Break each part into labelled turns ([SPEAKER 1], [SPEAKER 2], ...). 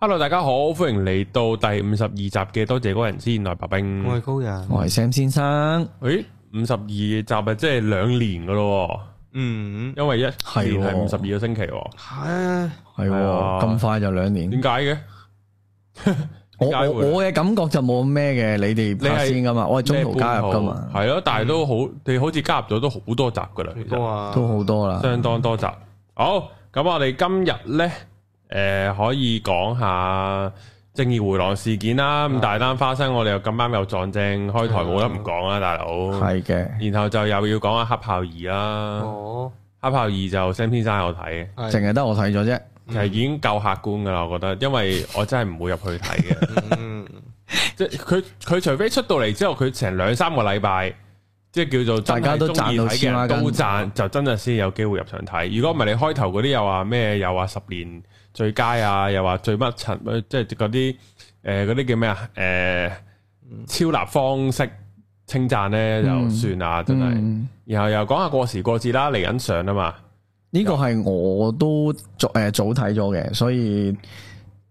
[SPEAKER 1] Hello，大家好，歡迎嚟到第五十二集嘅多謝嗰人先，來白冰。
[SPEAKER 2] 我係高人，
[SPEAKER 3] 我係 Sam 先生，
[SPEAKER 1] 誒，五十二集啊，即係兩年噶咯
[SPEAKER 2] 嗯
[SPEAKER 1] 喎，，因為一
[SPEAKER 3] 係
[SPEAKER 1] 年係
[SPEAKER 3] 喎
[SPEAKER 1] 五十二個星期喎。
[SPEAKER 2] 係
[SPEAKER 3] 係
[SPEAKER 1] 係啊
[SPEAKER 3] 喎咁快就兩年
[SPEAKER 1] 點。解嘅？
[SPEAKER 3] 我
[SPEAKER 1] 點解
[SPEAKER 3] 我
[SPEAKER 1] 會
[SPEAKER 3] 我嘅感覺就冇咩嘅，你哋
[SPEAKER 1] 你
[SPEAKER 3] 拍
[SPEAKER 1] 係
[SPEAKER 3] 先噶嘛，我係中途加入噶嘛，
[SPEAKER 1] 係咯，但係都好，你好似加入咗都好多集噶啦，其
[SPEAKER 2] 唔
[SPEAKER 1] 實
[SPEAKER 2] 多啊，
[SPEAKER 3] 都好多啦。
[SPEAKER 1] 相當多集。好，咁我哋今日呢，誒可以講下正義回廊事件啦。
[SPEAKER 3] 啊
[SPEAKER 1] 咁大單花生，我哋又咁啱又撞正，開台冇得唔講啊啦，大佬。
[SPEAKER 3] 係嘅，
[SPEAKER 1] 然後就又要講下黑豹二啦，
[SPEAKER 2] 哦，
[SPEAKER 1] 黑豹二就 Sam 先生有睇嘅，
[SPEAKER 2] 係
[SPEAKER 3] 淨係得我睇咗啫。
[SPEAKER 1] 其實已經夠客觀噶啦，我覺得，因為我真係唔會入去睇嘅，
[SPEAKER 2] 嗯，
[SPEAKER 1] 即係佢佢除非出到嚟之後，佢成兩三個禮拜，即係叫做真係
[SPEAKER 3] 大家都
[SPEAKER 1] 中意
[SPEAKER 3] 賺到
[SPEAKER 1] 睇嘅
[SPEAKER 3] 黐
[SPEAKER 1] 人
[SPEAKER 3] 孖筋
[SPEAKER 1] 都賺，就真係先有機會入場睇。如果唔係你開頭嗰啲又話咩，又話十年最佳啊，又話最乜陳，呃即係嗰啲誒嗰啲叫咩啊？誒、超立方式稱讚咧就
[SPEAKER 3] 嗯
[SPEAKER 1] 算啦，真係。
[SPEAKER 3] 嗯
[SPEAKER 1] 然後又講下過時過節啦，嚟緊上啊嘛，
[SPEAKER 3] 呢個係我都早誒早睇咗嘅，所以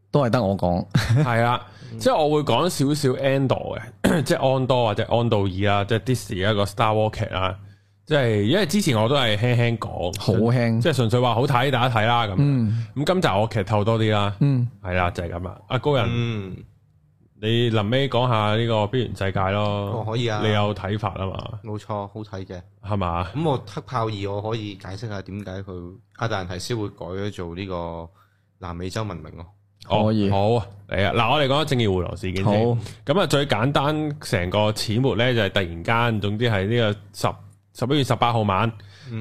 [SPEAKER 3] 都係得我講。
[SPEAKER 1] 係啦，
[SPEAKER 3] 嗯
[SPEAKER 1] 即係我會講少少 Andor 嘅， 即係安多或者安道爾啦，即係 Disney 一個 Star Wars 劇啦，即係因為之前我都係輕輕講，
[SPEAKER 3] 好 輕
[SPEAKER 1] 即係純粹話好睇，大家睇啦咁。咁、
[SPEAKER 3] 嗯
[SPEAKER 1] 今集我劇透多啲啦，
[SPEAKER 3] 嗯，
[SPEAKER 1] 係啦，就係咁啦。阿高人，
[SPEAKER 2] 嗯，
[SPEAKER 1] 你臨尾講下呢個邊緣世界咯，
[SPEAKER 2] 哦可以啊
[SPEAKER 1] 你有睇法啊嘛，
[SPEAKER 2] 冇錯，好睇嘅。
[SPEAKER 1] 係嘛？
[SPEAKER 2] 咁我黑豹二，我可以解釋下點解佢阿達人提斯會改咗做呢個南美洲文明咯。
[SPEAKER 1] 哦
[SPEAKER 3] 可以
[SPEAKER 1] 好啊，嚟啊！嗱，我哋講正義回廊事件
[SPEAKER 3] 好
[SPEAKER 1] 先。咁啊，最簡單成個始末咧，就係、突然間，總之係呢個十十一月十八號晚，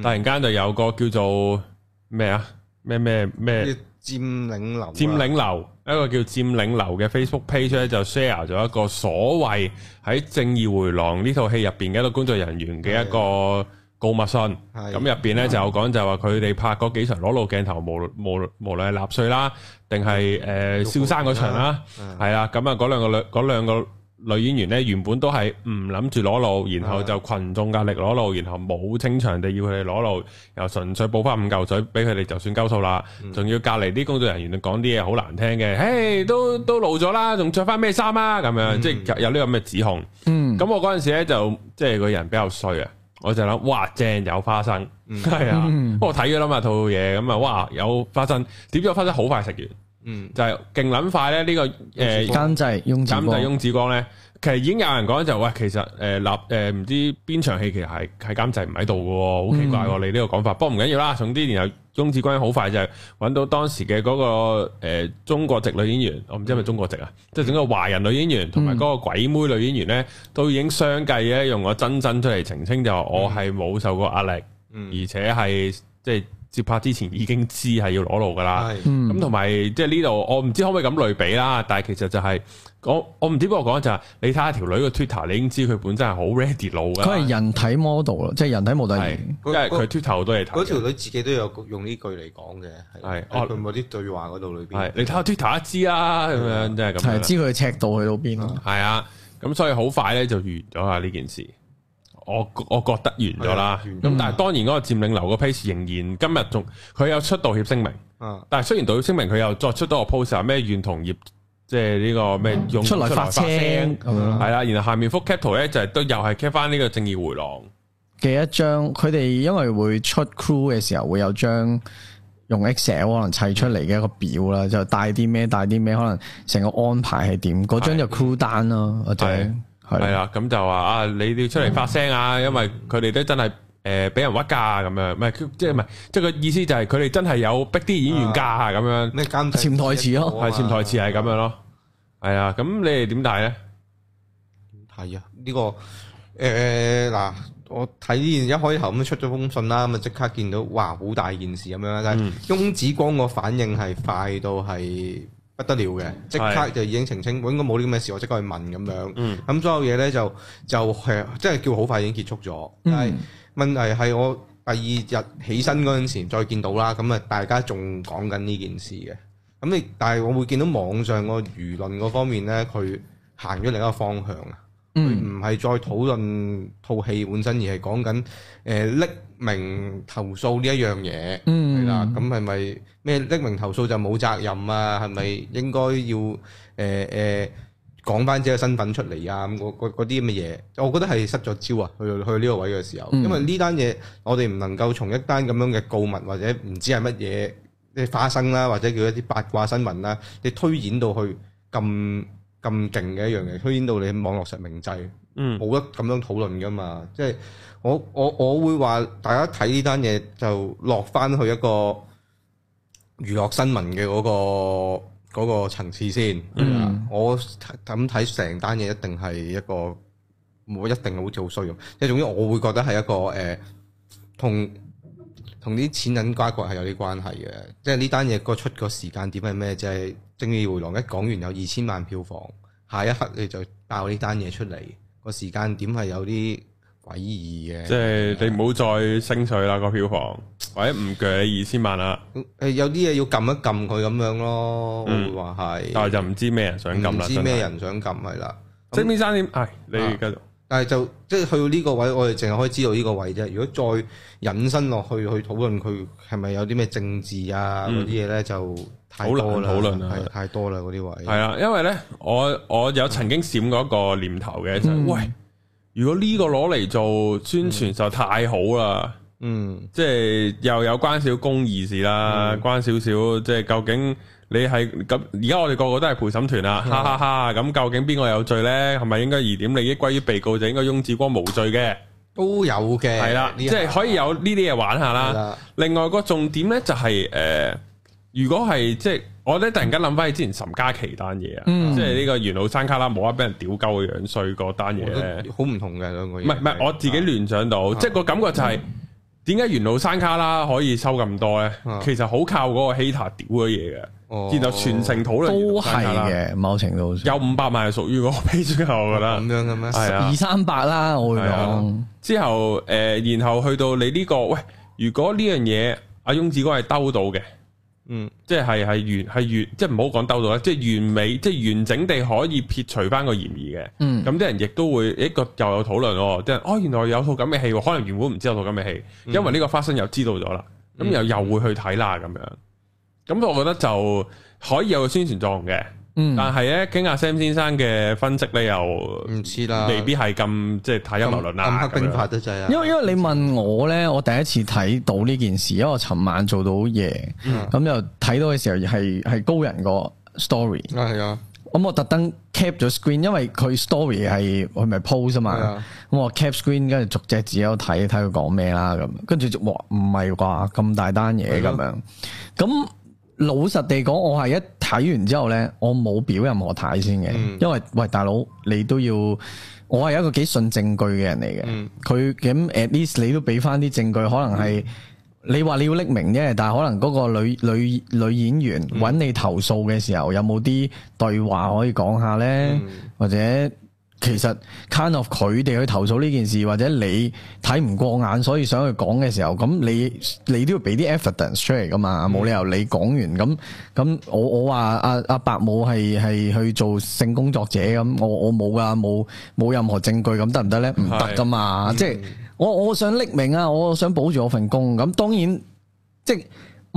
[SPEAKER 1] 突然間就有個叫做咩啊咩咩咩
[SPEAKER 2] 啲佔領流啊，
[SPEAKER 1] 佔領流一個叫佔領流嘅 Facebook page 咧，就 share 咗一個所謂喺正義回廊呢套戲入邊嘅一個工作人員嘅一個告密信。
[SPEAKER 2] 係
[SPEAKER 1] 咁入邊咧就有講就話佢哋拍嗰幾場裸露鏡頭，無無無論係納粹啦，定係誒蕭生嗰場啦，
[SPEAKER 2] 嗯
[SPEAKER 1] 係啦，咁啊嗰兩個女嗰兩個女演員咧原本都係唔諗住裸露，然後
[SPEAKER 2] 嗯
[SPEAKER 1] 就群眾壓力裸露，然後冇清場地要佢哋裸露，又純粹補翻五嚿水俾佢哋就算鳩數啦，仲要隔離啲工作人員講啲嘢好難聽嘅，誒都都老咗啦，仲着翻咩衫啊咁樣，即係有有呢個咁嘅指控。
[SPEAKER 3] 嗯
[SPEAKER 1] 咁我嗰陣時咧就即係個人比較衰啊，我就諗哇正有花生， 係啊，我睇咗啦嘛套嘢，咁啊哇有花生，點知個花生好快食完，
[SPEAKER 2] 嗯
[SPEAKER 1] 就係勁撚快咧呢、個誒
[SPEAKER 3] 監製翁子
[SPEAKER 1] 監製
[SPEAKER 3] 光，
[SPEAKER 1] 翁子光咧，其實已經有人講就喂其實誒立誒唔知邊場戲其實係係監製唔喺度嘅喎，好奇怪
[SPEAKER 3] 嗯
[SPEAKER 1] 喎、你呢個講法，不過唔緊要啦，總之然後翁子光好快就揾到當時嘅嗰、個、呃、中國籍女演員，我唔知係咪中國籍啊，
[SPEAKER 3] 嗯
[SPEAKER 1] 即係整個華人女演員同埋嗰個鬼妹女演員咧，都已經相繼咧用個真真出嚟澄清，就話我
[SPEAKER 3] 嗯
[SPEAKER 1] 係冇受過壓力，而且係即係接拍之前已經知係要裸露噶啦。
[SPEAKER 2] 係
[SPEAKER 3] 嗯
[SPEAKER 1] 咁同埋即係呢度，我唔知可唔可以咁類比啦。但係其實就係、我我唔知不過講就係、你睇下條女嘅 Twitter，你已經知佢本身係好 ready 腦㗎
[SPEAKER 3] 佢係
[SPEAKER 1] 啦。
[SPEAKER 3] 人體 model 咯，即係人體模特
[SPEAKER 1] 係
[SPEAKER 3] 兒。
[SPEAKER 1] 因為佢 Twitter 好多嘢睇
[SPEAKER 2] 嗰條
[SPEAKER 1] 嘅。
[SPEAKER 2] 女自己都有用呢句嚟講嘅，
[SPEAKER 1] 係
[SPEAKER 2] 喺
[SPEAKER 1] 哦
[SPEAKER 2] 佢某啲對話嗰度裏邊
[SPEAKER 1] 係你睇下 Twitter 一知啦，咁
[SPEAKER 2] 啊
[SPEAKER 1] 樣真係咁樣
[SPEAKER 3] 係
[SPEAKER 1] 啦。
[SPEAKER 3] 知佢嘅尺度去到邊咯，
[SPEAKER 1] 係啊，咁所以好快咧就完咗啊呢件事。我我覺得完咗啦。
[SPEAKER 2] 係啊完
[SPEAKER 1] 咁但係當然嗰個佔領樓個 page 仍然今日仲佢有出道歉聲明，
[SPEAKER 2] 啊，
[SPEAKER 1] 但係雖然道歉聲明佢又作出多個 post 話咩願同業即係呢個咩用
[SPEAKER 3] 出嚟發聲咁樣
[SPEAKER 1] 係啦，然後下面幅 cap 圖咧就係都又係 cap 翻呢個正義回廊，
[SPEAKER 3] 嘅一張，佢哋因為會出 crew 嘅時候會有張用 Excel 可能砌出嚟嘅一個表啦，就帶啲咩帶啲咩，可能成個安排係點，嗰張就 crew 單啦，或者
[SPEAKER 1] 係係
[SPEAKER 3] 係啦，
[SPEAKER 1] 啦，咁就話啊，你哋要出嚟發聲啊，因為佢哋都真係誒俾人屈架咁樣，唔係即係唔係即係個意思就係佢哋真係有逼啲演員架咁樣，
[SPEAKER 2] 咩監製啊
[SPEAKER 3] 潛台詞咯
[SPEAKER 1] 係潛台詞係咁樣咯，係啊，咁你哋點睇咧？
[SPEAKER 2] 係啊，呢、個誒嗱、我睇呢件一開頭咁出咗封信啦，咁啊即刻見到哇好大件事咁樣啦，但
[SPEAKER 1] 嗯
[SPEAKER 2] 係翁子光個反應係快到係不得了嘅，即刻
[SPEAKER 1] 嗯係
[SPEAKER 2] 就已經澄清，我應該冇呢咁嘅事，我即刻去問咁樣。
[SPEAKER 1] 嗯
[SPEAKER 2] 咁所有嘢咧就就係即係叫好快已經結束咗，但係問題係我第二日起身嗰陣時再見到啦，咁啊大家仲講緊呢件事嘅，咁你但係我會見到網上個輿論嗰方面咧，佢行咗另一個方向啊，佢
[SPEAKER 3] 嗯
[SPEAKER 2] 唔係再討論套戲本身，而係講緊誒拎呃名投訴呢一樣嘢，
[SPEAKER 3] 嗯
[SPEAKER 2] 係啦，咁係咪咩匿名投訴就冇責任啊？係咪應該要誒誒講翻自己嘅身份出嚟啊？咁嗰嗰嗰啲咁嘅嘢，我覺得係失咗招啊！去到去到呢個位嘅時候，
[SPEAKER 3] 嗯
[SPEAKER 2] 因為呢單嘢我哋唔能夠從一單咁樣嘅告密或者唔知係乜嘢即係花生啦，或者叫一啲八卦新聞啦，你推演到去咁咁勁嘅一樣嘢，推演到你網絡實名制。
[SPEAKER 1] 嗯
[SPEAKER 2] 冇得咁樣討論噶嘛。即係我我我會話大家睇呢單嘢就落翻去一個娛樂新聞嘅嗰、個嗰、個層次先。啊
[SPEAKER 3] 嗯
[SPEAKER 2] 我咁睇成單嘢一定係一個冇一定好似好衰咁，即係總之我會覺得係一個誒、呃同。同啲錢銀瓜葛係有啲關係嘅，即係呢單嘢個出個時間點係咩？就係《正義回廊》一講完有二千萬票房，下一刻你就爆呢單嘢出嚟，個時間點係有啲詭異嘅。
[SPEAKER 1] 即係你唔好再升水啦個票房，或者唔鋸你二千萬啦，
[SPEAKER 2] 誒有啲嘢要撳一撳佢咁樣咯，我
[SPEAKER 1] 嗯
[SPEAKER 2] 會話
[SPEAKER 1] 但係
[SPEAKER 2] 係。
[SPEAKER 1] 就唔知咩人想撳
[SPEAKER 2] 唔
[SPEAKER 1] 啦，
[SPEAKER 2] 知
[SPEAKER 1] 真係
[SPEAKER 2] 咩。人想撳係啦，
[SPEAKER 1] 即係邊三點？係你
[SPEAKER 2] 啊
[SPEAKER 1] 繼續。
[SPEAKER 2] 但係就即係去到呢個位，我哋淨係可以知道呢個位啫。如果再引申落去去討論佢係咪有啲咩政治啊嗰
[SPEAKER 1] 嗯
[SPEAKER 2] 啲嘢咧，就太
[SPEAKER 1] 好難
[SPEAKER 2] 多啦，
[SPEAKER 1] 討論啊
[SPEAKER 2] 係太多啦嗰啲位。
[SPEAKER 1] 系啦，啊因為咧，我我有曾經閃過一個念頭嘅，就係
[SPEAKER 3] 嗯
[SPEAKER 1] 喂，如果呢個攞嚟做宣傳就太好啦，
[SPEAKER 2] 嗯
[SPEAKER 1] 即係又有關少公義事啦，關少少即係究竟你係咁，而家我哋個個都係陪審團
[SPEAKER 2] 嗯
[SPEAKER 1] 啦，哈哈哈！咁究竟邊個有罪呢？係咪應該疑點利益歸於被告，就應該翁志光無罪嘅？
[SPEAKER 2] 都有嘅，
[SPEAKER 1] 係啦，
[SPEAKER 2] 呢
[SPEAKER 1] 即
[SPEAKER 2] 一
[SPEAKER 1] 係可啊以有呢啲嘢玩下
[SPEAKER 2] 係
[SPEAKER 1] 啦。
[SPEAKER 2] 啦，
[SPEAKER 1] 另外個重點咧就係、呃如果係即係我咧突然間諗翻起之前岑嘉琪單嘢啊，
[SPEAKER 3] 嗯
[SPEAKER 1] 即係呢個元老山卡拉冇啦俾人屌鳩嘅樣衰嗰單嘢
[SPEAKER 2] 我
[SPEAKER 1] 咧，
[SPEAKER 2] 都好唔同嘅兩個嘢。
[SPEAKER 1] 嗯
[SPEAKER 2] 啊
[SPEAKER 1] 唔係唔係我自己聯想到，即係個感覺就係點解元老山卡拉可以收咁多咧？
[SPEAKER 2] 啊
[SPEAKER 1] 其實好靠嗰個 hater 屌嘅嘢嘅，
[SPEAKER 2] 哦，
[SPEAKER 1] 然後全城討論元
[SPEAKER 3] 都
[SPEAKER 1] 老
[SPEAKER 3] 係
[SPEAKER 1] 山卡拉
[SPEAKER 3] 嘅，某程度上
[SPEAKER 1] 有五百萬係屬於嗰個 page 嘅，我覺得
[SPEAKER 2] 哦咁樣嘅咩？
[SPEAKER 1] 係啊
[SPEAKER 3] 二。三百啦，我會
[SPEAKER 1] 係啊
[SPEAKER 3] 講。
[SPEAKER 1] 之後誒、呃然後去到你呢、個喂，如果呢樣嘢阿翁志剛係兜到嘅。
[SPEAKER 2] 嗯
[SPEAKER 1] 即係係係完係完，即係唔好講兜到啦，即係完美，即係完整地可以撇除翻個嫌疑嘅。
[SPEAKER 3] 嗯，
[SPEAKER 1] 咁啲人亦都會一個又有討論喎，即係哦原來有套咁嘅戲喎，可能原本唔知有套咁嘅戲，
[SPEAKER 3] 嗯
[SPEAKER 1] 因為呢個花生又知道咗啦，咁
[SPEAKER 2] 嗯
[SPEAKER 1] 又又會去睇啦咁樣。咁我覺得就可以有個宣傳作用嘅，
[SPEAKER 3] 嗯，
[SPEAKER 1] 但係咧經阿 Sam 先生嘅分析咧又
[SPEAKER 2] 唔知
[SPEAKER 3] 啊
[SPEAKER 2] 啦，
[SPEAKER 1] 未必係咁即係太陰謀論
[SPEAKER 2] 暗
[SPEAKER 1] 啦
[SPEAKER 2] 黑
[SPEAKER 1] 啊咁
[SPEAKER 2] 兵法
[SPEAKER 1] 樣。
[SPEAKER 2] 得滯啊！
[SPEAKER 3] 因為因為你問我咧，我第一次睇到呢件事，因為我尋晚做到夜，
[SPEAKER 2] 嗯
[SPEAKER 3] 咁就睇到嘅時候係係高人個 story，
[SPEAKER 2] 啊係啊，
[SPEAKER 3] 咁我特登 cap 咗 screen，因為佢 story 係佢咪 post 啊
[SPEAKER 2] 係
[SPEAKER 3] 嘛
[SPEAKER 2] 啊，
[SPEAKER 3] 咁我 cap screen 跟住逐隻字喺度睇睇佢講咩啦咁，跟住就哇唔係啩咁大單嘢咁樣，咁老實地講，我係一睇完之後咧，我冇表任何態先嘅，
[SPEAKER 2] 嗯
[SPEAKER 3] 因為喂大佬你都要，我係一個幾信證據嘅人嚟嘅。
[SPEAKER 2] 嗯
[SPEAKER 3] 佢咁 at least 你都俾翻啲證據，可能係你話你要匿名啫，但係可能嗰個女女女演員揾你投訴嘅時候，有冇啲對話可以講下呢？或者其實 kind of 佢哋去投訴呢件事，或者你睇唔過眼，所以想去講嘅時候，咁你你都要俾啲 evidence 出嚟噶嘛，冇理由你講完咁咁，我我話阿阿伯母係係去做性工作者咁，我我冇噶，冇冇任何證據咁得唔得呢？唔得噶嘛，啊即係我我想匿名啊，我想保住我份工，咁當然即係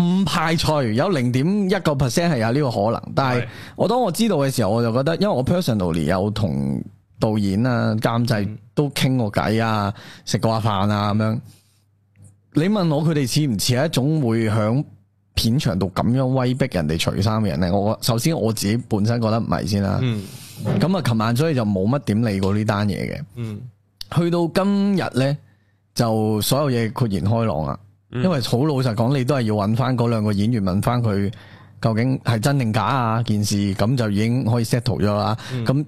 [SPEAKER 3] 唔排除有零點一個 percent 係有呢個可能，但係
[SPEAKER 1] 係
[SPEAKER 3] 我當我知道嘅時候，我就覺得，因為我 personally 有同導演啊、監製都傾過偈啊、食過下飯啊咁樣。你問我佢哋似唔似係一種會響片場度咁樣威逼人哋除衫嘅人呢？我首先我自己本身覺得唔係先啦。
[SPEAKER 2] 嗯
[SPEAKER 3] 咁啊、琴晚所以就冇乜點理過呢單嘢嘅。
[SPEAKER 2] 嗯
[SPEAKER 3] 去到今日呢，就所有嘢豁然開朗啦。因為好老實講，你都係要揾翻嗰兩個演員問翻佢究竟係真定假啊件事，咁就已經可以 settle 咗啦。咁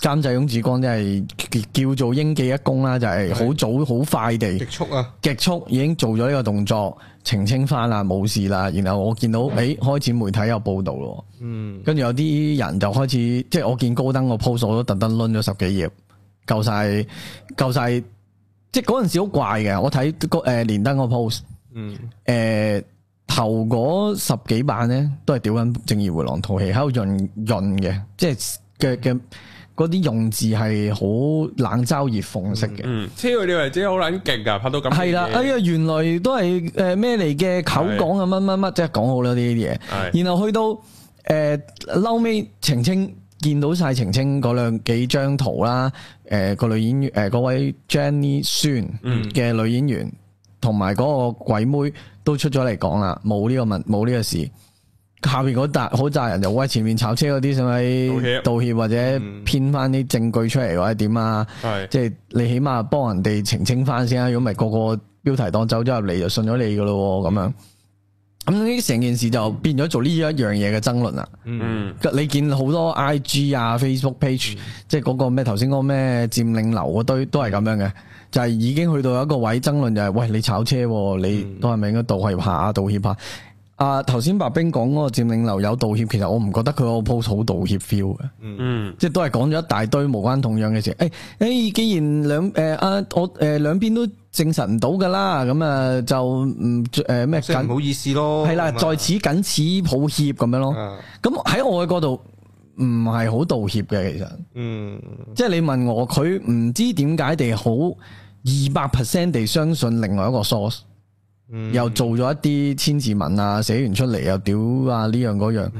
[SPEAKER 3] 監製翁志光真係叫做應記一功啦，就係、好早好快地
[SPEAKER 2] 極速啊！
[SPEAKER 3] 極速已經做咗呢個動作，澄清翻啦，冇事啦。然後我見到誒、欸、開始媒體有報導咯，
[SPEAKER 2] 嗯
[SPEAKER 3] 跟住有啲人就開始，即係我見高登個 post 我都特登攆咗十幾頁，夠晒夠晒，即係嗰陣時好怪嘅。我睇個誒連登個 post。
[SPEAKER 2] 嗯
[SPEAKER 3] 诶、頭嗰十幾版咧，都係屌緊《正義回廊》套戲喺度潤潤嘅，即係嘅嘅嗰啲用字係好冷嘲熱諷式嘅。
[SPEAKER 1] 嗯，超你為姐好撚勁噶，拍到咁嘅嘢
[SPEAKER 3] 係啦，哎呀，原來都係诶咩嚟嘅口講啊，乜乜乜，即係講好啦呢啲嘢。
[SPEAKER 1] 係
[SPEAKER 3] 然後去到诶嬲尾澄清，見到晒澄清嗰兩幾張圖啦，诶個女演員诶呃嗰位 Jenny Sun
[SPEAKER 1] 嗯
[SPEAKER 3] 嘅女演員，同埋嗰個鬼妹都出咗嚟講啦，冇呢個問冇呢個事。下边嗰扎好扎人就喂前面炒車嗰啲使
[SPEAKER 1] 道
[SPEAKER 3] 咪
[SPEAKER 1] 歉
[SPEAKER 3] 道歉或者
[SPEAKER 2] 嗯
[SPEAKER 3] 編翻啲證據出嚟或者點啊？
[SPEAKER 1] 係
[SPEAKER 3] 即係你起碼幫人哋澄清翻先啦，啊如果唔係個個標題黨走咗入嚟就信咗你噶咯喎咁樣。咁呢成件事就變咗做呢一樣嘢嘅爭論啦。
[SPEAKER 2] 嗯
[SPEAKER 1] 嗯
[SPEAKER 3] 你見好多 I G 啊、Facebook page，即係嗰個咩頭先嗰個咩佔領樓嗰堆都係咁樣嘅，就係、已經去到一個位爭論就係、喂你炒車、喎，你
[SPEAKER 2] 嗯
[SPEAKER 3] 都係咪應該道歉下、道歉下？啊頭先白冰講嗰個佔領樓有道歉，其實我唔覺得佢個 post 好道歉 feel 嘅。
[SPEAKER 1] 嗯
[SPEAKER 3] 即係都係講咗一大堆無關痛癢嘅事。誒、誒、既然兩誒、啊，我誒、兩邊都證實唔到㗎啦，咁啊就唔誒咩
[SPEAKER 2] 即係唔
[SPEAKER 3] 緊
[SPEAKER 2] 好意思咯，
[SPEAKER 3] 係啦，
[SPEAKER 2] 咁
[SPEAKER 3] 在
[SPEAKER 2] 啊
[SPEAKER 3] 此僅此抱歉咁樣咯。
[SPEAKER 2] 啊
[SPEAKER 3] 咁喺我嘅角度唔係好道歉嘅，其實
[SPEAKER 2] 嗯
[SPEAKER 3] 即係你問我，佢唔知點解地好二百 percent 地相信另外一個 source。
[SPEAKER 2] 嗯
[SPEAKER 3] 又做咗一啲千字文啊，寫完出嚟又屌啊呢樣嗰樣。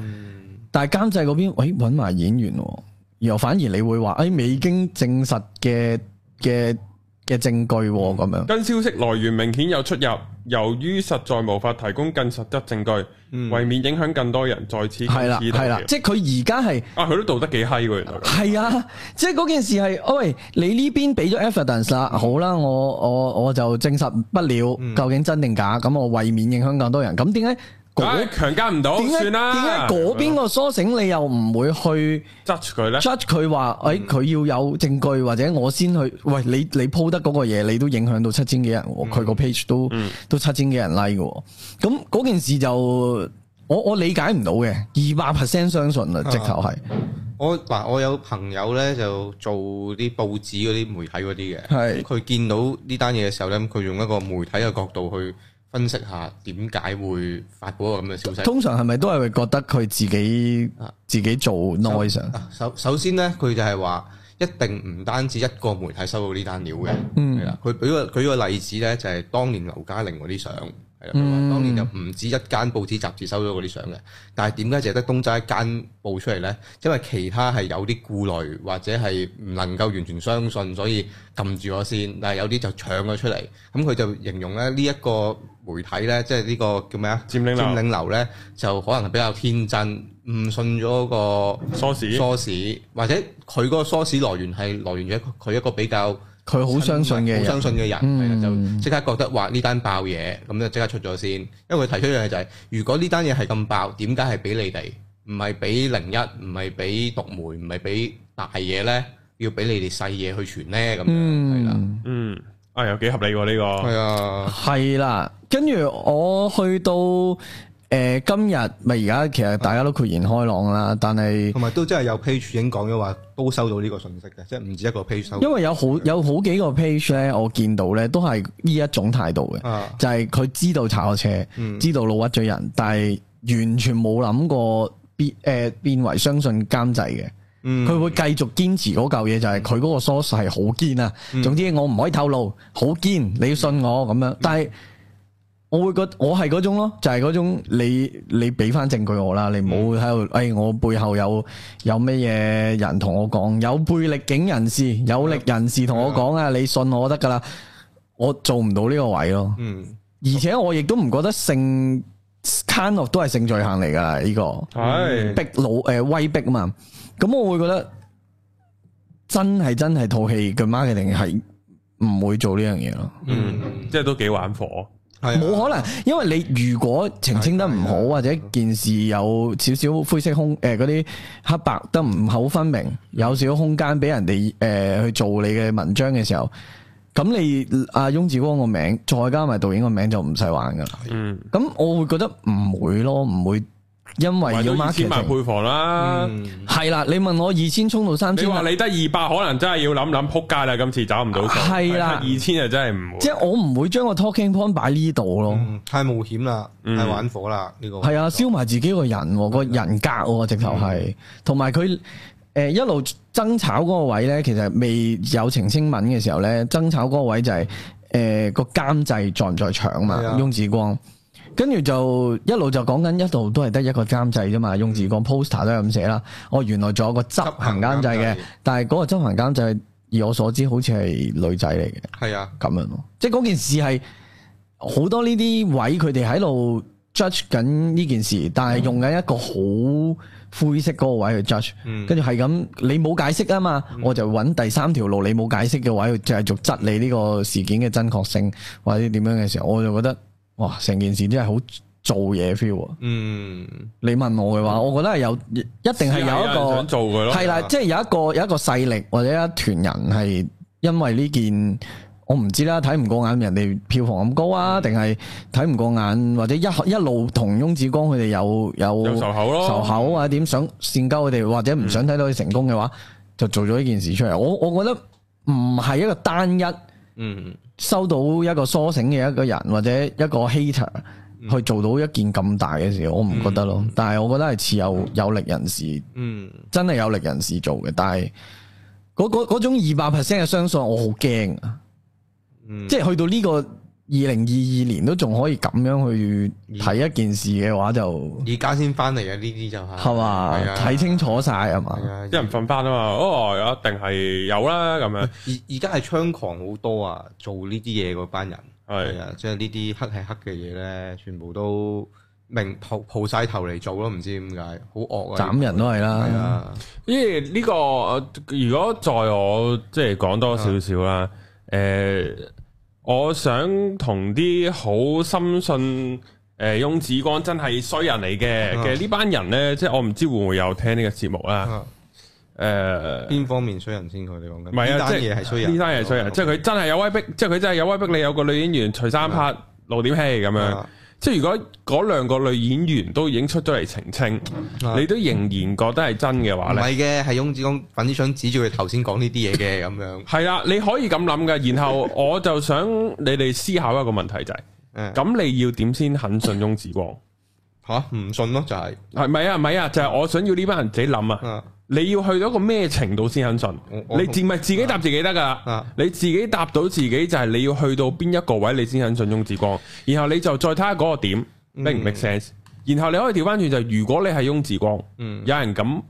[SPEAKER 3] 但係監製嗰邊，喂揾埋演員喎，然後反而你會話，誒未經證實嘅嘅嘅證據
[SPEAKER 1] 嗯
[SPEAKER 3] 喎咁樣。
[SPEAKER 1] 跟消息來源明顯有出入，由於實在無法提供更實質證據，
[SPEAKER 2] 嗯
[SPEAKER 1] 為免影響更多人，在此
[SPEAKER 3] 係啦，
[SPEAKER 1] 謹此道
[SPEAKER 3] 係啦，
[SPEAKER 1] 歉
[SPEAKER 3] 即係佢而家係
[SPEAKER 1] 啊，佢都道得幾閪喎，原來咁。
[SPEAKER 3] 係啊，即係嗰件事係，哦喂，你呢邊俾咗 evidence 啦，好啦，我我我就證實不了
[SPEAKER 2] 嗯
[SPEAKER 3] 究竟真定假，咁我為免影響更多人，咁點解
[SPEAKER 1] 唉
[SPEAKER 3] 嗰
[SPEAKER 1] 強姦唔到，
[SPEAKER 3] 點解
[SPEAKER 1] 算
[SPEAKER 3] 點解
[SPEAKER 1] 啦。
[SPEAKER 3] 嗰邊個梳醒你又唔會去？
[SPEAKER 1] judge 佢咧？
[SPEAKER 3] judge 佢話，
[SPEAKER 2] 嗯
[SPEAKER 3] 诶、佢要有證據或者我先去，喂，你你 p 得嗰個嘢，你都影響到七千幾人喎，
[SPEAKER 2] 嗯
[SPEAKER 3] 佢個 page 都、都七千幾人 like 嘅喎，咁嗰件事就我我理解唔到嘅，二百 percent 相信啊
[SPEAKER 2] 啊
[SPEAKER 3] 啦，直頭係
[SPEAKER 2] 我嗱，我有朋友咧就做啲報紙嗰啲媒體嗰啲嘅，咁
[SPEAKER 3] 係
[SPEAKER 2] 佢見到呢單嘢嘅時候咧，咁佢用一個媒體嘅角度去分析下點解會發布一個咁嘅消息。
[SPEAKER 3] 通常係咪都係會覺得佢自己
[SPEAKER 2] 啊
[SPEAKER 3] 自己做 noise 啊？
[SPEAKER 2] 啊首首先咧，佢就係話一定唔單止一個媒體收到呢單料嘅，
[SPEAKER 3] 嗯
[SPEAKER 2] 係啦、佢舉個舉個例子咧，就係、當年劉嘉玲嗰啲相，係啦，佢話當年就唔止一間報紙雜誌收到嗰啲相嘅，但係點解淨係得東仔一間報出嚟咧？因為其他係有啲顧慮或者係唔能夠完全相信，所以撳住我先。但係有啲就搶咗出嚟，咁佢就形容咧呢一個媒體咧，即係呢個叫咩啊？
[SPEAKER 1] 佔領樓
[SPEAKER 2] 佔領流咧，就可能係比較天真，誤信咗個。
[SPEAKER 1] 梳士
[SPEAKER 2] 梳士，或者佢嗰個梳士來源係來源咗佢一個比較
[SPEAKER 3] 佢好相信嘅
[SPEAKER 2] 好
[SPEAKER 3] 人
[SPEAKER 2] 相，信嘅人，係啦、就
[SPEAKER 3] 嗯
[SPEAKER 2] 即刻覺得話呢單爆嘢，咁就即刻出咗先。因為佢提出一樣嘢就係、如果呢單嘢係咁爆，點解係俾你哋，唔係俾零一，唔係俾獨媒，唔係俾大嘢咧，要俾你哋細嘢去傳咧咁樣，係啦、
[SPEAKER 3] 嗯。
[SPEAKER 1] 嗯，啊，又幾合理喎呢個。
[SPEAKER 2] 係啊，
[SPEAKER 3] 系啦，跟住我去到诶、呃今日，咪而家其實大家都豁然開朗啦，但係
[SPEAKER 2] 同埋都真係有 page 已經講咗話，都收到呢個信息嘅，即係唔止一個 page 收到。
[SPEAKER 3] 因為有好有好幾個 page 咧，我見到咧都係呢一種態度嘅，
[SPEAKER 2] 啊，
[SPEAKER 3] 就係佢知道炒車，
[SPEAKER 2] 嗯
[SPEAKER 3] 知道老屈咗人，但係完全冇諗過變诶、变为相信監製嘅。
[SPEAKER 2] 嗯
[SPEAKER 3] 佢會繼續堅持嗰嚿嘢，就係佢嗰個 source 係好堅啊。
[SPEAKER 2] 嗯
[SPEAKER 3] 總之我唔可以透露，好堅，你要信我咁樣。但係我會覺我係嗰種咯，就係嗰種你你俾翻證據我啦，你唔
[SPEAKER 2] 嗯
[SPEAKER 3] 好喺度，誒我背後有有咩嘢人同我講，有背力警人士、有
[SPEAKER 2] 嗯
[SPEAKER 3] 力人士同我講啊，你信我得㗎啦。我做唔到呢個位咯，
[SPEAKER 2] 嗯
[SPEAKER 3] 而且我亦都唔覺得性 kind of 都係性罪行嚟㗎啦，呢個。
[SPEAKER 1] 係
[SPEAKER 3] 逼老诶、威逼啊嘛，咁我會覺得真係真係套戲嘅 marketing 係唔會做呢樣嘢咯，
[SPEAKER 1] 嗯，即係都幾玩火。
[SPEAKER 2] 係啊
[SPEAKER 3] 冇可能，因為你如果澄清得唔好，
[SPEAKER 2] 係係係
[SPEAKER 3] 或者件事有少少灰色空诶嗰啲黑白得唔好分明，有少少空間俾人哋诶、去做你嘅文章嘅時候，咁你阿翁志光個名再加埋導演個名就唔使玩噶啦，
[SPEAKER 1] 嗯，
[SPEAKER 3] 咁我會覺得唔會咯，唔會因為
[SPEAKER 1] 為
[SPEAKER 3] 要
[SPEAKER 1] 咗二千
[SPEAKER 3] marketing
[SPEAKER 1] 萬配房
[SPEAKER 3] 啊
[SPEAKER 1] 啦。
[SPEAKER 2] 嗯
[SPEAKER 3] 系啦，你問我二千衝到三
[SPEAKER 1] 你
[SPEAKER 3] 千，
[SPEAKER 1] 話你得二百，可能真係要諗諗，扑街啦！今次找唔到數，
[SPEAKER 3] 係啦
[SPEAKER 1] 二千就真係唔會。
[SPEAKER 3] 即系我唔會將個 talking point 擺呢度咯。
[SPEAKER 2] 嗯，太冒險啦，
[SPEAKER 1] 嗯
[SPEAKER 2] 太玩
[SPEAKER 3] 啊
[SPEAKER 2] 火啦，呢個
[SPEAKER 1] 嗯
[SPEAKER 3] 係啊，燒埋自己個人喎，個人格喎，直頭係。同埋佢诶、一路爭吵嗰個位咧，其實未有澄清文嘅時候咧，爭吵嗰個位就係诶個監製在唔在場嘛
[SPEAKER 2] 係啊，
[SPEAKER 3] 翁志光。跟住就一路就講緊，一路都係得一個監製啫
[SPEAKER 1] 嗯
[SPEAKER 3] 嘛。翁志光 poster 都係咁寫啦。哦，原來仲有個執行監
[SPEAKER 2] 執行
[SPEAKER 3] 製
[SPEAKER 2] 監
[SPEAKER 3] 嘅
[SPEAKER 2] 製，
[SPEAKER 3] 但係嗰個執行監製，以我所知好似係女仔嚟嘅。
[SPEAKER 2] 係啊，
[SPEAKER 3] 咁樣咯。即系嗰件事係好多呢啲位，佢哋喺度 judge 緊呢件事，但係用緊一個好灰色嗰個位去 judge，
[SPEAKER 2] 嗯
[SPEAKER 3] 跟住係咁，你冇解釋啊嘛，我就揾第三條路，你冇解釋嘅位去繼續質你呢個事件嘅真確性或者點樣嘅時候，我就覺得哇，成件事真係好做嘢 feel 啊！
[SPEAKER 2] 嗯，
[SPEAKER 3] 你問我嘅話，我覺得係有一定係有一個
[SPEAKER 1] 想。做佢咯，
[SPEAKER 3] 系啦，即係有一個有一个势力或者一團人係因為呢件。我唔知啦，睇唔過眼人哋票房咁高啊，
[SPEAKER 1] 嗯
[SPEAKER 3] 定係睇唔過眼，或者一一路同翁子光佢哋有有
[SPEAKER 1] 有仇口咯嗯
[SPEAKER 3] 仇口啊點想善交佢哋，或者唔想睇到佢成功嘅話，就做咗呢件事出嚟。我我覺得唔係一個單一
[SPEAKER 2] 嗯，
[SPEAKER 3] 收到一個梳醒嘅一個人或者一個 hater
[SPEAKER 1] 嗯
[SPEAKER 3] 去做到一件咁大嘅事，我唔覺得咯。但係我覺得係似有有力人士
[SPEAKER 2] 嗯，
[SPEAKER 3] 真係有力人士做嘅，但係嗰嗰嗰種二百 percent 嘅相信，我好驚啊！
[SPEAKER 2] 嗯，
[SPEAKER 3] 即係去到呢個二零二二年都仲可以咁樣去睇一件事嘅話，就
[SPEAKER 2] 而家先翻嚟嘅呢啲就係
[SPEAKER 3] 係嘛
[SPEAKER 2] 係啊
[SPEAKER 3] 睇清楚晒係嘛
[SPEAKER 2] 係，啊，
[SPEAKER 1] 啲人瞓翻啊嘛，哦，一定係有啦咁樣，
[SPEAKER 2] 而而家係猖狂好多啊！做呢啲嘢嗰班人
[SPEAKER 1] 係
[SPEAKER 2] 係啊，即係呢啲黑係黑嘅嘢咧，全部都明蒲蒲晒頭嚟做咯，唔知點解好惡啊！
[SPEAKER 3] 斬人都係
[SPEAKER 2] 係
[SPEAKER 3] 啦，
[SPEAKER 2] 啊，
[SPEAKER 1] 咦？呢、個呃如果在我即係講多少少啦，誒、我想同啲好深信誒翁子光真係衰人嚟嘅
[SPEAKER 2] 啊
[SPEAKER 1] 嘅呢班人咧，即係我唔知會唔會有聽呢個節目啦，
[SPEAKER 2] 啊
[SPEAKER 1] 誒、
[SPEAKER 2] 邊方面衰人先？佢哋講緊
[SPEAKER 1] 唔係
[SPEAKER 2] 呢
[SPEAKER 1] 啊，
[SPEAKER 2] 單
[SPEAKER 1] 即
[SPEAKER 2] 嘢係衰
[SPEAKER 1] 係
[SPEAKER 2] 人，哦啊
[SPEAKER 1] 呢單嘢係衰人，即係佢真係有威逼，即係佢真係有威逼你有個女演員除衫拍露點戲咁樣
[SPEAKER 2] 啊。
[SPEAKER 1] 即係如果嗰兩個女演員都已經出咗嚟澄清，
[SPEAKER 2] 啊
[SPEAKER 1] 你都仍然覺得係真嘅話
[SPEAKER 2] 唔
[SPEAKER 1] 咧，
[SPEAKER 2] 係嘅，係翁子光粉絲想指住佢頭先講呢啲嘢嘅咁樣。
[SPEAKER 1] 係啦，你可以咁諗嘅。然 後我就想你哋思考一個問題就係，
[SPEAKER 2] 誒
[SPEAKER 1] 咁你要點先肯信翁子光？
[SPEAKER 2] 吓唔信咯，就係
[SPEAKER 1] 係咪啊？唔係啊，就係我想要呢班人自己諗啊。
[SPEAKER 2] 啊
[SPEAKER 1] 你要去到一個咩程度先肯信
[SPEAKER 2] 我？我
[SPEAKER 1] 你自咪自己答自己得噶
[SPEAKER 2] 啊？
[SPEAKER 1] 你自己答到自己就係你要去到邊一個位你先肯信翁志光，然後你就再睇下嗰個點
[SPEAKER 2] 嗯
[SPEAKER 1] make 唔 make sense？然後你可以調翻轉就係如果你係翁志光，
[SPEAKER 2] 嗯
[SPEAKER 1] 有人咁，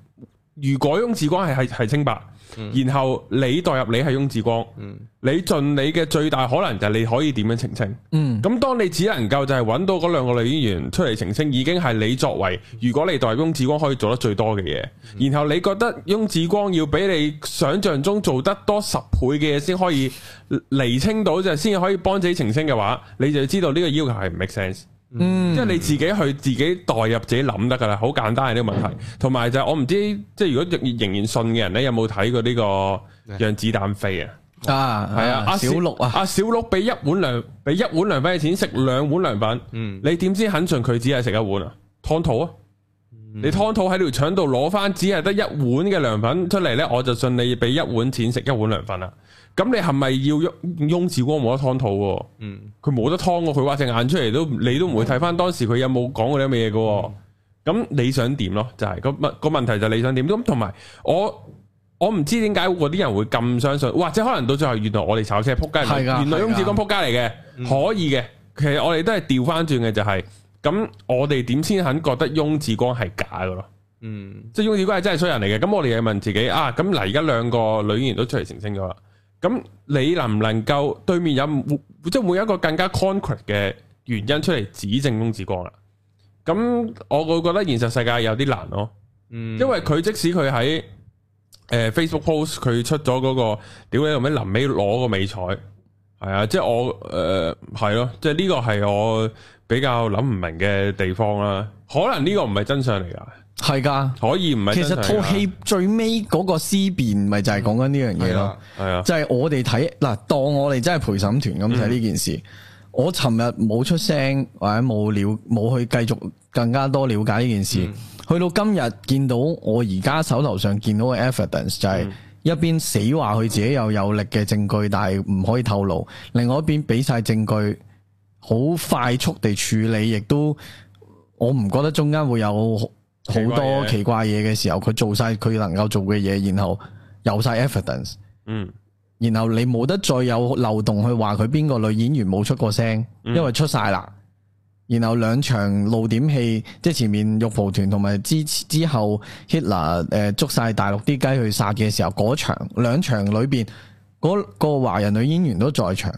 [SPEAKER 1] 如果翁志光係係係清白，然後你代入你係翁志光，
[SPEAKER 2] 嗯
[SPEAKER 1] 你盡你嘅最大可能就係你可以點樣澄清。
[SPEAKER 3] 嗯，
[SPEAKER 1] 咁當你只能夠就係揾到嗰兩個女演員出嚟澄清，已經係你作為如果你代翁志光可以做得最多嘅嘢，然後你覺得翁志光要比你想象中做得多十倍嘅嘢先可以釐清到，就先可以幫自己澄清嘅話，你就知道呢個要求係唔 make sense。
[SPEAKER 3] 嗯，
[SPEAKER 1] 即係你自己去自己代入自己諗得㗎啦，好簡單嘅呢個問題。同埋就係我唔知，即係如果仍仍然信嘅人呢，有冇睇過呢個讓子彈飛啊？
[SPEAKER 3] 啊，
[SPEAKER 1] 系
[SPEAKER 3] 係
[SPEAKER 1] 啊，阿
[SPEAKER 3] 小六啊，
[SPEAKER 1] 阿小六俾一碗涼，俾一碗涼粉嘅錢食兩碗涼粉，
[SPEAKER 2] 嗯
[SPEAKER 1] 你點知肯信佢只係食一碗啊？湯肚啊！
[SPEAKER 3] 嗯
[SPEAKER 1] 你湯肚喺條腸度攞翻，只係得一碗嘅涼粉出嚟呢，我就信你俾一碗錢食一碗涼粉啦。咁你係咪要翁翁志光冇得湯肚喎？
[SPEAKER 2] 嗯
[SPEAKER 1] 佢冇得湯喎，佢挖隻眼出嚟都你都唔會睇翻當時佢有冇講過啲咩嘢嘅
[SPEAKER 3] 嗯
[SPEAKER 1] 喎。咁你想點咯？就係個問個問題就係你想點咁，同埋我我唔知點解嗰啲人會咁相信，或者可能到最後原來我哋炒車撲街，
[SPEAKER 3] 係㗎
[SPEAKER 1] 原來
[SPEAKER 3] 係㗎嗯
[SPEAKER 1] 翁志剛撲街嚟嘅，可以嘅。其實我哋都係調翻轉嘅，就係咁，我哋點先肯覺得翁志光係假嘅咯？
[SPEAKER 2] 嗯
[SPEAKER 1] 即係翁志光係真係衰人嚟嘅。咁我哋又問自己啊，咁嗱，而家兩個女演員都出嚟澄清咗啦。咁你能唔能夠對面有冇即係會有一個更加 concrete 嘅原因出嚟指證翁志光啦？啊咁我會覺得現實世界有啲難咯，
[SPEAKER 2] 嗯，
[SPEAKER 1] 因為佢即使佢喺誒 Facebook post 佢出咗嗰、個屌你後尾臨尾攞個美彩，係啊，即係我誒係咯，即係呢個係我比較諗唔明嘅地方啦。可能呢個唔係真相嚟㗎。
[SPEAKER 3] 係㗎。
[SPEAKER 1] 可以唔係
[SPEAKER 3] 其實
[SPEAKER 1] 真相㗎
[SPEAKER 3] 套戲最尾嗰個思辨，咪就係講緊呢樣嘢
[SPEAKER 2] 係
[SPEAKER 3] 咯
[SPEAKER 2] 啦。，
[SPEAKER 1] 係啊，嗯
[SPEAKER 3] 就係我哋睇嗱，當我哋真係陪審團咁睇呢件事。我尋日冇出聲，或者冇了冇去繼續更加多了解呢件
[SPEAKER 1] 嗯
[SPEAKER 3] 事。去到今日見到我而家手頭上見到嘅 evidence 就係一
[SPEAKER 1] 嗯
[SPEAKER 3] 邊死話佢自己有有力嘅證據，但係唔可以透露；另外一邊俾晒證據，好快速地處理，亦都我唔覺得中間會有好多
[SPEAKER 1] 奇
[SPEAKER 3] 奇怪嘢嘅時候，佢做晒佢能夠做嘅嘢，然後有晒 evidence，
[SPEAKER 1] 嗯
[SPEAKER 3] 然後你冇得再有漏洞去話佢邊個女演員冇出過聲，
[SPEAKER 1] 嗯
[SPEAKER 3] 因為出晒啦。然後兩場露點戲，即係前面玉蒲團同埋之之後 Hitler 誒、捉晒大陸啲雞去殺嘅時候，嗰場兩場裏邊嗰個華人女演員都在場，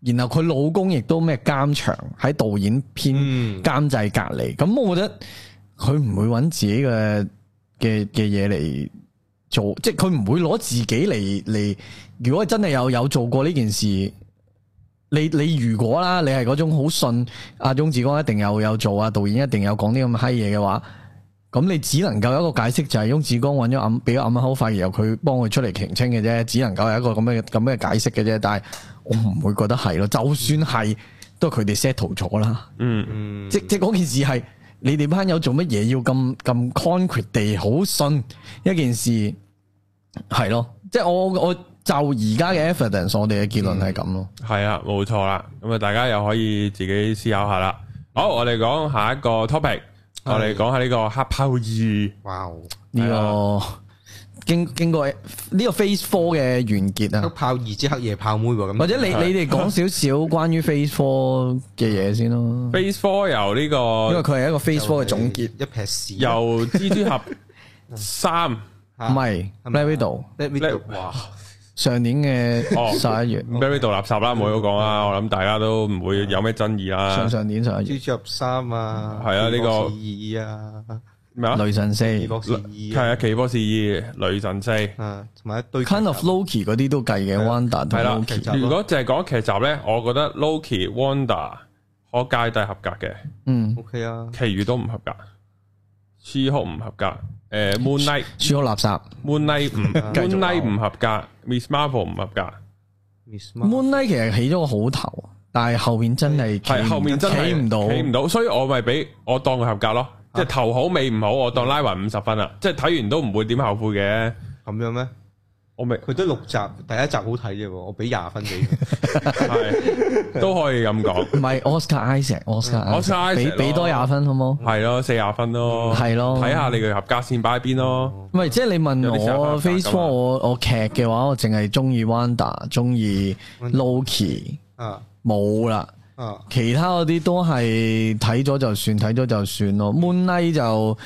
[SPEAKER 3] 然後佢老公亦都咩監場喺導演編。
[SPEAKER 2] 嗯，
[SPEAKER 3] 監製隔離。咁我覺得佢唔會揾自己嘅嘅嘅嘢嚟做，即係佢唔會攞自己嚟嚟。如果真係有有做過呢件事，你你如果啦，你係嗰種好信阿翁志光一定有有做啊，導演一定有講啲咁嘅閪嘢嘅話。咁你只能夠有一個解釋就係翁志光揾咗暗俾咗暗口費，然後佢幫佢出嚟澄清嘅啫，只能夠有一個咁嘅咁嘅解釋嘅啫。但係我唔會覺得係咯，就算係都係佢哋 settle 咗啦。
[SPEAKER 1] 嗯
[SPEAKER 2] 嗯
[SPEAKER 3] 即即嗰件事係你哋班友做乜嘢要咁咁 concrete 地好信一件事係咯？即係我我就而家嘅 evidence，我哋嘅結論係咁咯。
[SPEAKER 1] 係啦，冇錯啦。咁啊，大家又可以自己思考下啦。好，我哋講下一個 topic，我哋講下呢個黑豹二。
[SPEAKER 2] 哇哦，
[SPEAKER 3] 呢、
[SPEAKER 1] 係
[SPEAKER 3] 個經經過呢個 phase four 嘅完結
[SPEAKER 2] 黑
[SPEAKER 3] 啊，
[SPEAKER 2] 炮二之黑夜炮妹喎，咁
[SPEAKER 3] 或者你
[SPEAKER 1] 係
[SPEAKER 3] 你哋講少少關於 phase four 嘅嘢先咯，
[SPEAKER 1] Phase Four 由呢
[SPEAKER 3] 因為
[SPEAKER 1] 個
[SPEAKER 3] 佢係一個 phase four 嘅總結，
[SPEAKER 2] 一撇屎，
[SPEAKER 1] 由蜘蛛俠 三
[SPEAKER 2] 啊
[SPEAKER 3] 唔係 l e v i d o
[SPEAKER 1] 咧，
[SPEAKER 2] Black
[SPEAKER 1] 哇！
[SPEAKER 3] 上年
[SPEAKER 1] 哦
[SPEAKER 3] 嘅十一月，
[SPEAKER 1] Barry 度垃圾啦，冇嘢好講啦。我諗大家都唔會有咩爭議啦
[SPEAKER 3] 嗯上。上年十一月，
[SPEAKER 2] 蜘蛛俠三啊，
[SPEAKER 1] 係啊呢個
[SPEAKER 2] 二啊，
[SPEAKER 1] 咩啊？
[SPEAKER 3] 雷神四
[SPEAKER 2] 二博士
[SPEAKER 1] 係
[SPEAKER 2] 二
[SPEAKER 1] 啊，奇異博士二、雷神四。
[SPEAKER 2] 啊，啊，同埋一堆
[SPEAKER 3] Kind of Loki 嗰啲都計嘅
[SPEAKER 2] 係啊
[SPEAKER 3] ，Wanda 同
[SPEAKER 1] 係啦
[SPEAKER 3] Loki，
[SPEAKER 2] 劇集咯
[SPEAKER 1] 如果淨係講劇集咧，我覺得 Loki、Wanda、可界都係合格嘅，
[SPEAKER 3] 嗯。
[SPEAKER 2] OK 啊，
[SPEAKER 1] 其餘都唔合格。She h 唔合格，誒 Moon Knight、
[SPEAKER 3] 書好垃圾。
[SPEAKER 1] Moon Knight 唔 Moon
[SPEAKER 3] 繼續啊鬧
[SPEAKER 1] Knight 唔合格，Miss Marvel 唔合格。
[SPEAKER 2] Miss Marvel
[SPEAKER 3] Moonlight 其實起咗個好頭，啊但係後面真係企唔
[SPEAKER 1] 啊係後面真係
[SPEAKER 3] 企唔到，啊
[SPEAKER 1] 企唔到，所以我咪俾我當佢合格咯。即係頭好尾唔好，我當拉匀五十分啦。即係睇完都唔會點後悔嘅。
[SPEAKER 2] 咁樣咩？
[SPEAKER 1] 我咪
[SPEAKER 2] 佢都六集，第一集好睇啫喎，我俾廿分俾佢。
[SPEAKER 1] 係 都可以咁講，
[SPEAKER 3] 唔係 Oscar Isaac，Oscar
[SPEAKER 1] Oscar Isaac 哦
[SPEAKER 3] 俾
[SPEAKER 1] 咯
[SPEAKER 3] 俾多廿分好冇？
[SPEAKER 1] 係咯，四廿分咯，
[SPEAKER 3] 係咯
[SPEAKER 1] 睇下你嘅合格線擺喺邊咯。
[SPEAKER 3] 唔係即係你問
[SPEAKER 1] 有啲想
[SPEAKER 3] 我
[SPEAKER 1] 法
[SPEAKER 3] Face
[SPEAKER 1] 咁
[SPEAKER 3] Four
[SPEAKER 1] 啊
[SPEAKER 3] 我我劇嘅話，我淨係中意 Wanda，中意 Loki
[SPEAKER 2] 啊
[SPEAKER 3] 冇啦，
[SPEAKER 2] 啊，
[SPEAKER 3] 其他嗰啲都係睇咗就算，睇咗就算咯。Moonlight 就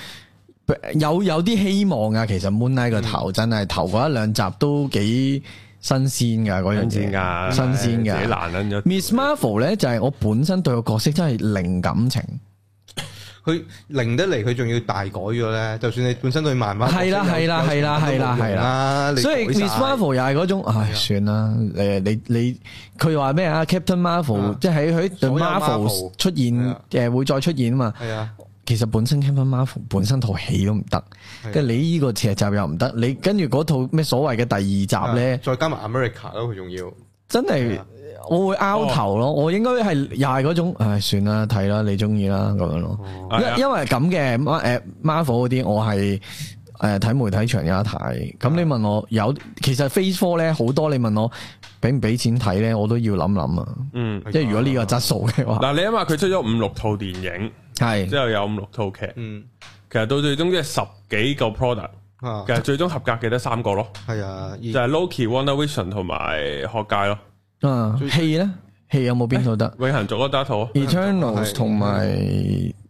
[SPEAKER 3] 有有啲希望噶，其實 Moonlight
[SPEAKER 2] 嗯
[SPEAKER 3] 個頭真係頭嗰一兩集都幾新鮮噶嗰樣
[SPEAKER 1] 新
[SPEAKER 3] 嘢
[SPEAKER 1] 鮮噶，
[SPEAKER 3] 新鮮
[SPEAKER 1] 啊自己
[SPEAKER 3] 㗎。
[SPEAKER 1] 難撚咗。
[SPEAKER 3] Miss Marvel 咧就係我本身對個角色真係零感情，
[SPEAKER 2] 佢零得嚟，佢仲要大改咗咧。就算你本身對漫畫
[SPEAKER 3] 係啦
[SPEAKER 2] 角色有
[SPEAKER 3] 係啦
[SPEAKER 2] 有
[SPEAKER 3] 係啦
[SPEAKER 2] 有
[SPEAKER 3] 係啦
[SPEAKER 2] 都冇用
[SPEAKER 3] 係
[SPEAKER 2] 啦，你
[SPEAKER 3] 所以
[SPEAKER 2] 改晒啊
[SPEAKER 3] Miss Marvel 又係嗰種，唉，算啦，誒，你你佢話咩啊？Captain Marvel
[SPEAKER 2] 啊
[SPEAKER 3] 即係喺佢對
[SPEAKER 2] 所有
[SPEAKER 3] Marvel
[SPEAKER 2] Marvel，
[SPEAKER 3] 出
[SPEAKER 2] 係
[SPEAKER 3] 現
[SPEAKER 2] 啊
[SPEAKER 3] 誒會再出現啊嘛。
[SPEAKER 2] 係啊，
[SPEAKER 3] 其實本身 Captain Marvel 本身套戲都唔得，
[SPEAKER 2] 係啊
[SPEAKER 3] 跟住你呢個劇集又唔得，你跟住嗰套咩所謂嘅第二集咧，
[SPEAKER 2] 再加埋 America 咯，佢仲要
[SPEAKER 3] 真
[SPEAKER 2] 啊
[SPEAKER 3] 係
[SPEAKER 2] 係啊
[SPEAKER 3] 我會拗頭咯。我應該係又係嗰種，唉，算啦，睇啦，你中意啦咁樣咯。
[SPEAKER 1] 係啊
[SPEAKER 3] 因因為咁嘅，Ma- 誒 Marvel 嗰啲我係誒睇媒體場有得睇。咁你問我有，其實 Phase Four 咧好多，你問我俾唔俾錢睇咧，我都要諗諗啊。
[SPEAKER 1] 嗯，
[SPEAKER 3] 即係如果呢個質素嘅話，
[SPEAKER 1] 嗱你諗下佢出咗五六套電影，
[SPEAKER 3] 係
[SPEAKER 1] 之後有五六套劇，
[SPEAKER 2] 嗯
[SPEAKER 1] 其實到最終即係十幾個 product，
[SPEAKER 2] 啊
[SPEAKER 1] 其實最終合格嘅得三個咯，
[SPEAKER 2] 係啊，
[SPEAKER 1] 就係 Loki、Wonder Vision 同埋學界咯。
[SPEAKER 3] 啊
[SPEAKER 2] 最
[SPEAKER 3] 戲咧戲有冇邊套得
[SPEAKER 1] 永恆族嗰得一套啊，
[SPEAKER 3] ？Eternals
[SPEAKER 2] 係
[SPEAKER 3] 同埋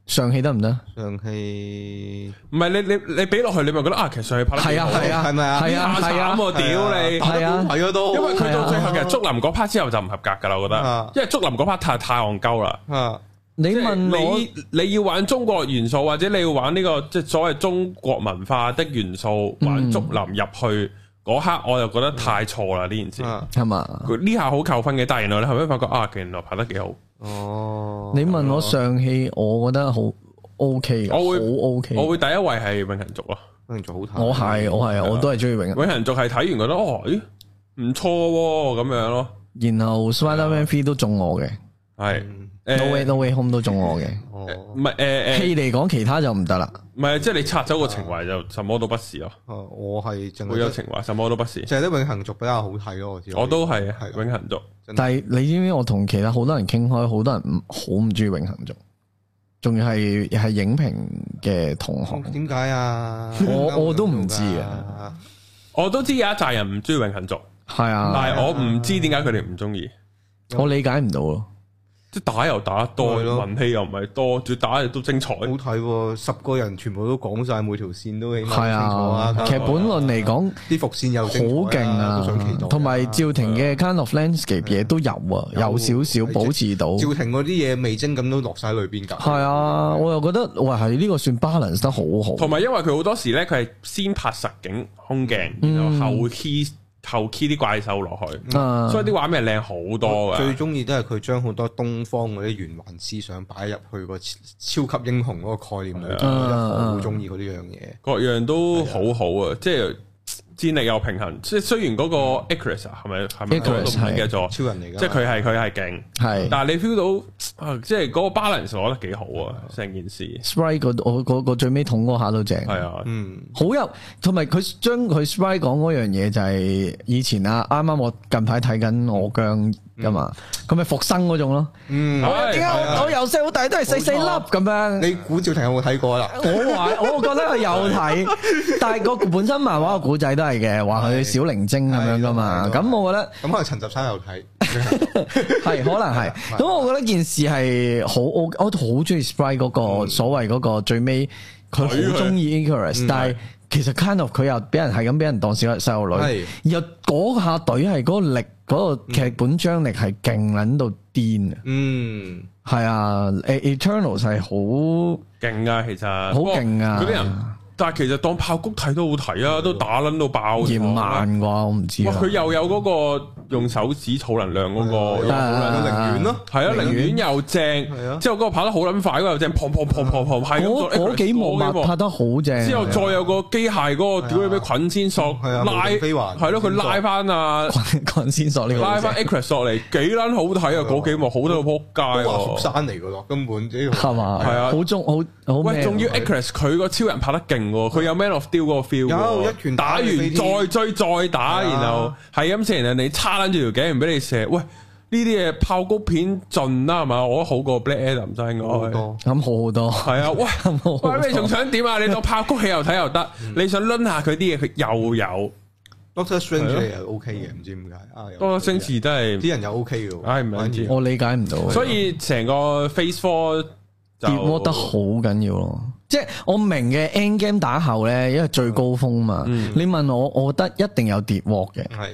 [SPEAKER 3] 上戲得唔得？
[SPEAKER 2] 上戲
[SPEAKER 1] 唔係你你你俾落去，你咪覺得啊，其實上去拍得幾
[SPEAKER 3] 係啊
[SPEAKER 1] 好
[SPEAKER 3] 係啊
[SPEAKER 2] 係咪啊
[SPEAKER 3] 係
[SPEAKER 1] 啊
[SPEAKER 3] 啊係啊
[SPEAKER 1] 慘喎，屌你！
[SPEAKER 3] 係啊
[SPEAKER 2] 係啊都，
[SPEAKER 1] 因為佢
[SPEAKER 3] 係
[SPEAKER 1] 到
[SPEAKER 3] 啊
[SPEAKER 1] 最後其實竹林嗰 part 之後就唔合格噶啦，我覺得
[SPEAKER 2] 啊，
[SPEAKER 1] 因為竹林嗰 part 太太戇鳩啦。
[SPEAKER 2] 啊
[SPEAKER 3] 你
[SPEAKER 1] 即係
[SPEAKER 3] 問我
[SPEAKER 1] 你你要玩中國元素，或者你要玩呢、個即係所謂中國文化的元素，
[SPEAKER 3] 嗯
[SPEAKER 1] 玩竹林入去嗰刻，我就覺得太錯啦呢件事。
[SPEAKER 2] 啊
[SPEAKER 3] 係嘛？
[SPEAKER 1] 佢呢下好扣分嘅，但係原來你後尾發覺啊，原來拍得幾好，
[SPEAKER 2] 哦，
[SPEAKER 3] 你問我上戲，我覺得好 OK 嘅，
[SPEAKER 1] 我會
[SPEAKER 3] 好 OK
[SPEAKER 1] 我。會第一位係永恆族咯。
[SPEAKER 2] 可能仲好睇，
[SPEAKER 3] 我係我
[SPEAKER 2] 啊
[SPEAKER 3] 係我都係中意啊永
[SPEAKER 1] 永恆族係睇完覺得哦，咦唔錯喎咁樣咯，
[SPEAKER 3] 然後 Spider-Man Three 都中我嘅
[SPEAKER 1] 係
[SPEAKER 2] 嗯
[SPEAKER 3] ，No Way
[SPEAKER 1] 誒
[SPEAKER 3] No Way Home 都中我嘅。
[SPEAKER 2] 哦
[SPEAKER 1] 唔係誒誒嗯
[SPEAKER 3] 戲嚟講，其他就唔得啦。
[SPEAKER 1] 唔係即係你拆走個情懷就什麼都不是咯，啊
[SPEAKER 2] 哦，我係淨
[SPEAKER 1] 會有
[SPEAKER 2] 係
[SPEAKER 1] 情懷什麼都不是，
[SPEAKER 2] 就係得永恆族比較好睇咯，我知
[SPEAKER 1] 我都係
[SPEAKER 2] 嗯係啊
[SPEAKER 1] 永恆族。
[SPEAKER 2] 真係
[SPEAKER 3] 但係你知唔知我同其他好多人傾開，好多人唔好唔中意永恆族，仲要係係影評嘅同行，
[SPEAKER 1] 嗯
[SPEAKER 2] 點解啊？
[SPEAKER 3] 我我都唔知
[SPEAKER 2] 啊
[SPEAKER 3] 啊。
[SPEAKER 1] 我都知有一紮人唔中意永恆族，
[SPEAKER 3] 係啊，
[SPEAKER 1] 但係我唔知點解佢哋唔中意。
[SPEAKER 3] 我理解唔到咯。
[SPEAKER 1] 即係打又打得多，
[SPEAKER 2] 係咯
[SPEAKER 1] 運氣又唔係多，仲要打亦都精彩。
[SPEAKER 2] 好睇喎，十個人全部都講晒每條線都起碼
[SPEAKER 3] 係啊，
[SPEAKER 2] 清楚
[SPEAKER 3] 劇本論嚟講
[SPEAKER 2] 啲伏線又精彩啊
[SPEAKER 3] 好勁
[SPEAKER 2] 都想期待
[SPEAKER 3] 啊
[SPEAKER 2] 啊，
[SPEAKER 3] 同埋趙婷嘅 kind of landscape 嘢都有啊，有少少保持到。
[SPEAKER 2] 趙婷嗰啲嘢味精咁都落晒裏邊㗎。
[SPEAKER 3] 係啊，我又覺得哇，係呢個算 balance 得好
[SPEAKER 1] 同
[SPEAKER 3] 好。
[SPEAKER 1] 埋因為佢好多時咧，佢係先拍實景空鏡，然後後 key 後 key 啲怪獸落去，
[SPEAKER 3] 啊，
[SPEAKER 1] 所以啲畫面係靚好多
[SPEAKER 2] 嗯最
[SPEAKER 1] 噶。
[SPEAKER 2] 中意都係佢將好多東方嗰啲玄幻思想擺入去個超級英雄嗰個概念裏邊，
[SPEAKER 3] 係啊
[SPEAKER 2] 我真係好中意佢呢樣嘢。
[SPEAKER 1] 各樣都好好啊，即係戰力又平衡。即係雖然嗰個 Icarus 啊係咪係咪
[SPEAKER 3] Icarus，
[SPEAKER 1] 我都唔記得咗，
[SPEAKER 2] 超人嚟㗎，
[SPEAKER 1] 哦即係佢係佢係勁，
[SPEAKER 3] 係。
[SPEAKER 1] 但係你 feel 到啊即係嗰個 balance 攞得幾好啊，成件事
[SPEAKER 3] Sprite 嗰我嗰個最尾捅嗰下都正，
[SPEAKER 1] 係啊。
[SPEAKER 2] 嗯
[SPEAKER 3] 好有同埋佢將佢 Sprite 講嗰樣嘢就係以前啊，啱啱我近排睇緊我姜噶嘛，佢咪復生嗰種咯。
[SPEAKER 2] 嗯，
[SPEAKER 1] 係
[SPEAKER 3] 點
[SPEAKER 1] 係
[SPEAKER 3] 解
[SPEAKER 1] 啊
[SPEAKER 3] 我我由細到大都係細細粒咁樣？
[SPEAKER 2] 你古趙婷有冇睇過啦？
[SPEAKER 1] 哦
[SPEAKER 3] 我話我覺得佢有睇，但係個本身漫畫個古仔都係嘅，話佢小靈精咁樣噶嘛。
[SPEAKER 2] 係係
[SPEAKER 3] 咁我覺得
[SPEAKER 2] 咁可能陳十三 有睇，
[SPEAKER 3] 係可能係。咁我覺得件事係好，我我好中意 Sprite 嗰個所謂嗰個最尾，佢好中意 Icarus，但係其實 kind of 佢又俾人係咁俾人當小細路
[SPEAKER 2] 係
[SPEAKER 3] 女，又嗰下隊係嗰個力嗰個劇本張力係勁撚到癲啊！
[SPEAKER 2] 嗯，
[SPEAKER 3] 係啊，Eternal 係好。
[SPEAKER 1] 勁啊，其實
[SPEAKER 3] 好勁啊
[SPEAKER 1] 不過嗰啲人，但係其實當炮谷睇都好睇啊，都打撚到爆。
[SPEAKER 3] 嫌慢啩，我唔知
[SPEAKER 1] 哇！
[SPEAKER 3] 啊。
[SPEAKER 1] 佢又有嗰個用手指儲能量嗰個，
[SPEAKER 2] 係
[SPEAKER 1] 係
[SPEAKER 2] 啊有寧願咯，
[SPEAKER 1] 啊，寧願
[SPEAKER 3] 寧
[SPEAKER 1] 又
[SPEAKER 2] 係
[SPEAKER 1] 正，
[SPEAKER 2] 啊
[SPEAKER 1] 之後嗰個跑得好撚快，嗰個又正，砰砰砰砰砰，係咁
[SPEAKER 3] 嗰
[SPEAKER 1] 做
[SPEAKER 3] 嗰幾
[SPEAKER 1] 嗰
[SPEAKER 3] 幕拍
[SPEAKER 1] 幾幕
[SPEAKER 3] 拍得好正。啊
[SPEAKER 1] 之後 再有個機械嗰個屌你咩捆仙索
[SPEAKER 2] 係啊
[SPEAKER 1] 拉，
[SPEAKER 2] 無敵飛環
[SPEAKER 1] 係咯，佢拉翻啊，
[SPEAKER 3] 講先索呢個
[SPEAKER 1] 拉
[SPEAKER 3] 好
[SPEAKER 1] 翻 Acres 落嚟，幾撚好睇啊！嗰幾幕好到仆街
[SPEAKER 2] 都話福
[SPEAKER 1] 喎。
[SPEAKER 2] 山嚟㗎咯，根本呢
[SPEAKER 3] 正係嘛？
[SPEAKER 1] 係啊
[SPEAKER 3] 好中好好
[SPEAKER 1] 喂，
[SPEAKER 3] 咩？啊
[SPEAKER 1] 仲要 Acres 佢個超人拍得勁喎，
[SPEAKER 3] 嗯
[SPEAKER 1] 佢有 Man of Steel 嗰個 feel，喎
[SPEAKER 2] 有一拳
[SPEAKER 1] 打
[SPEAKER 2] 打
[SPEAKER 1] 完
[SPEAKER 2] 你飛天
[SPEAKER 1] 再追再打，
[SPEAKER 2] 係啊
[SPEAKER 1] 然後係咁射人哋叉撚住條頸唔俾你射，喂！呢啲嘢炮谷片盡啦，係嘛？我覺得好過 Black Adam 真
[SPEAKER 2] 個好
[SPEAKER 1] 應該。
[SPEAKER 2] 多
[SPEAKER 3] 咁好好多。
[SPEAKER 1] 係啊， 喂，
[SPEAKER 3] 好好
[SPEAKER 1] 喂，你仲想點啊？你當炮谷戲又睇又得，你想抡下佢啲嘢，佢又有。
[SPEAKER 2] Doctor
[SPEAKER 1] 係
[SPEAKER 2] Strange
[SPEAKER 1] 咯
[SPEAKER 2] 係 OK 嘅，唔知點解啊，有
[SPEAKER 1] 多多星馳真係，
[SPEAKER 2] 啲人又 OK 嘅喎，
[SPEAKER 1] 唉唔係唔知
[SPEAKER 3] 我理解唔到。
[SPEAKER 1] 所以成個 Phase Four 就
[SPEAKER 3] 啊跌窩得好緊要咯。即係我明嘅 end game 打後咧，因為最高峰嘛。
[SPEAKER 1] 嗯
[SPEAKER 3] 你問我，我覺得一定有跌窩嘅。
[SPEAKER 2] 係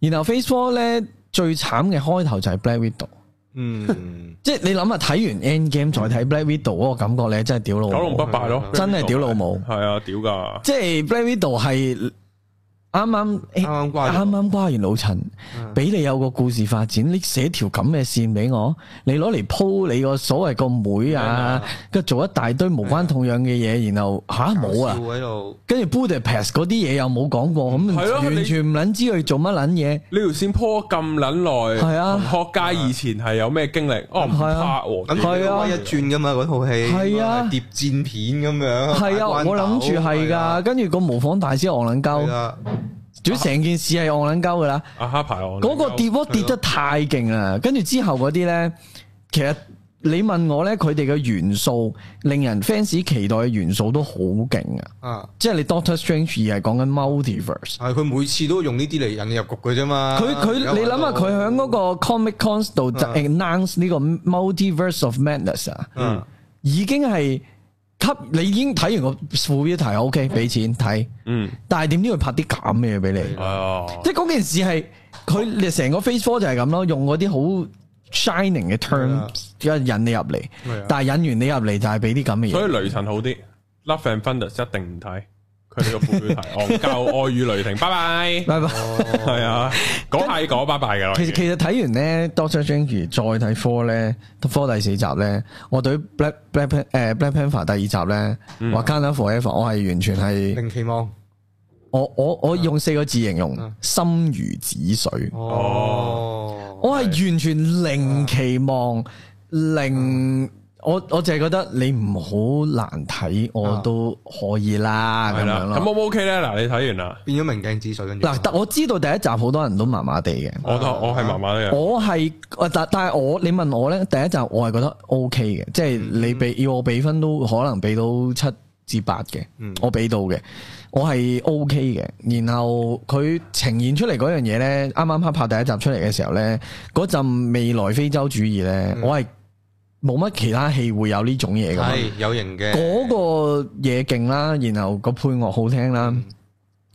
[SPEAKER 3] 然後 Phase Four 咧最慘嘅開頭就係 Black Widow。
[SPEAKER 2] 嗯
[SPEAKER 3] 即係你諗下睇完 end game 再睇 Black Widow 嗰個感覺咧，真係屌老
[SPEAKER 1] 九龍
[SPEAKER 3] 母
[SPEAKER 1] 不，敗咯，
[SPEAKER 3] 真係屌老母。
[SPEAKER 1] 係啊，屌㗎。
[SPEAKER 3] 即係 Black Widow 係啱
[SPEAKER 2] 啱
[SPEAKER 3] 啱
[SPEAKER 2] 啱瓜咗啊
[SPEAKER 3] 啱啱瓜完老陳，俾你有個故事發展，你寫條咁嘅線俾我，你攞嚟鋪你個所謂個妹啊，跟住做一大堆無關痛癢嘅嘢，然後吓冇啊
[SPEAKER 2] 笑，喺度
[SPEAKER 3] 跟住 Budapest 嗰啲嘢又冇講過，咁
[SPEAKER 1] 係咯你
[SPEAKER 3] 完全唔撚知佢做乜撚嘢，
[SPEAKER 1] 呢條線坡咁撚耐，
[SPEAKER 3] 係啊
[SPEAKER 1] 學家以前係有咩經歷？哦，唔
[SPEAKER 3] 係
[SPEAKER 1] 拍
[SPEAKER 3] 啊
[SPEAKER 1] 喎，
[SPEAKER 2] 咁
[SPEAKER 3] 係啊
[SPEAKER 2] 威一轉㗎嘛嗰套戲，
[SPEAKER 3] 係啊
[SPEAKER 2] 諜戰片咁樣，
[SPEAKER 3] 係啊，
[SPEAKER 2] 打關
[SPEAKER 3] 我諗住係
[SPEAKER 2] 鬥
[SPEAKER 3] 㗎，，跟住個模仿大師戇
[SPEAKER 2] 啊
[SPEAKER 3] 撚
[SPEAKER 2] 係
[SPEAKER 3] 鳩，
[SPEAKER 2] 啊，
[SPEAKER 3] 主要成件事係戇撚鳩㗎啦。
[SPEAKER 1] 阿蝦排我
[SPEAKER 3] 嗰個跌窩跌得太勁啦，跟住之後嗰啲呢，其實你問我呢，佢哋嘅元素令人 fans 期待嘅元素都好勁啊！
[SPEAKER 2] 啊，
[SPEAKER 3] 即係你 Doctor Strange 二係講緊 multiverse，
[SPEAKER 2] 係佢每次都用呢啲嚟引你入局嘅啫嘛，
[SPEAKER 3] 佢佢
[SPEAKER 2] 而家
[SPEAKER 3] 你諗下
[SPEAKER 2] 玩到
[SPEAKER 3] 佢喺嗰個 Comic Con 度就
[SPEAKER 2] 啊
[SPEAKER 3] announce 呢個 multiverse of madness 啊，
[SPEAKER 2] 嗯
[SPEAKER 3] 已經係吸你已經睇完個副標題 OK 俾錢睇，
[SPEAKER 1] 嗯，
[SPEAKER 3] 但係點知佢拍啲咁嘅嘢俾
[SPEAKER 2] 嗯
[SPEAKER 3] 你？
[SPEAKER 1] 係啊，
[SPEAKER 3] 即係嗰件事係佢你成個 Phase Four 就係咁咯，用嗰啲好 shining 嘅
[SPEAKER 2] 係啊
[SPEAKER 3] term 引你入嚟
[SPEAKER 2] 係啊，
[SPEAKER 3] 但係引完你入嚟就係俾啲咁嘅
[SPEAKER 1] 所
[SPEAKER 3] 嘢。
[SPEAKER 1] 以雷神好啲，Love and Thunder 一定唔睇，佢呢個副標題 戇鳩愛與雷霆，拜拜，
[SPEAKER 3] 拜拜。
[SPEAKER 2] 哦
[SPEAKER 1] 係啊，講下講拜拜㗎啦，
[SPEAKER 3] 哦其實
[SPEAKER 1] 已經
[SPEAKER 3] 其實睇完咧，Doctor Strange 再睇 Four 咧，Four 第四集咧，我對 Black Black 誒 Black Panther 第二集
[SPEAKER 2] 嗯
[SPEAKER 3] 咧，話 Canada Forever，我係完全係
[SPEAKER 2] 零期望，
[SPEAKER 3] 我我我用四個字形容
[SPEAKER 2] 嗯，
[SPEAKER 3] 心如止水。
[SPEAKER 2] 哦，
[SPEAKER 3] 我係完全零期望，零我我就係覺得你唔好難睇，我都可以啦咁
[SPEAKER 1] 啊係啦，
[SPEAKER 3] 樣
[SPEAKER 1] 咁
[SPEAKER 3] 咯。
[SPEAKER 1] O 唔 OK 咧？嗱，你睇完啦，
[SPEAKER 2] 變咗明鏡止水跟住。
[SPEAKER 3] 嗱，但我知道第一集好多人都麻麻地嘅，
[SPEAKER 1] 我都我係麻啊麻啊嘅，
[SPEAKER 3] 啊我係呃但但係我你問我咧，第一集我係覺得 O K 嘅，即係你俾
[SPEAKER 1] 嗯
[SPEAKER 3] 要我俾分都可能俾到七至八嘅，
[SPEAKER 2] 嗯
[SPEAKER 3] 我俾到嘅，我係 O K 嘅。然後佢呈現出嚟嗰樣嘢咧，啱啱黑拍第一集出嚟嘅時候咧，嗰陣未來非洲主義咧，我係冇乜其他戲會有呢種嘢噶嘛。
[SPEAKER 2] 係有型嘅。
[SPEAKER 3] 嗰個嘢勁啦，然後個配樂好聽啦，
[SPEAKER 2] 嗯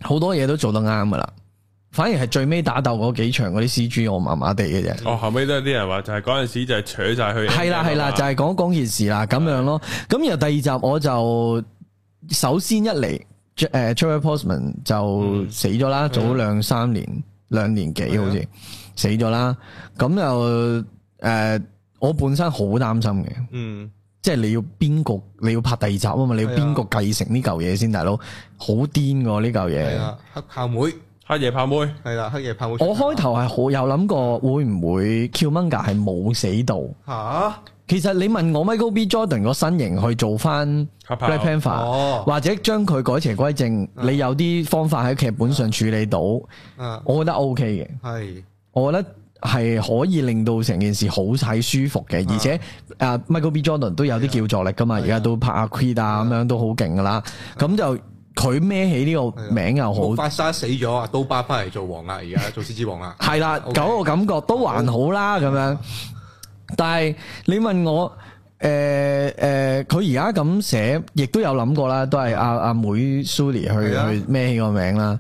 [SPEAKER 3] 好多嘢都做得啱噶啦。反而係最尾打鬥嗰幾場嗰啲 C G 我麻麻地嘅啫。
[SPEAKER 1] 我哦後尾都有啲人話就係嗰陣時就係扯晒去，
[SPEAKER 3] 係啦係啦，就係講講件事啦，咁樣咯。咁然後第二集我就首先一嚟，誒 Jerry Postman 就死咗啦，早兩三年兩年幾好似死咗啦。咁又誒，我本身好擔心嘅，
[SPEAKER 2] 嗯，
[SPEAKER 3] 即係你要邊個你要拍第二集啊嘛，你要邊個繼承呢嚿嘢先，大佬好癲㗎呢嚿
[SPEAKER 2] 係啊
[SPEAKER 3] 嘢。
[SPEAKER 2] 啦，黑豹妹
[SPEAKER 1] 黑夜炮妹，
[SPEAKER 2] 係啦，黑夜豹妹。
[SPEAKER 3] 我開頭係好有諗過會唔會 Q Manga 係冇死到。
[SPEAKER 2] 吓
[SPEAKER 3] 其實你問我 Michael B. Jordan 個身形去做翻
[SPEAKER 1] 黑豹
[SPEAKER 3] Black Panther，、
[SPEAKER 2] 哦
[SPEAKER 3] 或者將佢改邪歸正，你有啲方法喺劇本上處理到，
[SPEAKER 2] 啊，
[SPEAKER 3] 我覺得 O K 嘅，
[SPEAKER 2] 係
[SPEAKER 3] 我覺得係可以令到成件事好睇舒服嘅，而且啊 Michael B. Jordan 都有啲叫助力噶嘛，而家都拍阿 Creed 啊咁樣都好勁噶啦，咁就佢孭起呢個名又好
[SPEAKER 2] 好。法沙死咗啊，刀疤翻嚟做王啦，而家做獅子王啦。
[SPEAKER 3] 係啦，
[SPEAKER 2] OK
[SPEAKER 3] 嗰個感覺都還好啦，咁樣。但係你問我，誒、誒，佢而家咁寫，亦都有諗過啦，都係阿阿妹 Suli 去
[SPEAKER 2] 係啊
[SPEAKER 3] 去孭起個名啦。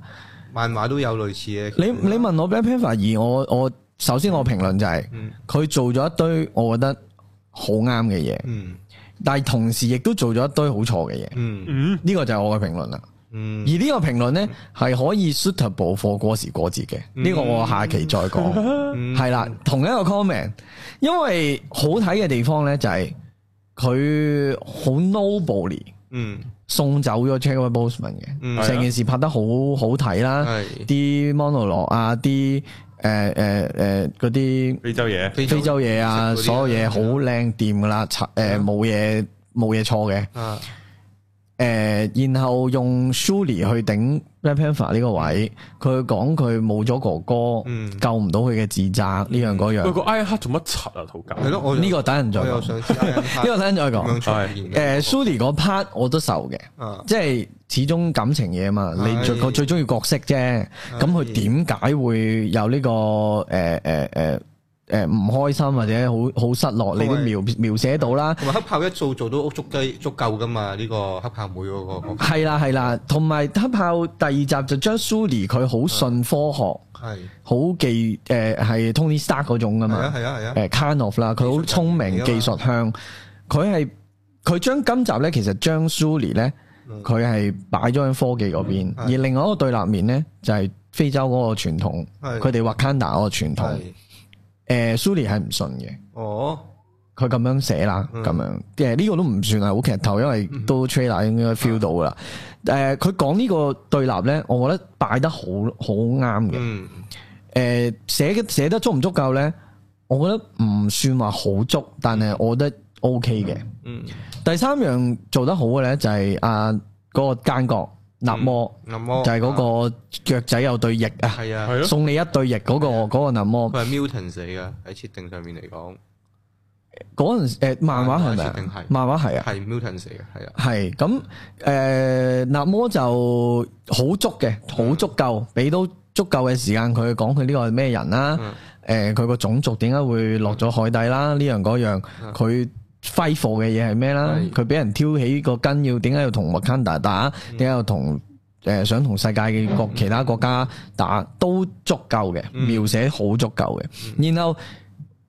[SPEAKER 2] 漫畫都有類似嘅。
[SPEAKER 3] 你你問我 Black Panther 二，我我首先我評論就係、
[SPEAKER 2] 嗯
[SPEAKER 3] 佢、做咗一堆我覺得好啱嘅嘢，
[SPEAKER 2] 嗯
[SPEAKER 3] 但係同時亦都做咗一堆好錯嘅嘢。
[SPEAKER 2] 嗯
[SPEAKER 1] 嗯，
[SPEAKER 3] 呢、個就係我嘅評論啦。而
[SPEAKER 2] 嗯，
[SPEAKER 3] 呢個評論呢，係可以 suitable for 過時過節嘅，呢、個我下期再講。
[SPEAKER 2] 嗯
[SPEAKER 3] 係啦，同一個 comment，因為好睇嘅地方咧就係佢好 nobly
[SPEAKER 2] 嗯
[SPEAKER 3] 送走咗 c h a c k e r Boseman 嘅，
[SPEAKER 2] 嗯
[SPEAKER 3] 成、件事拍得好好睇啦，
[SPEAKER 2] 係
[SPEAKER 3] 啲 monologue 啊，啲誒誒誒嗰啲
[SPEAKER 1] 非洲嘢，
[SPEAKER 3] 非洲嘢啊，
[SPEAKER 2] 食嗰啲
[SPEAKER 3] 所有嘢好靚掂噶啦，誒冇嘢冇嘢錯嘅，誒、
[SPEAKER 2] 啊
[SPEAKER 3] 然後用 Shuli 去頂 Black Panther 呢個位，佢講佢冇咗哥哥，
[SPEAKER 2] 嗯
[SPEAKER 3] 救唔到佢嘅自責呢樣嗰樣
[SPEAKER 1] 喂。個 I 黑做乜柒啊？土狗
[SPEAKER 2] 係咯，我
[SPEAKER 3] 呢個等人再
[SPEAKER 2] 我又
[SPEAKER 3] 講，
[SPEAKER 2] 想知 Iron
[SPEAKER 3] 呢
[SPEAKER 2] Heart
[SPEAKER 3] 個等人再
[SPEAKER 2] 咁樣
[SPEAKER 3] 講。
[SPEAKER 2] 出現
[SPEAKER 3] 誒 s u d i 嗰 part 我都受嘅，
[SPEAKER 2] 啊
[SPEAKER 3] 即係始終感情嘢嘛，你最
[SPEAKER 2] 係
[SPEAKER 3] 最中意角色啫。咁佢點解會有呢個誒誒誒誒唔開心或者好好失落？你都描描寫到啦。
[SPEAKER 2] 同埋黑豹一做做到足雞足夠噶嘛？呢個黑豹妹嗰個嗰
[SPEAKER 3] 係啦係啦，同埋黑豹第二集就將 s u d i 佢好信科學，
[SPEAKER 2] 個係
[SPEAKER 3] 好技誒係 Tony Stark 嗰種噶
[SPEAKER 2] 係
[SPEAKER 3] 嘛
[SPEAKER 2] 啊。係啊係啊，
[SPEAKER 3] 誒 kind of 呃啦，佢好聰明技
[SPEAKER 2] 技
[SPEAKER 3] 術
[SPEAKER 2] 術
[SPEAKER 3] 向，佢係佢將今集咧，其實將 Suli 咧，
[SPEAKER 2] 嗯
[SPEAKER 3] 佢係擺咗喺科技嗰邊，
[SPEAKER 2] 係
[SPEAKER 3] 而另外一個對立面咧就係非洲嗰個傳統，
[SPEAKER 2] 係
[SPEAKER 3] 佢哋 Wakanda 嗰個傳統，
[SPEAKER 2] 係
[SPEAKER 3] 誒 Suli 係唔信嘅。
[SPEAKER 2] 哦
[SPEAKER 3] 佢咁樣寫啦，
[SPEAKER 2] 嗯
[SPEAKER 3] 咁樣誒呢個都唔算係好劇透，因為都 trailer 應該 feel 到噶啦。誒佢講呢個對立咧，我覺得擺得好好啱嘅。
[SPEAKER 2] 嗯
[SPEAKER 3] 誒呃寫嘅寫得足唔足夠呢？我覺得唔算話好足，但係我覺得 O K 嘅。
[SPEAKER 2] 嗯
[SPEAKER 3] 第三樣做得好嘅呢，就係啊嗰個奸角納摩，
[SPEAKER 2] 咁魔
[SPEAKER 3] 就係嗰個腳仔有對翼啊，
[SPEAKER 2] 係啊
[SPEAKER 1] 係，咯，
[SPEAKER 3] 送你一對翼嗰、個嗰、個納摩
[SPEAKER 2] 佢係 Milton 死嘅喺設定上面嚟講
[SPEAKER 3] 嗰陣時誒漫畫係咪
[SPEAKER 2] 設定係
[SPEAKER 3] 啊？漫畫係啊。
[SPEAKER 2] 係 Milton 死嘅係啊，
[SPEAKER 3] 係咁，誒納摩就好足嘅，好足夠，俾到足夠嘅時間佢講佢呢個係咩人啦，誒佢個種族點解會落咗海底啦，呢樣嗰樣，佢揮霍嘅嘢係咩啦，
[SPEAKER 2] 啊係
[SPEAKER 3] 佢俾人挑起個根要點解要同 Wakanda 打，
[SPEAKER 2] 嗯
[SPEAKER 3] 點解要同誒想同世界嘅國其他國家打，都足夠嘅，
[SPEAKER 2] 嗯
[SPEAKER 3] 描寫好足夠嘅，然後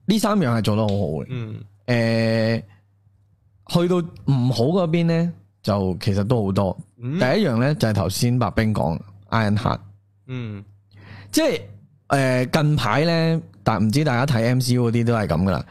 [SPEAKER 3] 呢三樣係做得好好嘅。
[SPEAKER 2] 嗯
[SPEAKER 3] 诶、去到唔好嗰邊咧，就其實都好多。
[SPEAKER 2] 嗯
[SPEAKER 3] 第一樣咧就係頭先白冰講 Iron Heart，
[SPEAKER 2] 嗯
[SPEAKER 3] 即係诶、誒近排咧，但唔知大家睇 MCU 嗰啲都係咁噶啦。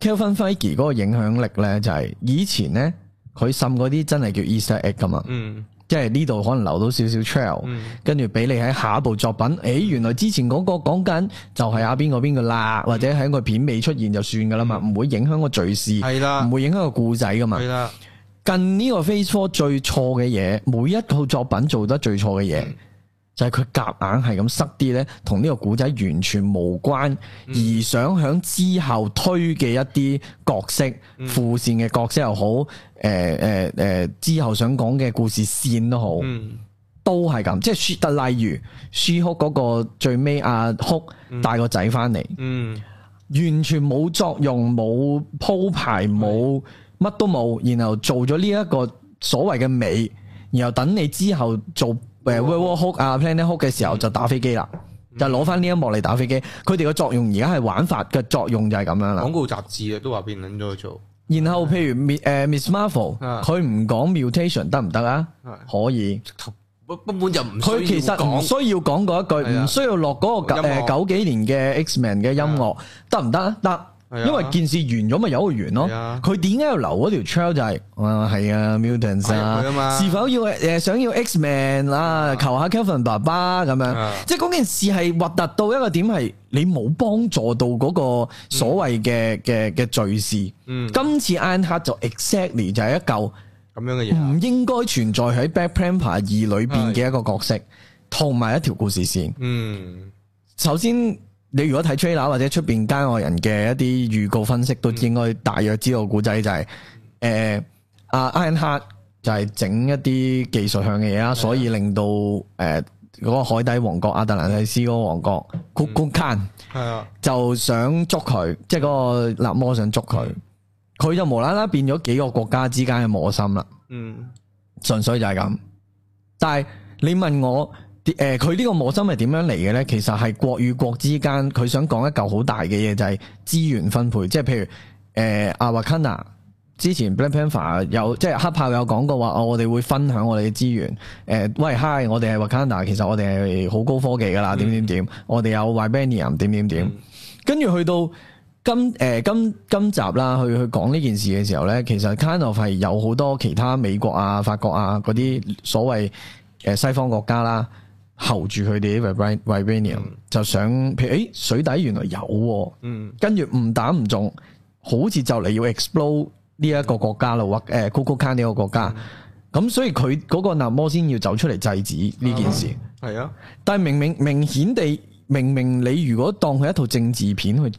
[SPEAKER 3] Kelvin Feige 嗰個影響力咧，就係以前咧佢滲嗰啲真係叫 Easter egg 噶嘛，
[SPEAKER 2] 嗯
[SPEAKER 3] 即係呢度可能留到少少 trail，
[SPEAKER 2] 嗯
[SPEAKER 3] 跟住俾你喺下一部作品，誒、原來之前嗰個講緊就係阿邊個邊個啦，或者喺個片未出現就算噶啦嘛，唔會影響個敘事，
[SPEAKER 2] 嗯係啦
[SPEAKER 3] 唔會影響個故仔噶嘛
[SPEAKER 2] 係。啦，
[SPEAKER 3] 近呢個 Phase Four 最錯嘅嘢，每一套作品做得最錯嘅嘢，就係佢夾硬係咁塞啲呢，同呢個古仔完全無關，而想響之後推嘅一啲角色、副線嘅角色又好，诶诶诶，誒之後想講嘅故事線都好，
[SPEAKER 2] 嗯
[SPEAKER 3] 都係咁。即係但例如舒哭嗰個最尾阿哭帶個仔翻嚟，
[SPEAKER 2] 嗯
[SPEAKER 3] 完全冇作用，冇鋪排，冇乜都冇，然後做咗呢一個所謂嘅尾，然後等你之後做誒 w o r Hook 啊 Planet Hook 嘅時候就打飛機啦，就攞翻呢一幕嚟打飛機。佢哋嘅作用而家係玩法嘅作用就係咁樣啦
[SPEAKER 2] 廣。告雜誌啊都話變撚咗去做，
[SPEAKER 3] 然後譬如 Mi- 誒 Miss Marvel，
[SPEAKER 2] 啊
[SPEAKER 3] 佢唔講 mutation 得唔得啊？可以。
[SPEAKER 2] 根本就唔
[SPEAKER 3] 佢其實唔需要講嗰
[SPEAKER 2] 係
[SPEAKER 3] 一句，
[SPEAKER 2] 啊
[SPEAKER 3] 唔需要落嗰個
[SPEAKER 2] 音樂
[SPEAKER 3] 誒九幾年嘅 Xman 嘅音樂，得唔得啊？得。
[SPEAKER 2] 係啊
[SPEAKER 3] 因為件事完咗咪由佢完咯
[SPEAKER 2] 係啊，
[SPEAKER 3] 佢點解要留嗰條 trail 就係，啊係啊
[SPEAKER 2] 係
[SPEAKER 3] mutants
[SPEAKER 2] 佢啊
[SPEAKER 3] 啊，
[SPEAKER 2] 嘛
[SPEAKER 3] 是否要誒想要 Xman 啊，求下 Kevin 爸爸咁樣
[SPEAKER 2] 啊，
[SPEAKER 3] 即係嗰件事係核突到一個點係你冇幫助到嗰個所謂嘅嘅嘅敘事，
[SPEAKER 2] 嗯
[SPEAKER 3] 今次 Iron Heart 就 exactly 就係一嚿。
[SPEAKER 2] 咁樣嘅嘢啊，
[SPEAKER 3] 唔應該存在喺《Black Panther 二》裏邊嘅一個角色，同埋一條故事線。
[SPEAKER 2] 嗯
[SPEAKER 3] 首先，你如果睇 trailer 或者出邊街外人嘅一啲預告分析，都應該大約知道古仔就係、誒阿 Iron Heart 就係整一啲技術向嘅嘢啦，所以令到誒嗰個海底王國亞特蘭蒂斯嗰個王國 k u k u k a n
[SPEAKER 2] 係啊，
[SPEAKER 3] 就想捉佢，即係嗰個納摩想捉佢，佢就無啦啦變咗幾個國家之間嘅磨心啦。
[SPEAKER 2] 嗯
[SPEAKER 3] 純粹就係咁。但係你問我，誒佢呢個磨心係點樣嚟嘅呢？其實係國與國之間，佢想講一嚿好大嘅嘢，就係資源分配，即係譬如誒阿華坎娜。之前 Black Panther 有即係黑豹有講過話，哦，我哋會分享我哋嘅資源。誒、喂，Hi，我哋係 Wakanda，其實我哋係好高科技噶啦，點點點，我哋有 Vibranium 點點點。跟住去到今誒、呃今今集啦，去去講呢件事嘅時候呢，其實 kind of 係有好多其他美國啊、法國啊嗰啲所謂誒、呃西方國家啦，候住佢哋啲 vibran- vibranium，、就想譬如誒、咦水底原來有、喎，
[SPEAKER 2] 嗯
[SPEAKER 3] 跟住唔打唔中，好似就嚟要 explode 呢一個國家啦，或誒 g o o g l e 呢個國家，咁、所以佢嗰個納摩先要走出嚟制止呢件事。
[SPEAKER 2] 係啊，
[SPEAKER 3] 但系明明明顯地，明明你如果當佢一套政治片去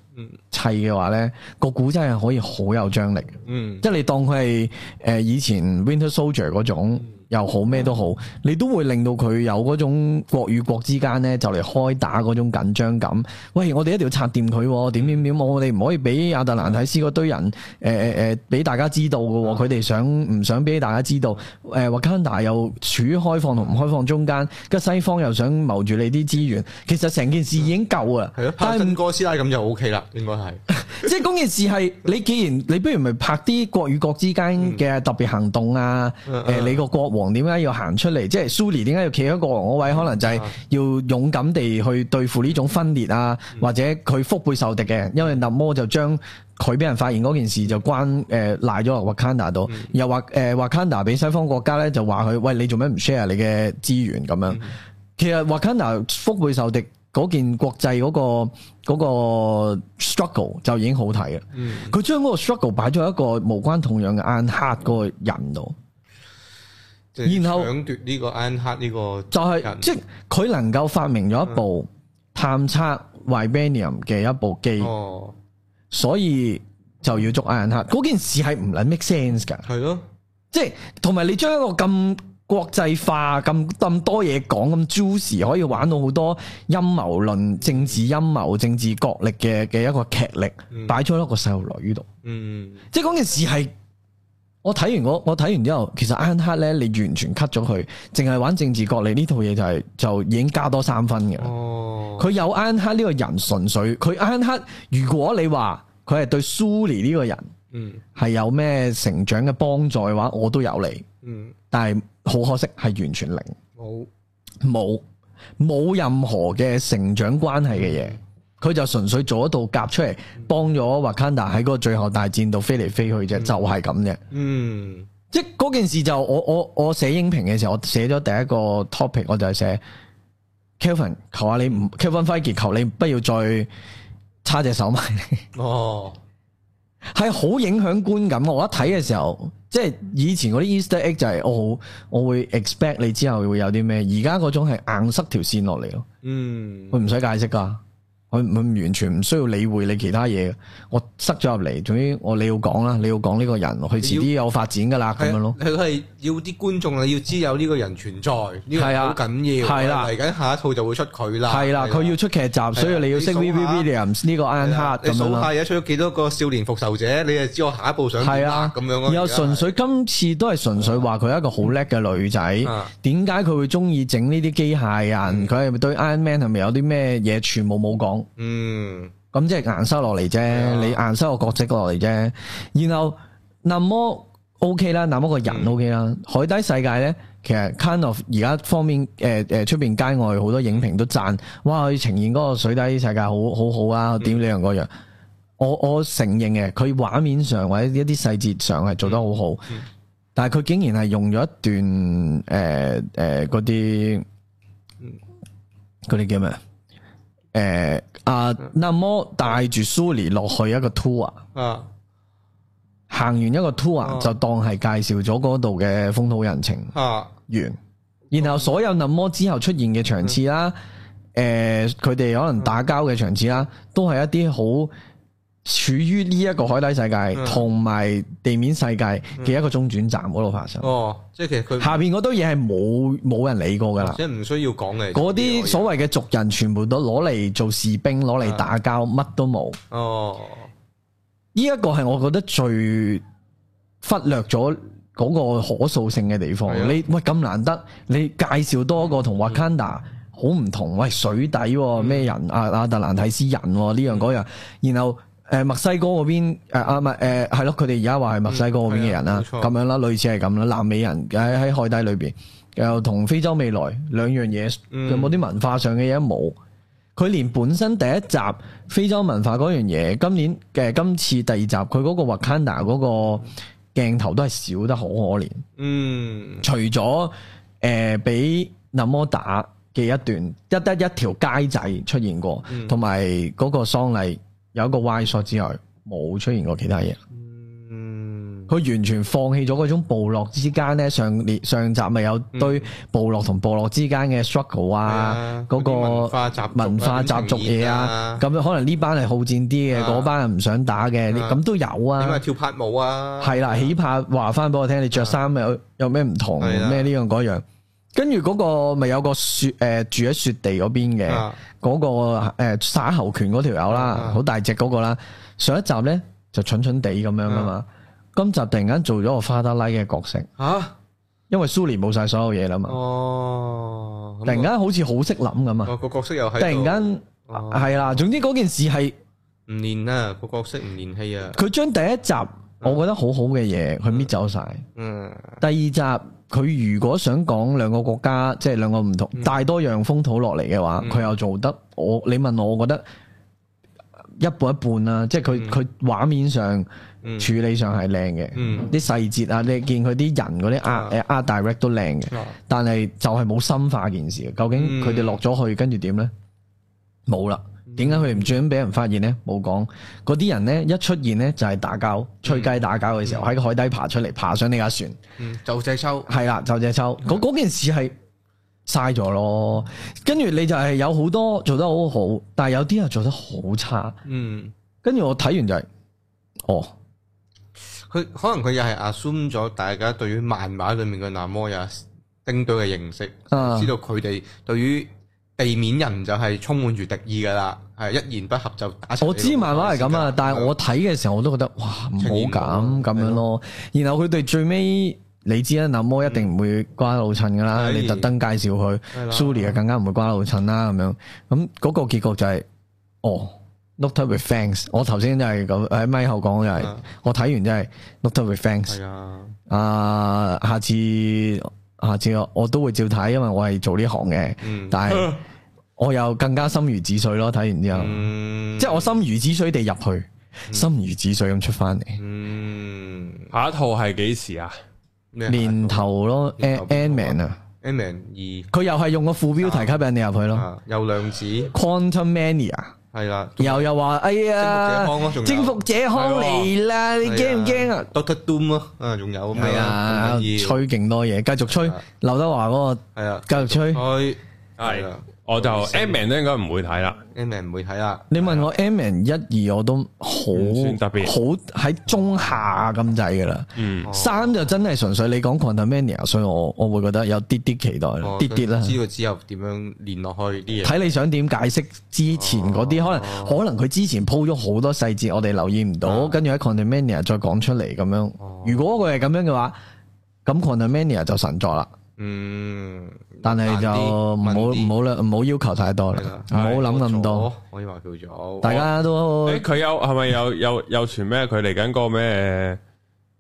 [SPEAKER 3] 砌嘅話呢個古仔係可以好有張力嘅，
[SPEAKER 2] 嗯
[SPEAKER 3] 即係你當佢係诶以前 Winter Soldier 嗰
[SPEAKER 2] 嗯
[SPEAKER 3] 種又好咩都好，你都會令到佢有嗰種國與國之間呢就嚟開打嗰種緊張感。喂，我哋一定要拆掂佢喎，點點點，我哋唔可以俾亞特蘭蒂斯嗰堆人诶诶诶俾大家知道嘅
[SPEAKER 2] 啊
[SPEAKER 3] 喎，佢哋想唔想俾大家知道？誒 Wakanda 又處於開放同唔開放中間，跟住西方又想謀住你啲資源，其實成件事已經夠啊！
[SPEAKER 2] 係咯，拍
[SPEAKER 3] 但係
[SPEAKER 2] 新
[SPEAKER 3] 唔
[SPEAKER 2] 哥師奶咁就 O K 啦，應該係，
[SPEAKER 3] 即係嗰件事係你既然你不如咪拍啲國與國之間嘅特別行動啊？誒、
[SPEAKER 2] 嗯
[SPEAKER 3] 你個國王點解要行出嚟？即係 Suli 點解要企喺國王嗰位？可能就係要勇敢地去對付呢種分裂啊，或者佢腹背受敵嘅，因為納摩就將佢俾人發現嗰件事就關誒賴咗落 Wakanda 度，又話誒 Wakanda 俾西方國家咧就話佢喂你做咩唔 share 你嘅資源咁樣？其實 Wakanda 腹背受敵嗰件國際嗰、個嗰、個 struggle 就已經好睇嘅。
[SPEAKER 2] 嗯
[SPEAKER 3] 佢將嗰個 struggle 擺咗一個無關痛癢嘅 Iron Heart 嗰個人度，
[SPEAKER 2] 即係
[SPEAKER 3] 然後
[SPEAKER 2] 搶奪呢個 Iron Heart 呢個
[SPEAKER 3] 就係、
[SPEAKER 2] 人嗯
[SPEAKER 3] 即係佢能夠發明咗一部探測 Vibranium 嘅一部機，
[SPEAKER 2] 哦，
[SPEAKER 3] 所以就要捉 Iron Heart。嗰件事係唔撚 make sense 㗎。
[SPEAKER 2] 係咯，
[SPEAKER 3] 即係同埋你將一個咁國際化、咁咁多嘢講、咁 juicy，可以玩到好多陰謀論、政治陰謀、政治角力嘅嘅一個劇力，擺咗喺一個細路女度。
[SPEAKER 2] 嗯
[SPEAKER 3] 即係嗰件事係我睇完我我睇完之後，其實 Iron Heart 咧，你完全 cut 咗佢，淨係玩政治角力呢套嘢就係、就已經加多三分嘅。
[SPEAKER 2] 哦，
[SPEAKER 3] 佢有 Iron Heart 呢個人純粹，佢 Iron Heart 如果你話佢係對 Suli 呢個人
[SPEAKER 2] 嗯
[SPEAKER 3] 係有咩成長嘅幫助嘅話，我都有你。
[SPEAKER 2] 嗯
[SPEAKER 3] 但係好可惜係完全零，
[SPEAKER 2] 冇，
[SPEAKER 3] 冇冇任何嘅成長關係嘅嘢，佢就純粹做一道夾出嚟，幫咗 Wakanda 喺嗰個最後大戰度飛嚟飛去啫，就係咁啫。
[SPEAKER 2] 嗯
[SPEAKER 3] 即係嗰件事就我我我寫影評嘅時候，我寫咗第一個 topic，我就係寫 Kelvin 求下你唔 Kelvin 輝傑求你不要再叉隻手埋 嚟，
[SPEAKER 2] 哦，
[SPEAKER 3] 係好影響觀感。我一睇嘅時候，即係以前嗰啲 Easter egg 就係、我好我會 expect 你之後會有啲咩，而家嗰種係硬塞條線落嚟咯。
[SPEAKER 2] 嗯，
[SPEAKER 3] 佢唔使解釋噶，佢佢完全唔需要理會你其他嘢嘅。我塞咗入嚟，總之我你要講啦，你要講呢個人，佢遲啲有發展噶啦，咁樣咯。
[SPEAKER 2] 係啊佢係要啲觀眾啊，要知有呢個人存在，呢個
[SPEAKER 3] 係
[SPEAKER 2] 人
[SPEAKER 3] 啊
[SPEAKER 2] 好緊要。
[SPEAKER 3] 係啦
[SPEAKER 2] 嚟緊下一套就會出佢啦。
[SPEAKER 3] 係啦，佢要出劇集，所以你要識
[SPEAKER 2] 啊你數
[SPEAKER 3] V V
[SPEAKER 2] 下
[SPEAKER 3] Williams 呢個 Iron
[SPEAKER 2] 係
[SPEAKER 3] Heart
[SPEAKER 2] 啦你
[SPEAKER 3] 咁樣
[SPEAKER 2] 數下
[SPEAKER 3] 啦。
[SPEAKER 2] 而家出咗幾多個少年復仇者，你就知我下一步想點
[SPEAKER 3] 係
[SPEAKER 2] 啦
[SPEAKER 3] 啊，
[SPEAKER 2] 咁樣咯。
[SPEAKER 3] 然後
[SPEAKER 2] 而家係
[SPEAKER 3] 純粹今次都係純粹話佢係一個好叻嘅女仔
[SPEAKER 2] 啊，
[SPEAKER 3] 點解佢會中意整呢啲機械人？佢係咪對 Iron Man 係咪有啲咩嘢？全部冇講。
[SPEAKER 2] 嗯
[SPEAKER 3] 咁即係硬收落嚟啫，
[SPEAKER 2] 啊
[SPEAKER 3] 你硬收個角色落嚟啫。然後那麼 OK 啦，那麼個人 OK 啦。海底世界呢，其實 kind of 而家方面誒誒出邊街外好多影評都讚，哇！佢呈現嗰個水底世界好好好啊，點呢樣嗰樣。我我承認嘅，佢畫面上或者一啲細節上係做得好好，但係佢竟然係用咗一段誒誒嗰啲嗰啲叫咩？
[SPEAKER 2] 呃
[SPEAKER 3] 誒啊，那麼帶住 Suli 落去一個 tour，
[SPEAKER 2] 啊，
[SPEAKER 3] 行完一個 tour、啊
[SPEAKER 2] 哦
[SPEAKER 3] 就當係介紹咗嗰度嘅風土人情
[SPEAKER 2] 啊
[SPEAKER 3] 完，然後所有那麼之後出現嘅場次啦，
[SPEAKER 2] 嗯
[SPEAKER 3] 誒佢哋可能打交嘅場次啦，都係一啲好處於呢一個海底世界
[SPEAKER 2] 嗯
[SPEAKER 3] 同埋地面世界嘅一個中轉站嗰度發生，
[SPEAKER 2] 哦，即係其實佢
[SPEAKER 3] 下邊嗰堆嘢係冇冇人理過噶啦。
[SPEAKER 2] 即係唔需要講嘅。嗯
[SPEAKER 3] 嗰啲所謂嘅族人，全部都攞嚟做士兵，攞嚟打交，乜都冇。
[SPEAKER 2] 哦，
[SPEAKER 3] 呢一個係我覺得最忽略咗嗰個可塑性嘅地方。
[SPEAKER 2] 係啊
[SPEAKER 3] 你喂咁難得，你介紹多一個同 Wakanda 好唔同，喂水底
[SPEAKER 2] 嗯
[SPEAKER 3] 喎咩人啊亞特蘭蒂斯人喎呢樣嗰樣，然後。誒墨西哥嗰邊誒啊唔係誒係咯，佢哋而家話係墨西哥嗰邊嘅人
[SPEAKER 2] 嗯，係啊冇
[SPEAKER 3] 啦
[SPEAKER 2] 錯
[SPEAKER 3] 咁樣啦，類似係咁啦，南美人喺喺海底裏邊，又同非洲未來兩樣嘢，
[SPEAKER 2] 嗯
[SPEAKER 3] 有冇啲文化上嘅嘢冇？佢連本身第一集非洲文化嗰樣嘢，今年嘅今次第二集佢嗰個 Wakanda 嗰個鏡頭都係少得好可憐。
[SPEAKER 2] 嗯
[SPEAKER 3] 除咗誒俾那摩打嘅一段，一得一條街仔出現過，同埋嗰個喪禮有一個 Y shot 之外，冇出現過其他嘢。
[SPEAKER 2] 嗯
[SPEAKER 3] 佢完全放棄咗嗰種部落之間咧，上列上集咪有堆部落同部落之間嘅 struggle 啊
[SPEAKER 2] 嗯啊，
[SPEAKER 3] 嗰、個
[SPEAKER 2] 嗰啲文化習俗啊
[SPEAKER 3] 文化習俗嘢啊，咁可能呢班係好戰啲嘅，
[SPEAKER 2] 啊
[SPEAKER 3] 嗰、班係唔想打嘅，
[SPEAKER 2] 啊
[SPEAKER 3] 咁都有
[SPEAKER 2] 點解
[SPEAKER 3] 啊。
[SPEAKER 2] 跳拍舞啊？
[SPEAKER 3] 係啦，起怕話翻俾我聽，你着衫有有咩唔同，
[SPEAKER 2] 係啊
[SPEAKER 3] 咩呢樣嗰樣，跟住嗰個咪有個雪誒、住喺雪地嗰邊嘅。
[SPEAKER 2] 啊
[SPEAKER 3] 嗰、個誒、呃、耍猴拳嗰條友
[SPEAKER 2] 啊
[SPEAKER 3] 啦，好大隻嗰個啦。上一集咧就蠢蠢地咁樣噶
[SPEAKER 2] 啊
[SPEAKER 3] 嘛，今集突然間做咗個花德拉嘅角色，
[SPEAKER 2] 嚇
[SPEAKER 3] 因為蘇聯冇晒所有嘢啦
[SPEAKER 2] Ờ,
[SPEAKER 3] 嘛，
[SPEAKER 2] 哦，
[SPEAKER 3] 突然間好似好識諗咁啊！
[SPEAKER 2] 哦個角色又係
[SPEAKER 3] 突然間
[SPEAKER 2] 哦
[SPEAKER 3] 係啦，總之嗰件事係
[SPEAKER 2] 唔練啊，個角色唔練戲啊，
[SPEAKER 3] 佢將第一集我覺得好好嘅嘢，佢搣走晒。
[SPEAKER 2] 嗯
[SPEAKER 3] 第二集佢如果想講兩個國家，即係兩個唔同
[SPEAKER 2] 嗯
[SPEAKER 3] 大多樣風土落嚟嘅話，佢又做得我你問我，我覺得一半一半啦，即係佢佢畫面上
[SPEAKER 2] 嗯
[SPEAKER 3] 處理上係靚嘅，
[SPEAKER 2] 嗯
[SPEAKER 3] 啲細節啊，你見佢啲人嗰啲
[SPEAKER 2] 啊
[SPEAKER 3] art 誒 art direct 都靚嘅，
[SPEAKER 2] 啊
[SPEAKER 3] 但係就係冇深化件事嘅。究
[SPEAKER 2] 嗯
[SPEAKER 3] 竟佢哋落咗去，跟住點呢？冇啦。點解佢哋唔專俾人發現呢？冇講。嗰啲人呢，一出現呢，就係打交，吹雞打交嘅時候喺個海底爬出嚟，爬上呢架船。
[SPEAKER 2] 嗯就隻抽
[SPEAKER 3] 係啦，就隻抽嗰嗰件事係嘥咗咯。跟住你就係有好多做得好好，但係有啲又做得好差。
[SPEAKER 2] 嗯。
[SPEAKER 3] 跟住我睇完就係、哦，
[SPEAKER 2] 佢可能佢又係 assume 咗大家對於漫畫裏面嘅那摩也丁隊嘅認識，
[SPEAKER 3] 啊
[SPEAKER 2] 知道佢哋對於地面人就係充滿住敵意噶啦，係一言不合就打死你
[SPEAKER 3] 我知漫畫係咁啊，但係我睇嘅時候我都覺得哇唔好咁咁樣咯。然後佢哋最尾你知啦，那摩一定唔會瓜老襯噶啦，
[SPEAKER 2] 係
[SPEAKER 3] 你特登介紹佢
[SPEAKER 2] 係啦
[SPEAKER 3] s u l i 啊更加唔會瓜老襯啦咁樣。咁嗰個結局就係、哦。Look up with thanks，我頭先就係咁喺咪後講就係、
[SPEAKER 2] 啊
[SPEAKER 3] 我睇完真係 Look up with thanks，
[SPEAKER 2] 係啊，
[SPEAKER 3] 啊，下次下次我我都會照睇，因為我係做呢行嘅，
[SPEAKER 2] 嗯
[SPEAKER 3] 但係我又更加心如止水咯。睇完之後，
[SPEAKER 2] 嗯，
[SPEAKER 3] 即係我心如止水地入去，心如止水咁出翻嚟。
[SPEAKER 2] 嗯
[SPEAKER 1] 下一套係幾時啊？
[SPEAKER 2] 咩
[SPEAKER 3] 年頭咯
[SPEAKER 2] 年頭
[SPEAKER 3] An- Ant-Man 啊，
[SPEAKER 2] M N
[SPEAKER 3] 佢又係用個副標題吸引你入去
[SPEAKER 2] 二
[SPEAKER 3] 咯
[SPEAKER 2] 啊，有量子係
[SPEAKER 3] ，Quantum Mania
[SPEAKER 2] 啦，
[SPEAKER 3] 又又話哎呀
[SPEAKER 2] 征服者康咯仲有，
[SPEAKER 3] 征服者康嚟啦，你驚唔驚啊？
[SPEAKER 2] ？Doctor Doom 咯，啊，仲有咩
[SPEAKER 3] 係啊，吹勁多嘢，繼續吹
[SPEAKER 2] 係啊
[SPEAKER 3] 劉德華嗰個，
[SPEAKER 2] 係啊，
[SPEAKER 3] 繼續吹。
[SPEAKER 2] 佢係
[SPEAKER 1] 係
[SPEAKER 2] 啊，
[SPEAKER 1] 我就
[SPEAKER 2] 好犀
[SPEAKER 1] M man 都應該唔會睇啦。
[SPEAKER 2] M N 唔會睇啦，
[SPEAKER 3] 你問我 M N 一二我都好
[SPEAKER 1] 唔算特別
[SPEAKER 3] 好喺中下咁滯噶啦。
[SPEAKER 1] 嗯，
[SPEAKER 2] 哦
[SPEAKER 3] 三就真係純粹你講 Quantum Mania，所以我我會覺得有啲啲期待啦，
[SPEAKER 2] 哦我
[SPEAKER 3] 啲啲啦。
[SPEAKER 2] 知道之後點樣連落去啲嘢，
[SPEAKER 3] 啊睇你想點解釋之前嗰啲，可
[SPEAKER 2] 哦
[SPEAKER 3] 能可能佢之前鋪咗好多細節，我哋留意唔
[SPEAKER 2] 啊
[SPEAKER 3] 到，跟住喺 Condomania 再講出嚟咁樣。
[SPEAKER 2] 哦
[SPEAKER 3] 如果佢係咁樣嘅話，咁 Condomania 就神作啦。
[SPEAKER 2] 嗯，
[SPEAKER 3] 但係就
[SPEAKER 2] 難啲
[SPEAKER 3] 唔好
[SPEAKER 2] 問啲
[SPEAKER 3] 唔好啦，唔好要求太多
[SPEAKER 2] 係
[SPEAKER 3] 啦
[SPEAKER 2] 啦，
[SPEAKER 3] 唔好諗咁多。，
[SPEAKER 2] 可以話叫做
[SPEAKER 3] 大家都
[SPEAKER 1] 嗯誒，佢有係咪有有有傳咩？佢嚟緊嗰個咩？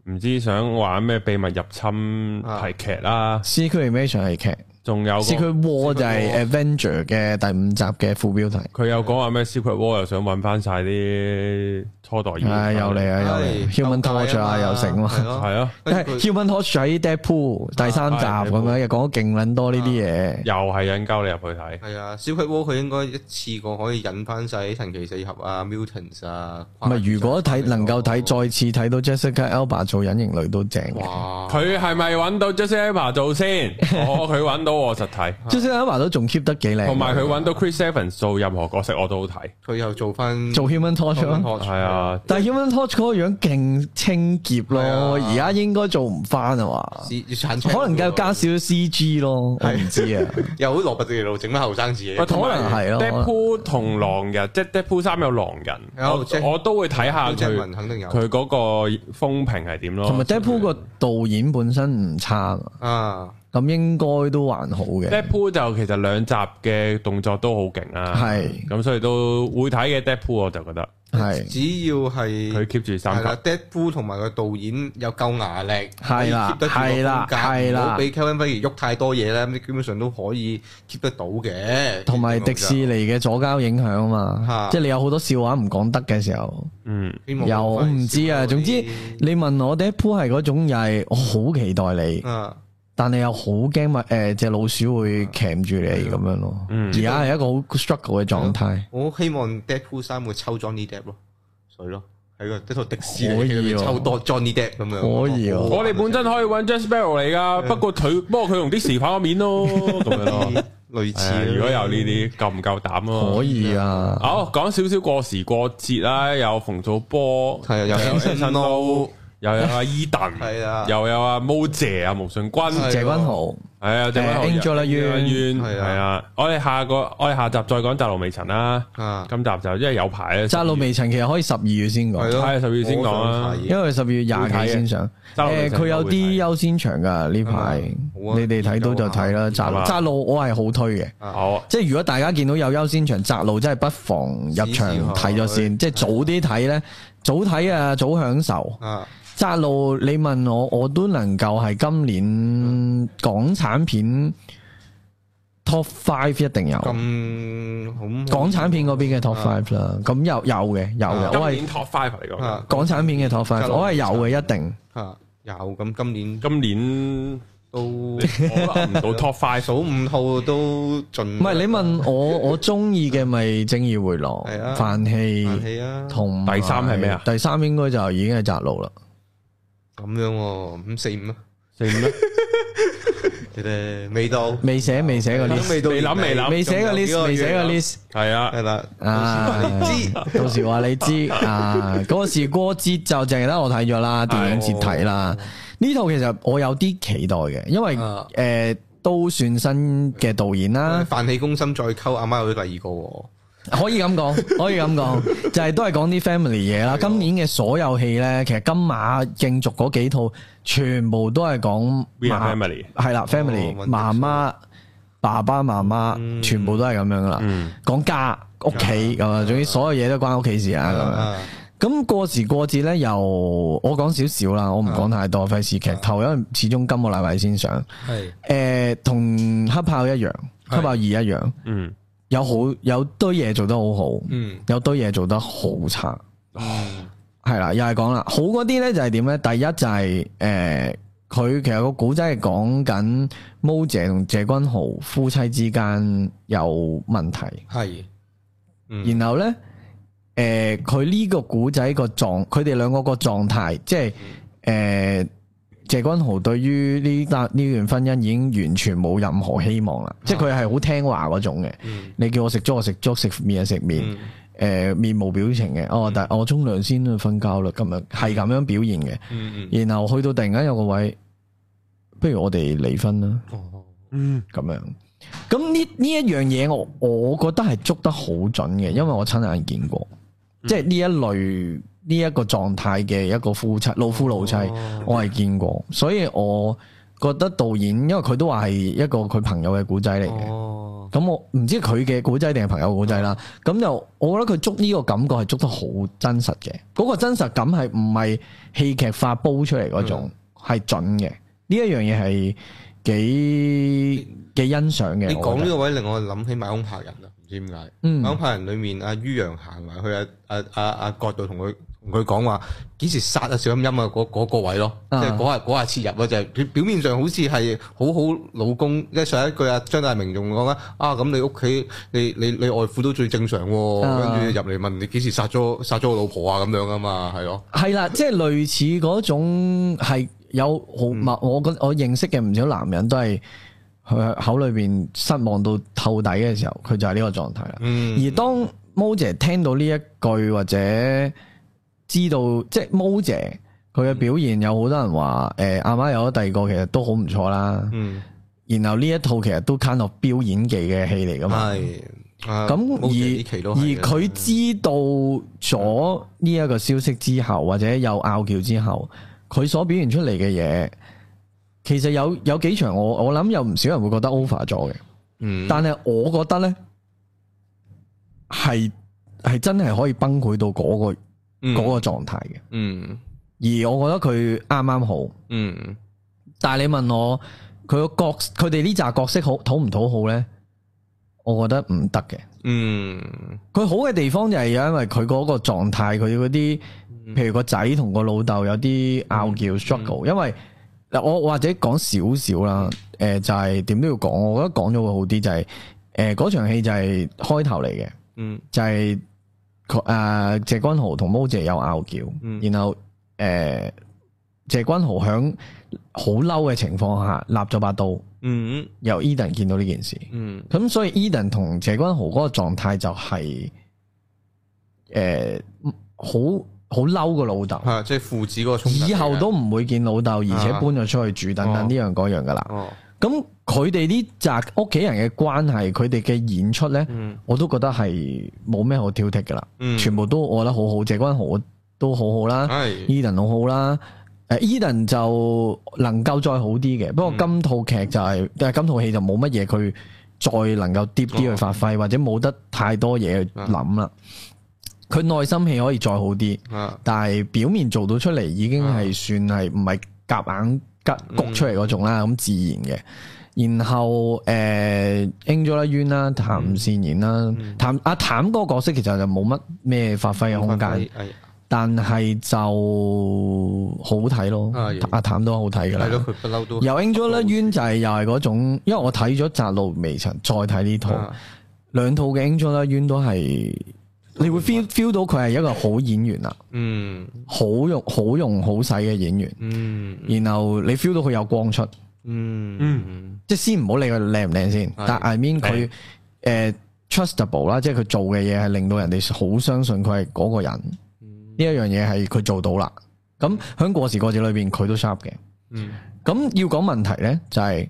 [SPEAKER 1] 唔知想玩咩秘密入侵係劇啦，
[SPEAKER 3] Secret Invasion 係劇
[SPEAKER 1] 仲有個
[SPEAKER 3] ，Secret War 就
[SPEAKER 2] Secret
[SPEAKER 3] 係 Avenger 嘅第五集嘅副標題。
[SPEAKER 1] 佢有講話咩 Secret War 又想揾翻晒啲初代演員
[SPEAKER 2] 哎
[SPEAKER 3] 唉，又嚟啊，又
[SPEAKER 2] 唉
[SPEAKER 3] 嚟，Human
[SPEAKER 2] 鬥雞
[SPEAKER 3] Torch 啊，又成
[SPEAKER 2] 係
[SPEAKER 3] 喎。
[SPEAKER 2] 咯
[SPEAKER 1] 係啊，
[SPEAKER 2] 哎跟住佢
[SPEAKER 3] Human Torch 喺 Deadpool 第三集
[SPEAKER 1] 啊
[SPEAKER 2] 哎
[SPEAKER 3] 咁樣，又講咗勁撚多呢啲嘢。
[SPEAKER 1] 又係引鳩你入去睇。
[SPEAKER 2] 係啊，小黑窩佢應該一次過可以引翻晒啲神奇四俠啊、Mutants 啊。
[SPEAKER 3] 唔係，如果睇能夠睇
[SPEAKER 2] 再
[SPEAKER 3] 再次睇到 Jessica Alba 做隱形女都正嘅。
[SPEAKER 2] 哇，
[SPEAKER 1] 佢係咪揾到 Jessica 做 先？哦，佢揾到我實體，
[SPEAKER 3] Jessica Alba 都仲 keep 得幾靚，
[SPEAKER 1] 同埋佢揾到 Chris Evans 做任何角色我都好睇。
[SPEAKER 2] 佢又做翻
[SPEAKER 3] 做 Human Torch 咯。
[SPEAKER 1] 係啊，
[SPEAKER 3] 但係 Human Torch 嗰個樣勁清潔咯，
[SPEAKER 2] 係啊
[SPEAKER 3] 而家應該做唔翻啊嘛。可能夠加少少 CG 咯，我唔知啊。
[SPEAKER 2] 又好羅拔迪路整翻後生自己。
[SPEAKER 1] 喂同埋
[SPEAKER 3] 可能係咯
[SPEAKER 1] Deadpool 同狼人，即係 Deadpool 三有狼人，
[SPEAKER 2] 有
[SPEAKER 1] 我
[SPEAKER 2] Jack-
[SPEAKER 1] 我都會睇下
[SPEAKER 2] 張
[SPEAKER 1] 佢
[SPEAKER 2] 文肯定有
[SPEAKER 1] 佢嗰個風評係點咯。
[SPEAKER 3] 同埋 Deadpool 個導演本身唔差嘛，
[SPEAKER 2] 啊，
[SPEAKER 3] 咁應該都還好嘅。
[SPEAKER 1] Deadpool 就其實兩集嘅動作都好勁啊，
[SPEAKER 3] 係
[SPEAKER 1] 咁，所以都會睇嘅 Deadpool 我就覺得
[SPEAKER 3] 係
[SPEAKER 2] 只要
[SPEAKER 1] 佢
[SPEAKER 2] 係
[SPEAKER 1] keep 住三
[SPEAKER 2] 嗯係
[SPEAKER 1] 級
[SPEAKER 2] 啦。，Deadpool 同埋個導演有夠牙力，
[SPEAKER 3] 係啦
[SPEAKER 2] keep 得住個
[SPEAKER 3] 係啦
[SPEAKER 2] 風格
[SPEAKER 3] 係啦
[SPEAKER 2] 唔好俾 Kevin Feige 喐太多嘢咧，咁基本上都可以 keep 得到嘅。
[SPEAKER 3] 同埋迪士
[SPEAKER 2] 希
[SPEAKER 3] 尼嘅左交影響啊嘛
[SPEAKER 2] 嚇，
[SPEAKER 3] 即係你有好多笑話唔講得嘅時候。
[SPEAKER 1] 嗯，
[SPEAKER 2] 望
[SPEAKER 3] 有我唔知啊，
[SPEAKER 2] Feige
[SPEAKER 3] 總之你問我 Deadpool 係嗰種又係我好期待
[SPEAKER 1] 嗯
[SPEAKER 3] 你，
[SPEAKER 2] 啊。
[SPEAKER 3] 但你又好驚咪誒只老鼠會鉗住你咁樣咯。
[SPEAKER 1] 嗯
[SPEAKER 3] 而家係一個好 struggle 嘅狀態，
[SPEAKER 2] 我希望 Deadpool 三會抽 Johnny Depp 咯，水咯，喺個一套迪士尼
[SPEAKER 3] 可以
[SPEAKER 2] 戲裏面
[SPEAKER 3] 喎
[SPEAKER 2] 抽多 Johnny Depp 咁樣。
[SPEAKER 3] 可以喎
[SPEAKER 1] 我哋本身可以
[SPEAKER 2] 以
[SPEAKER 1] 揾 Jack Sparrow 嚟噶，不過 佢不過佢同 Disney 反個面咯，咁樣 咯。
[SPEAKER 2] 類
[SPEAKER 1] 係啊
[SPEAKER 2] 似。
[SPEAKER 1] 如果有呢，啲夠唔夠膽咯？
[SPEAKER 3] 可以啊。
[SPEAKER 1] 好講少少過時過節啦，有馮祖波，
[SPEAKER 2] 係啊，有 Anson
[SPEAKER 1] 又
[SPEAKER 2] Lo，
[SPEAKER 1] 有阿伊頓，
[SPEAKER 2] 係啊
[SPEAKER 1] 又有阿毛姐啊，毛舜筠，
[SPEAKER 2] 係
[SPEAKER 1] 係
[SPEAKER 3] 謝君豪
[SPEAKER 1] 啊，鄭君豪
[SPEAKER 3] Angela Yuen
[SPEAKER 1] 係啊，係啊，我哋下個我哋下集再講《窄路微塵》啦，
[SPEAKER 2] 啊，
[SPEAKER 1] 今集就因為有排啊咧，
[SPEAKER 3] 窄路未曾其實可以十二月先
[SPEAKER 2] 係
[SPEAKER 3] 講，
[SPEAKER 2] 咯
[SPEAKER 1] 係十二月先講啊
[SPEAKER 2] 我想睇
[SPEAKER 3] 因為十二月廿幾先上。
[SPEAKER 1] 窄路微
[SPEAKER 3] 誒，
[SPEAKER 1] 塵
[SPEAKER 3] 佢有啲優先場㗎呢排，
[SPEAKER 2] 好啊
[SPEAKER 3] 你哋睇到就睇啦。窄
[SPEAKER 1] 好
[SPEAKER 3] 路
[SPEAKER 1] 啊
[SPEAKER 3] 窄路我係好推嘅。
[SPEAKER 1] 好啊，
[SPEAKER 3] 即係如果大家見到有優先場窄路，真係不妨入場睇咗先，即係早啲睇呢，早睇啊，早享受。
[SPEAKER 2] 啊，
[SPEAKER 3] 窄路，你問我，我都能夠係今年港產片 top five 一定有，
[SPEAKER 2] 咁好
[SPEAKER 3] 港產片嗰邊嘅 top five 啦。咁有有嘅有
[SPEAKER 2] 啊
[SPEAKER 3] 嘅，
[SPEAKER 1] 今
[SPEAKER 3] 我係
[SPEAKER 1] 年 Top Five 嚟講，
[SPEAKER 2] 啊，
[SPEAKER 3] 港產片嘅 top
[SPEAKER 2] 窄
[SPEAKER 3] five，
[SPEAKER 2] 路
[SPEAKER 3] 我係有嘅一定。
[SPEAKER 2] 啊有咁今年
[SPEAKER 1] 今年
[SPEAKER 2] 都
[SPEAKER 1] 我諗唔到 Top Five，
[SPEAKER 2] 數五套都盡
[SPEAKER 3] 唔係你問我，我中意嘅咪《正義回廊
[SPEAKER 2] 係啊》、
[SPEAKER 3] 《飯氣
[SPEAKER 2] 客》氣啊，
[SPEAKER 3] 同
[SPEAKER 1] 第三係咩啊
[SPEAKER 3] 第三應該就已經係窄路啦。
[SPEAKER 2] 咁樣喎，咁四五啊，
[SPEAKER 1] 四五咧，
[SPEAKER 2] 其實未到，
[SPEAKER 3] 未寫未寫個 list，
[SPEAKER 2] 未到
[SPEAKER 1] 未諗未諗
[SPEAKER 3] 未寫個
[SPEAKER 2] 仲啊有幾個
[SPEAKER 3] list，未寫個
[SPEAKER 2] 月啊
[SPEAKER 3] list
[SPEAKER 1] 係啊，
[SPEAKER 2] 係啦，
[SPEAKER 3] 啊！
[SPEAKER 2] 知
[SPEAKER 3] 到時話你 知啊，嗰個時過節就淨係得我睇咗啦，電影節睇啦。呢套其實我有啲期待嘅，因為
[SPEAKER 2] 啊
[SPEAKER 3] 誒都算新嘅導演啦，
[SPEAKER 2] 泛起攻心再溝阿媽有咗第二個喎，
[SPEAKER 3] 可以咁講，可以咁講，就係都係講啲 family 嘢啦。今年嘅所有戲呢，其實金馬競逐嗰幾套，全部都係講
[SPEAKER 1] We Are
[SPEAKER 3] 媽
[SPEAKER 1] Family，
[SPEAKER 3] 係啦，family
[SPEAKER 2] 揾
[SPEAKER 3] 媽媽、爸爸媽
[SPEAKER 2] 嗯
[SPEAKER 3] 媽，全部都係咁樣啦。
[SPEAKER 1] 嗯，
[SPEAKER 3] 講家屋企咁啊，總之所有嘢都關屋企事啊
[SPEAKER 2] 啊
[SPEAKER 3] 咁樣。咁過時過節咧，又我講少少啦，我唔講太多，費事劇透，因為始終今個禮拜先上。
[SPEAKER 2] 係
[SPEAKER 3] 誒，同黑豹一樣，
[SPEAKER 2] 係
[SPEAKER 3] 黑豹二一樣，
[SPEAKER 1] 嗯，
[SPEAKER 3] 有好有堆嘢做得好好，
[SPEAKER 2] 嗯
[SPEAKER 3] 有堆嘢做得好差。
[SPEAKER 2] 嗯
[SPEAKER 3] 係啦，又係講啦，好嗰啲咧就係點咧？第一就係、誒，佢其實個古仔係講緊毛姐同謝君豪夫妻之間有問題，
[SPEAKER 2] 係，嗯
[SPEAKER 3] 然後呢，诶、佢呢個古仔個狀，佢哋兩個個狀態，即係诶、謝君豪對於呢段呢段婚姻已經完全冇任何希望啦，即係佢係好聽話嗰種嘅，
[SPEAKER 2] 嗯
[SPEAKER 3] 你叫我食粥我食粥，食麵就食麵。
[SPEAKER 2] 嗯
[SPEAKER 3] 诶、呃面無表情嘅，哦，但我沖涼先去瞓覺啦，咁樣係咁樣表現嘅，
[SPEAKER 2] 嗯嗯
[SPEAKER 3] 然後去到突然間有個位，不如我哋離婚啦，
[SPEAKER 2] 哦
[SPEAKER 1] 嗯
[SPEAKER 3] 咁樣。咁呢呢一樣嘢，我我覺得係捉得好準嘅，因為我親眼見過，
[SPEAKER 2] 嗯
[SPEAKER 3] 即係呢一類呢一個狀態嘅一個夫妻老夫老妻，
[SPEAKER 2] 哦
[SPEAKER 3] 我係見過，所以我覺得導演，因為佢都話係一個佢朋友嘅古仔嚟嘅。
[SPEAKER 2] 哦，
[SPEAKER 3] 咁我唔知佢嘅古仔定係朋友古仔啦。咁就我覺得佢捉呢個感覺係捉得好真實嘅，嗰、個真實感係唔係戲劇化煲出嚟嗰
[SPEAKER 2] 嗯
[SPEAKER 3] 種，係、準嘅。呢一樣嘢係幾幾欣賞嘅。
[SPEAKER 2] 你
[SPEAKER 3] 我
[SPEAKER 2] 講
[SPEAKER 3] 覺
[SPEAKER 2] 呢
[SPEAKER 3] 得
[SPEAKER 2] 個位令我諗起《買空拍人》啊，唔知點解。
[SPEAKER 3] 嗯
[SPEAKER 2] 《買空拍人》裏面阿于洋行埋去阿阿阿阿郭度同佢同佢講話幾時殺阿小音音啊嗰嗰個位咯，即
[SPEAKER 3] 啊
[SPEAKER 2] 係嗰下嗰下切入咯，就係表面上好似係好好老公，即係上一句阿張大明仲講啦，啊咁你屋企你你你外父都最正常喎，
[SPEAKER 3] 啊
[SPEAKER 2] 跟住入嚟問你幾時殺咗殺咗我老婆啊咁樣啊嘛，係咯，
[SPEAKER 3] 係啦，即係類似嗰種係有好
[SPEAKER 2] 嗯
[SPEAKER 3] 默，我覺我認識嘅唔少男人都係佢口裏邊失望到透底嘅時候，佢就係呢個狀態啦。
[SPEAKER 2] 嗯，
[SPEAKER 3] 而當毛姐聽到呢一句或者知道，即係毛姐佢嘅表現，有好多人話誒阿媽有咗第二個，其實都好唔錯啦。
[SPEAKER 2] 嗯
[SPEAKER 3] 然後呢一套其實都 kind of 標演技嘅戲嚟噶嘛。
[SPEAKER 2] 係啊
[SPEAKER 3] 咁
[SPEAKER 2] 毛姐呢期
[SPEAKER 3] 而
[SPEAKER 2] 都
[SPEAKER 3] 而
[SPEAKER 2] 係嘅
[SPEAKER 3] 佢知道咗呢一個消息之後，或者有拗撬之後，佢所表現出嚟嘅嘢，其實有有幾場我我諗有唔少人會覺得 over 咗嘅。
[SPEAKER 2] 嗯
[SPEAKER 3] 但係我覺得呢，係系真係可以崩潰到嗰、個
[SPEAKER 2] 嗯
[SPEAKER 3] 嗰、個狀態
[SPEAKER 2] 嗯
[SPEAKER 3] 嘅，而我覺得佢啱啱好。
[SPEAKER 2] 嗯
[SPEAKER 3] 但係你問我佢個角，佢哋呢扎角色好討唔討好呢？我覺得唔得嘅。
[SPEAKER 2] 嗯。
[SPEAKER 3] 佢好嘅地方就係因為佢嗰個狀態，佢嗰啲
[SPEAKER 2] 嗯
[SPEAKER 3] 譬如個仔同個老豆有啲拗撬 struggle，因為嗱我或者講少少啦，誒、就係、點都要講，我覺得講咗會好啲，就係誒嗰場戲就係開頭嚟嘅，
[SPEAKER 2] 嗯
[SPEAKER 3] 就係佢誒謝君豪同毛姐有拗撬，
[SPEAKER 2] 嗯
[SPEAKER 3] 然後誒、呃謝君豪響好嬲嘅情況下立咗把刀，
[SPEAKER 2] 嗯
[SPEAKER 3] 由 Eden 見到呢件事。
[SPEAKER 2] 嗯
[SPEAKER 3] 咁所以 Eden 同謝君豪嗰個狀態就係、誒、好好嬲個老豆，
[SPEAKER 2] 係即係父子嗰個衝突嚟嘅。
[SPEAKER 3] 以後都唔會見老豆，而且
[SPEAKER 2] 啊
[SPEAKER 3] 搬咗出去住等
[SPEAKER 2] 哦
[SPEAKER 3] 等呢樣嗰樣噶啦。
[SPEAKER 2] 哦，
[SPEAKER 3] 咁佢哋呢扎屋企人嘅關係，佢哋嘅演出呢，
[SPEAKER 2] 嗯
[SPEAKER 3] 我都覺得係冇咩好挑剔噶啦，
[SPEAKER 2] 嗯，哎
[SPEAKER 3] 全部都我覺得好好，謝君豪都好好啦
[SPEAKER 2] 係
[SPEAKER 3] ，Eden 好好啦。誒 Eden 就能夠再好啲嘅，不過今套劇就係、但係今套戲就冇乜嘢佢再能夠 deep 啲去發揮，或者冇得太多嘢去諗啦。佢內心戲可以再好啲，
[SPEAKER 2] 啊
[SPEAKER 3] 但係表面做到出嚟已經係算係唔係夾硬吉谷出嚟嗰種
[SPEAKER 2] 嗯
[SPEAKER 3] 啦，咁、自然嘅。然後誒、呃、Angelababy 啦、譚善言啦、
[SPEAKER 2] 嗯
[SPEAKER 3] 譚阿譚嗰個角色其實就冇乜咩發揮嘅空間。
[SPEAKER 2] 係
[SPEAKER 3] 但係就好睇咯
[SPEAKER 2] 係，
[SPEAKER 3] 阿淡都好睇㗎
[SPEAKER 2] 啊係咯，
[SPEAKER 3] 啦。
[SPEAKER 2] 佢不嬲都
[SPEAKER 3] 由 Angela Yuen 就係又係嗰種，因為我睇咗《窄路微塵》，再睇呢套
[SPEAKER 2] 啊
[SPEAKER 3] 兩套嘅 Angela Yuen 都係，你會 feel feel 到佢係一個好演員啊啦，
[SPEAKER 2] 嗯
[SPEAKER 3] 好用好用好使嘅演員。
[SPEAKER 2] 嗯
[SPEAKER 3] 然後你 feel 到佢有光出，
[SPEAKER 2] 嗯嗯
[SPEAKER 1] 嗯
[SPEAKER 3] 即係先唔好理佢靚唔靚先，但 I mean 佢誒 trustable 啦，即係佢做嘅嘢係令到人哋好相信佢係嗰個人。
[SPEAKER 2] 嗯
[SPEAKER 3] 呢一樣嘢係佢做到啦。咁喺過時過節裏邊，佢都 sharp 嘅。
[SPEAKER 2] 嗯
[SPEAKER 3] 咁要講問題呢，就係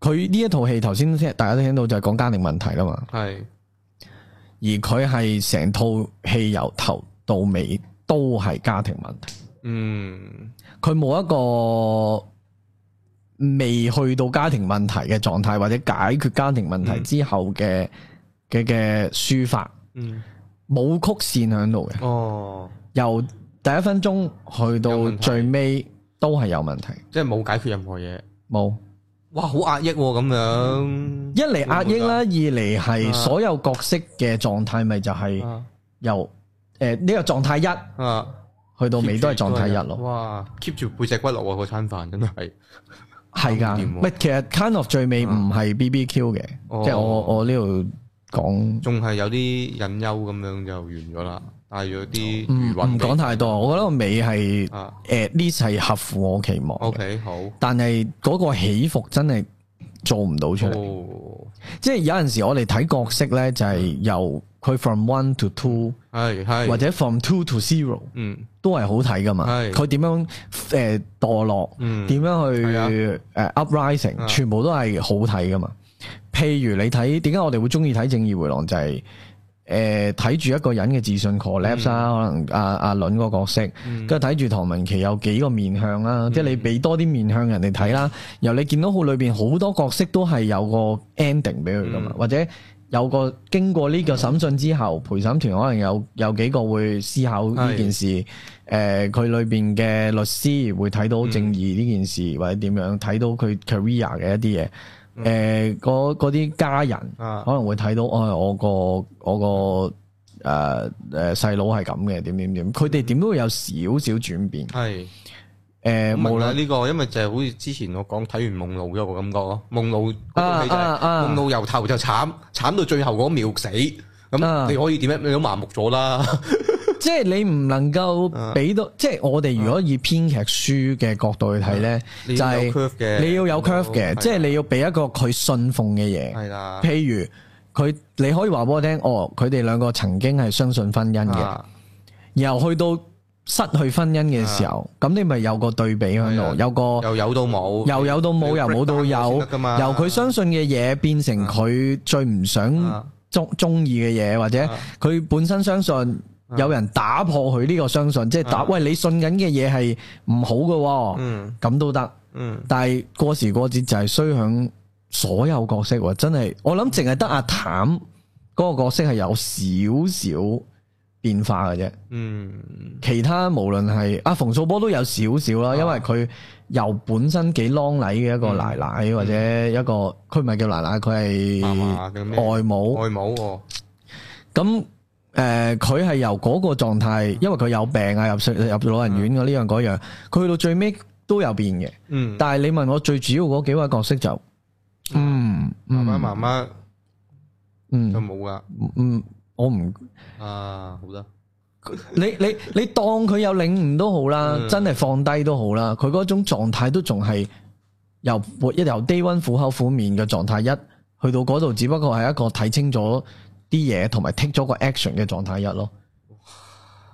[SPEAKER 3] 佢呢一套戲頭先聽大家都聽到就係講家庭問題啦嘛。
[SPEAKER 2] 係
[SPEAKER 3] 而佢係成套戲由頭到尾都係家庭問題，
[SPEAKER 2] 嗯
[SPEAKER 3] 佢冇一個未去到家庭問題嘅狀態，或者解決家庭問題之後嘅嘅嘅抒發，
[SPEAKER 2] 嗯
[SPEAKER 3] 冇曲線喺度嘅。
[SPEAKER 2] 哦，
[SPEAKER 3] 由第一分鐘去
[SPEAKER 2] 有
[SPEAKER 3] 到
[SPEAKER 2] 問題
[SPEAKER 3] 最尾都係有問題，
[SPEAKER 2] 即係冇解決任何嘢。
[SPEAKER 3] 冇
[SPEAKER 2] 哇，好壓抑喎咁樣。
[SPEAKER 3] 一嚟壓抑啦，二嚟係
[SPEAKER 2] 啊
[SPEAKER 3] 所有角色嘅狀態咪就係呃
[SPEAKER 2] 啊
[SPEAKER 3] 由誒呢個狀態一
[SPEAKER 2] 啊
[SPEAKER 3] 去到尾都係狀態日咯。
[SPEAKER 2] 哇，keep 住背脊骨落喎，嗰餐飯真係。
[SPEAKER 3] 係㗎，
[SPEAKER 2] 掂喎
[SPEAKER 3] 唔係其實 kind of 最尾唔係 BBQ 嘅，
[SPEAKER 2] 哦
[SPEAKER 3] 即係我我呢度講
[SPEAKER 2] 仲係有啲隱憂咁樣就完咗啦，帶咗啲餘
[SPEAKER 3] 唔嗯唔
[SPEAKER 2] 韻俾。
[SPEAKER 3] 講太多，我覺得個尾係
[SPEAKER 2] 啊
[SPEAKER 3] at least 係合乎我期望嘅，
[SPEAKER 2] ，OK，好。
[SPEAKER 3] 但係嗰個起伏真係做唔到出嚟。
[SPEAKER 2] 哦，
[SPEAKER 3] 即係有陣時我哋睇角色咧，就係由佢 from one to two
[SPEAKER 2] 係啊係，
[SPEAKER 3] 或者 from two to zero
[SPEAKER 2] 嗯
[SPEAKER 3] 都係好睇噶嘛。
[SPEAKER 2] 係
[SPEAKER 3] 佢點樣誒墮落，
[SPEAKER 2] 嗯，
[SPEAKER 3] 點
[SPEAKER 2] 係啊
[SPEAKER 3] 樣去誒 uprising，
[SPEAKER 2] 啊
[SPEAKER 3] 全部都係好睇噶嘛。譬如你睇點解我哋會中意睇《正義回廊》，就係誒睇住一個人嘅自信 collapse 啊啦，可能阿阿倫個角色。
[SPEAKER 2] 嗯
[SPEAKER 3] 跟住睇住唐文琪有幾個面向啦，即係你俾多啲面向人哋睇啦。由你見到佢裏邊好多角色都係有個 ending 俾佢噶嘛，
[SPEAKER 2] 嗯
[SPEAKER 3] 或者有個經過呢個審訊之後，陪審團可能有有幾個會思考呢件事。誒，佢裏邊嘅律師會睇到正義呢件事，或者點樣睇到佢 career 嘅一啲嘢。
[SPEAKER 2] 嗯
[SPEAKER 3] 誒、嗰嗰啲家人。
[SPEAKER 2] 啊
[SPEAKER 3] 可能會睇到，哦，我個我個誒誒細佬係咁嘅，點點點，佢哋點都會有少少轉變。誒、呃
[SPEAKER 2] 係。
[SPEAKER 3] 無
[SPEAKER 2] 無啦
[SPEAKER 3] 論
[SPEAKER 2] 呢個，因為就係好似之前我講睇完夢露嗰個感覺咯，夢露嗰
[SPEAKER 3] 啊
[SPEAKER 2] 套戲就係
[SPEAKER 3] 啊啊
[SPEAKER 2] 夢露由頭就慘，慘到最後嗰秒死，
[SPEAKER 3] 啊
[SPEAKER 2] 咁你可以點咧？你都麻木咗 啦，
[SPEAKER 3] 即係你唔能夠俾
[SPEAKER 2] 嗯
[SPEAKER 3] 到，即係我哋如果以編劇書嘅角度去睇呢，
[SPEAKER 2] 你
[SPEAKER 3] 就
[SPEAKER 2] 要有
[SPEAKER 3] 係
[SPEAKER 2] curve 嘅，
[SPEAKER 3] 你要有 curve
[SPEAKER 2] 嗯係
[SPEAKER 3] 嘅，
[SPEAKER 2] 啦
[SPEAKER 3] 即係你要俾一個佢信奉嘅嘢，
[SPEAKER 2] 係啊啦，
[SPEAKER 3] 譬如。佢你可以話俾我聽，哦，佢哋兩個曾經係相信婚姻嘅，
[SPEAKER 2] 啊
[SPEAKER 3] 然後去到失去婚姻嘅時候，咁、你咪有個對比喺
[SPEAKER 2] 啊係
[SPEAKER 3] 度
[SPEAKER 2] 啊，
[SPEAKER 3] 有個
[SPEAKER 2] 又有到冇，
[SPEAKER 3] 由有到冇，
[SPEAKER 2] 你
[SPEAKER 3] 由冇到
[SPEAKER 2] break down
[SPEAKER 3] 有，
[SPEAKER 2] 先得㗎嘛
[SPEAKER 3] 由佢相信嘅嘢變成佢最唔想
[SPEAKER 2] 啊
[SPEAKER 3] 中中意嘅嘢，或者
[SPEAKER 2] 啊
[SPEAKER 3] 佢本身相信有人打破佢呢個相信，即係打
[SPEAKER 2] 啊
[SPEAKER 3] 喂你信緊嘅嘢係唔好嘅喎，
[SPEAKER 2] 嗯
[SPEAKER 3] 咁都得。
[SPEAKER 2] 嗯。
[SPEAKER 3] 但係過時過節就係衰響所有角色喎，真係我諗淨係得阿譚嗰個角色係有少少變化嘅啫。
[SPEAKER 2] 嗯，
[SPEAKER 3] 其他無論係阿馮素波都有少少
[SPEAKER 2] 啊
[SPEAKER 3] 啦，因為佢由本身幾啷禮嘅一個奶奶
[SPEAKER 2] 嗯
[SPEAKER 3] 或者一個，佢唔係叫奶奶，
[SPEAKER 2] 嫲
[SPEAKER 3] 佢
[SPEAKER 2] 嫲叫咩
[SPEAKER 3] 係外母。
[SPEAKER 2] 外母喎，
[SPEAKER 3] 咁誒，佢係由嗰個狀態，因為佢有病啊，入上入老人院嘅呢樣嗰樣，佢去到最尾都有變嘅。
[SPEAKER 2] 嗯，
[SPEAKER 3] 但係你問我最主要嗰幾位角色就，嗯
[SPEAKER 2] 爸
[SPEAKER 3] 嗯
[SPEAKER 2] 爸媽媽就
[SPEAKER 3] 嗯
[SPEAKER 2] 冇噶，
[SPEAKER 3] 嗯，我唔
[SPEAKER 2] 啊，好啦，
[SPEAKER 3] 你你你当佢有領悟都好啦，
[SPEAKER 2] 嗯
[SPEAKER 3] 真係放低都好啦，佢嗰種狀態都仲係由一由低温苦口苦面嘅狀態一去到嗰度，只不過係一個睇清咗啲嘢同埋 take 咗個 action 嘅狀態一咯。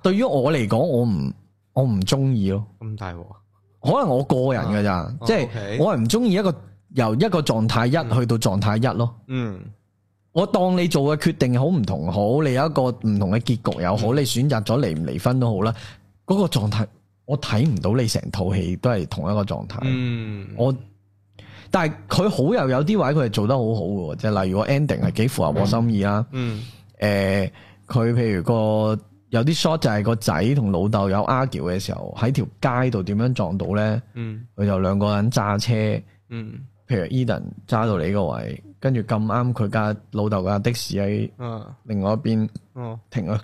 [SPEAKER 3] 對於我嚟講，我唔我唔中意咯，
[SPEAKER 2] 咁大鑊啊，
[SPEAKER 3] 可能我個人㗎咋，即係
[SPEAKER 2] 啊 OK
[SPEAKER 3] 我係唔中意一個由一個狀態一去到狀態一咯。
[SPEAKER 2] 嗯，
[SPEAKER 3] 我當你做嘅決定好唔同好，你有一個唔同嘅結局又好，你選擇咗離唔離婚都好啦，嗰、個狀態我睇唔到你成套戲都係同一個狀態。
[SPEAKER 2] 嗯，
[SPEAKER 3] 我但係佢好又有啲位佢係做得好好嘅喎，即係例如個 ending 係幾符合我心意啦。
[SPEAKER 2] 嗯，
[SPEAKER 3] 誒、佢譬如個有啲 shot 就係個仔同老豆有 argue 嘅時候，喺條街度點樣撞到呢？
[SPEAKER 2] 嗯，
[SPEAKER 3] 佢就兩個人揸車。
[SPEAKER 2] 嗯，
[SPEAKER 3] 譬如 Eden 揸到你呢個位，跟住咁啱佢架老豆架的士喺
[SPEAKER 2] 啊，
[SPEAKER 3] 另外一邊
[SPEAKER 2] 哦，
[SPEAKER 3] 停啊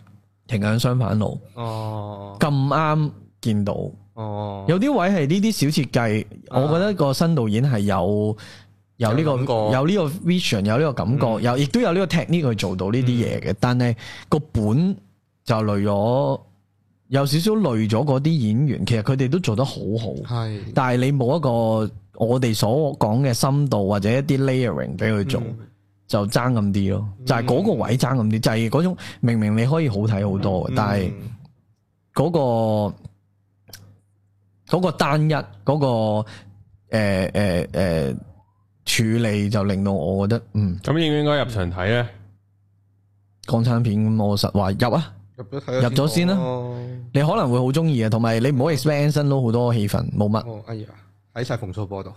[SPEAKER 3] 停緊相反路，
[SPEAKER 2] 哦，
[SPEAKER 3] 咁啱見到
[SPEAKER 2] 哦，
[SPEAKER 3] 有啲位係呢啲小設計，
[SPEAKER 2] 啊
[SPEAKER 3] 我覺得個新導演係有有呢、個
[SPEAKER 2] 有諗嗯過
[SPEAKER 3] 有呢個 vision，有呢個感覺，有亦都有呢個 technique 去做到呢啲
[SPEAKER 2] 嗯
[SPEAKER 3] 嘢嘅，但係個本就累咗，有少少累咗嗰啲演員，其實佢哋都做得好好。
[SPEAKER 2] 係，
[SPEAKER 3] 但係你冇一個我哋所講嘅深度或者一啲 layering 俾佢做，
[SPEAKER 2] 嗯
[SPEAKER 3] 就爭咁啲咯。就係嗰個位爭咁啲，就係、嗰種明明你可以好睇好
[SPEAKER 2] 嗯
[SPEAKER 3] 多嘅，但係嗰、個嗰、個單一嗰、個誒誒誒處理就令到我覺得，嗯，
[SPEAKER 1] 咁應唔應該入場睇啊咧？
[SPEAKER 3] 港產片咁，我實話入啊，
[SPEAKER 2] 入咗睇下
[SPEAKER 3] 入咗先啦
[SPEAKER 2] 哦
[SPEAKER 3] 你可能會好中意啊嘅，同埋你唔好 expect Anson 都好多氣氛，冇 乜，
[SPEAKER 2] 哦，哎呀，喺晒馮素波度，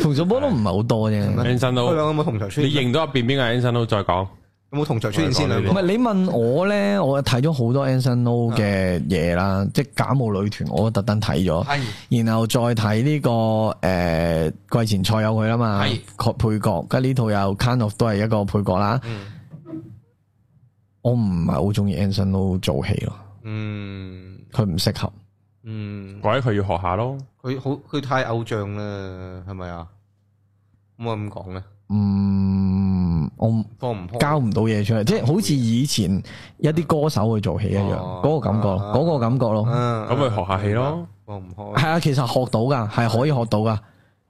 [SPEAKER 3] 馮素波都唔係好多啫。
[SPEAKER 1] Anson
[SPEAKER 2] 佢
[SPEAKER 1] Lo，
[SPEAKER 2] 兩個有冇同場出
[SPEAKER 1] 你
[SPEAKER 2] 現？
[SPEAKER 1] 認到入邊邊個係 Anson Lo 再講。
[SPEAKER 2] 有冇同場出現先兩啊
[SPEAKER 3] 唔
[SPEAKER 2] 個？
[SPEAKER 3] 係你問我咧，我睇咗好多 Anson Lo 嘅嘢啦，即係假冒女團，我都特登睇咗，
[SPEAKER 2] 係，
[SPEAKER 3] 然後再睇呢、個誒、呃季前賽有佢啦嘛，
[SPEAKER 2] 係
[SPEAKER 3] 確配角，跟呢套又 Kind of 都係一個配角啦。
[SPEAKER 2] 嗯，
[SPEAKER 3] 我唔係好中意 Anson Lo 做戲咯，
[SPEAKER 2] 嗯，
[SPEAKER 3] 佢唔適合。
[SPEAKER 2] 嗯，
[SPEAKER 1] 或者佢要學下咯。
[SPEAKER 2] 佢好佢太偶像啦，係咪啊？可唔可以咁講咧？
[SPEAKER 3] 嗯，我唔
[SPEAKER 2] 幫唔開啊
[SPEAKER 3] 交唔到嘢出嚟，即係好似以前一啲歌手去做戲一樣，
[SPEAKER 2] 哦
[SPEAKER 3] 嗰個感覺，
[SPEAKER 2] 啊
[SPEAKER 3] 嗰個感覺咯。
[SPEAKER 2] 咁
[SPEAKER 1] 咁咪學下戲咯，
[SPEAKER 2] 幫啊唔開。
[SPEAKER 3] 係啊，其實學到㗎，係可以學到㗎。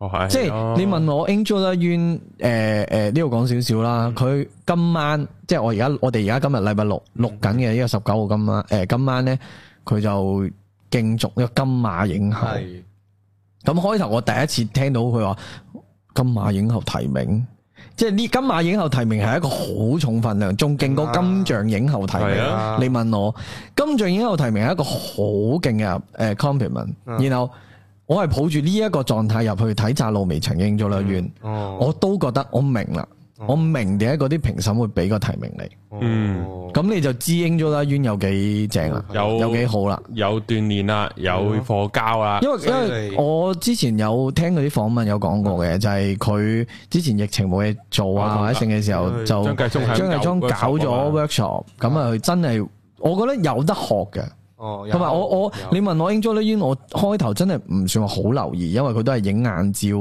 [SPEAKER 1] 學下戲
[SPEAKER 3] 即係
[SPEAKER 1] 咯
[SPEAKER 3] 你問我 Angela Yuen，誒誒呢度講少少啦。佢今晚即係我而家我哋而家今日禮拜六錄緊嘅呢個十九號今晚，誒、今晚咧佢就競逐呢個金馬影后。
[SPEAKER 2] 係
[SPEAKER 3] 咁開頭我第一次聽到佢話金馬影后提名，即係呢金馬影后提名係一個好重份量，仲勁過金像影后提名。
[SPEAKER 1] 係
[SPEAKER 2] 啊
[SPEAKER 3] 你問我金像影后提名係一個好勁嘅誒 compliment，、
[SPEAKER 2] 嗯
[SPEAKER 3] 然後我係抱住呢一個狀態入去睇《窄路微塵》《英咗兩院》
[SPEAKER 2] 哦，
[SPEAKER 3] 我都覺得我明啦。我明點解嗰啲評審會俾個提名你，
[SPEAKER 2] 哦
[SPEAKER 1] 嗯
[SPEAKER 3] 咁你就知英咗啦，冤有幾正啦，
[SPEAKER 1] 有
[SPEAKER 3] 有幾好啦。
[SPEAKER 1] 有鍛鍊啦，有課交啦，
[SPEAKER 3] 因為
[SPEAKER 2] 犀利
[SPEAKER 3] 因為我之前有聽嗰啲訪問有講過嘅，就係佢之前疫情冇嘢做啊
[SPEAKER 1] 講
[SPEAKER 3] 或者剩嘅時候
[SPEAKER 2] 佢
[SPEAKER 3] 就
[SPEAKER 1] 張繼聰係咁
[SPEAKER 3] 張繼
[SPEAKER 1] 搞
[SPEAKER 3] 聰搞咗
[SPEAKER 1] workshop
[SPEAKER 3] workshop，咁啊佢真係我覺得有得學嘅，
[SPEAKER 2] 哦，有
[SPEAKER 3] 同埋我我
[SPEAKER 2] 有
[SPEAKER 3] 你問我 Angela Yuen，我開頭真係唔算話好留意，因為佢都係影硬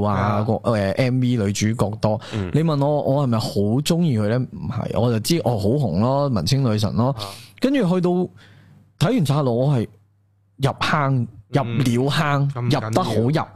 [SPEAKER 3] 照啊
[SPEAKER 2] 啊
[SPEAKER 3] 個誒 MV 女主角多。
[SPEAKER 1] 嗯
[SPEAKER 3] 你問我我係咪好中意佢咧？唔係，我就知哦好紅咯，文青女神咯。
[SPEAKER 2] 啊
[SPEAKER 3] 跟住去到睇完岔路，我係入坑入了坑，
[SPEAKER 2] 嗯咁
[SPEAKER 3] 入得好入。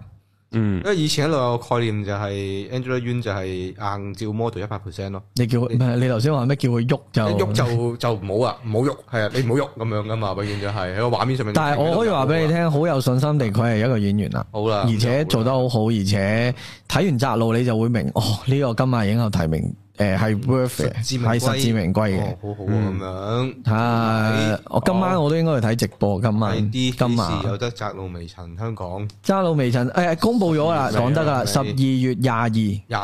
[SPEAKER 1] 嗯
[SPEAKER 2] 因，為以前一路有個概念就係 Angela Yuen 就係硬照 model 一百 percent 咯，
[SPEAKER 3] 你叫佢唔係你頭先話咩？叫佢喐
[SPEAKER 2] 一
[SPEAKER 3] 就
[SPEAKER 2] 喐就就唔好啊，唔好喐，係啊，你唔好喐咁樣噶嘛，永遠就係喺個畫面上面。
[SPEAKER 3] 但係我可以話俾你，聽，好有信心地，佢係一個演員啊啦。
[SPEAKER 2] 好啦，
[SPEAKER 3] 而且做得
[SPEAKER 2] 好啦
[SPEAKER 3] 好好，而且睇完窄路你就會明，哦呢、個金馬影后提名誒係 worth 嘅，
[SPEAKER 2] 嗯實至名
[SPEAKER 3] 係
[SPEAKER 2] 歸
[SPEAKER 3] 實至名歸嘅嗯
[SPEAKER 2] 哦。好好啊咁樣。
[SPEAKER 3] 啊！我今晚我都應該去睇直播，今晚
[SPEAKER 2] 係啲
[SPEAKER 3] 啊今
[SPEAKER 2] 今時有
[SPEAKER 3] 晚
[SPEAKER 2] 得窄路微塵，香港
[SPEAKER 3] 揸路微塵誒公佈咗啦，
[SPEAKER 2] 十二
[SPEAKER 3] 講
[SPEAKER 2] 月
[SPEAKER 3] 得噶啦，
[SPEAKER 2] 係
[SPEAKER 3] 十二月廿二。其
[SPEAKER 2] 廿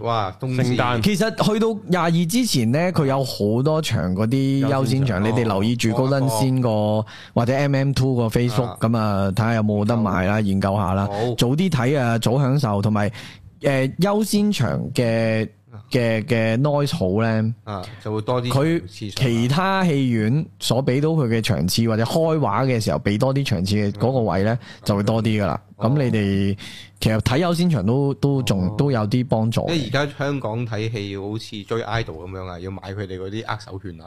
[SPEAKER 2] 二，哇，冬至
[SPEAKER 1] 聖誕
[SPEAKER 3] 實去到廿二之前呢，佢有好多場嗰啲優先場，
[SPEAKER 2] 優先場哦
[SPEAKER 3] 你哋留意住高登先個或者 MM Two 個 Facebook
[SPEAKER 2] 啊
[SPEAKER 3] 咁啊，睇下有冇得買啦，研究下啦。
[SPEAKER 2] 好
[SPEAKER 3] 早啲睇啊，早享受，同埋誒優先場嘅嘅嘅 noise 好咧，
[SPEAKER 2] 啊，就會多啲
[SPEAKER 3] 佢
[SPEAKER 2] 次數啦
[SPEAKER 3] 其他戲院所俾到佢嘅場次或者開畫嘅時候俾多啲場次嘅嗰個位咧，就會多啲噶啦。
[SPEAKER 2] 嗯哦
[SPEAKER 3] 咁你哋其實睇優先場都都仲
[SPEAKER 2] 哦
[SPEAKER 3] 都有啲幫助嘅。
[SPEAKER 2] 即係而家香港睇戲好似追 idol 咁樣啊，要買佢哋嗰啲握手券啊，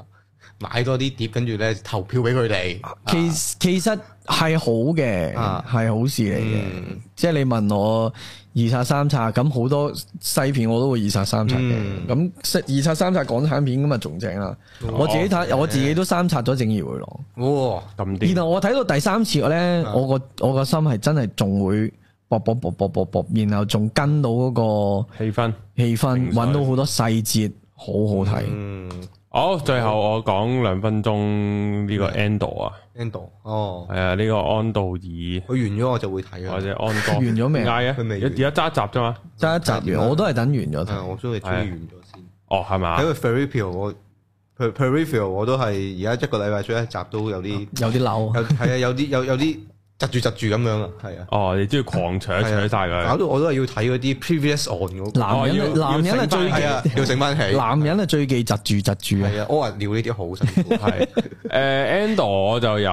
[SPEAKER 2] 買多啲碟，跟住咧投票俾佢哋。
[SPEAKER 3] 其其實係好嘅，
[SPEAKER 2] 啊
[SPEAKER 3] 係好事嚟嘅。
[SPEAKER 2] 嗯
[SPEAKER 3] 即係你問我二刷三刷，咁好多西片我都會二刷三刷嘅。咁
[SPEAKER 2] 嗯
[SPEAKER 3] 二刷三刷港產片咁啊，仲正啦。我自己睇，我自己都三刷咗《正義回廊
[SPEAKER 2] 哇，
[SPEAKER 1] 咁》，
[SPEAKER 3] 然
[SPEAKER 1] 啲
[SPEAKER 3] 後我睇到第三次咧，
[SPEAKER 2] 啊
[SPEAKER 3] 我個我個心係真係仲會搏搏搏搏搏搏，然後仲跟到嗰個
[SPEAKER 1] 氣氛。
[SPEAKER 3] 氣氛，
[SPEAKER 1] 情緒
[SPEAKER 3] 揾到好多細節，好好睇。
[SPEAKER 2] 嗯
[SPEAKER 1] 好，最後我講兩分鐘呢個
[SPEAKER 3] 嗯
[SPEAKER 1] Ando 啊，
[SPEAKER 2] ，Endo，哦，
[SPEAKER 1] 係啊，呢個安道爾
[SPEAKER 2] 佢完咗我就會睇
[SPEAKER 1] 或
[SPEAKER 2] 啊。
[SPEAKER 1] 者安哥
[SPEAKER 3] 完咗未
[SPEAKER 1] 點
[SPEAKER 3] 啊？
[SPEAKER 1] 解啊？
[SPEAKER 2] 佢未
[SPEAKER 1] 而家揸集啫嘛。
[SPEAKER 3] 得一集完，我都係等完咗
[SPEAKER 2] 係啊啊
[SPEAKER 3] 睇。
[SPEAKER 2] 我都係中意完咗先。
[SPEAKER 1] 哦，係嘛？
[SPEAKER 2] 睇佢 Peripheral，我 Per- Peripheral 我都係而家一個禮拜出一集都有啲
[SPEAKER 3] 有啲嬲，
[SPEAKER 2] 有係啊，有啲有有啲窒住窒住咁樣啊，係啊，
[SPEAKER 1] 哦，你都要狂扯扯晒
[SPEAKER 2] 搞
[SPEAKER 1] 佢。
[SPEAKER 2] 到我都係要睇嗰啲 previous on 嗰個。
[SPEAKER 3] 男
[SPEAKER 1] 哦
[SPEAKER 3] 人
[SPEAKER 1] 要
[SPEAKER 3] 男人
[SPEAKER 1] 要
[SPEAKER 3] 係
[SPEAKER 1] 醒返
[SPEAKER 3] 最
[SPEAKER 2] 係啊，要醒翻起。
[SPEAKER 3] 男人係最忌窒住窒住啊！
[SPEAKER 2] 係啊，我話聊呢啲好辛苦。
[SPEAKER 1] 係诶 Ando 我就由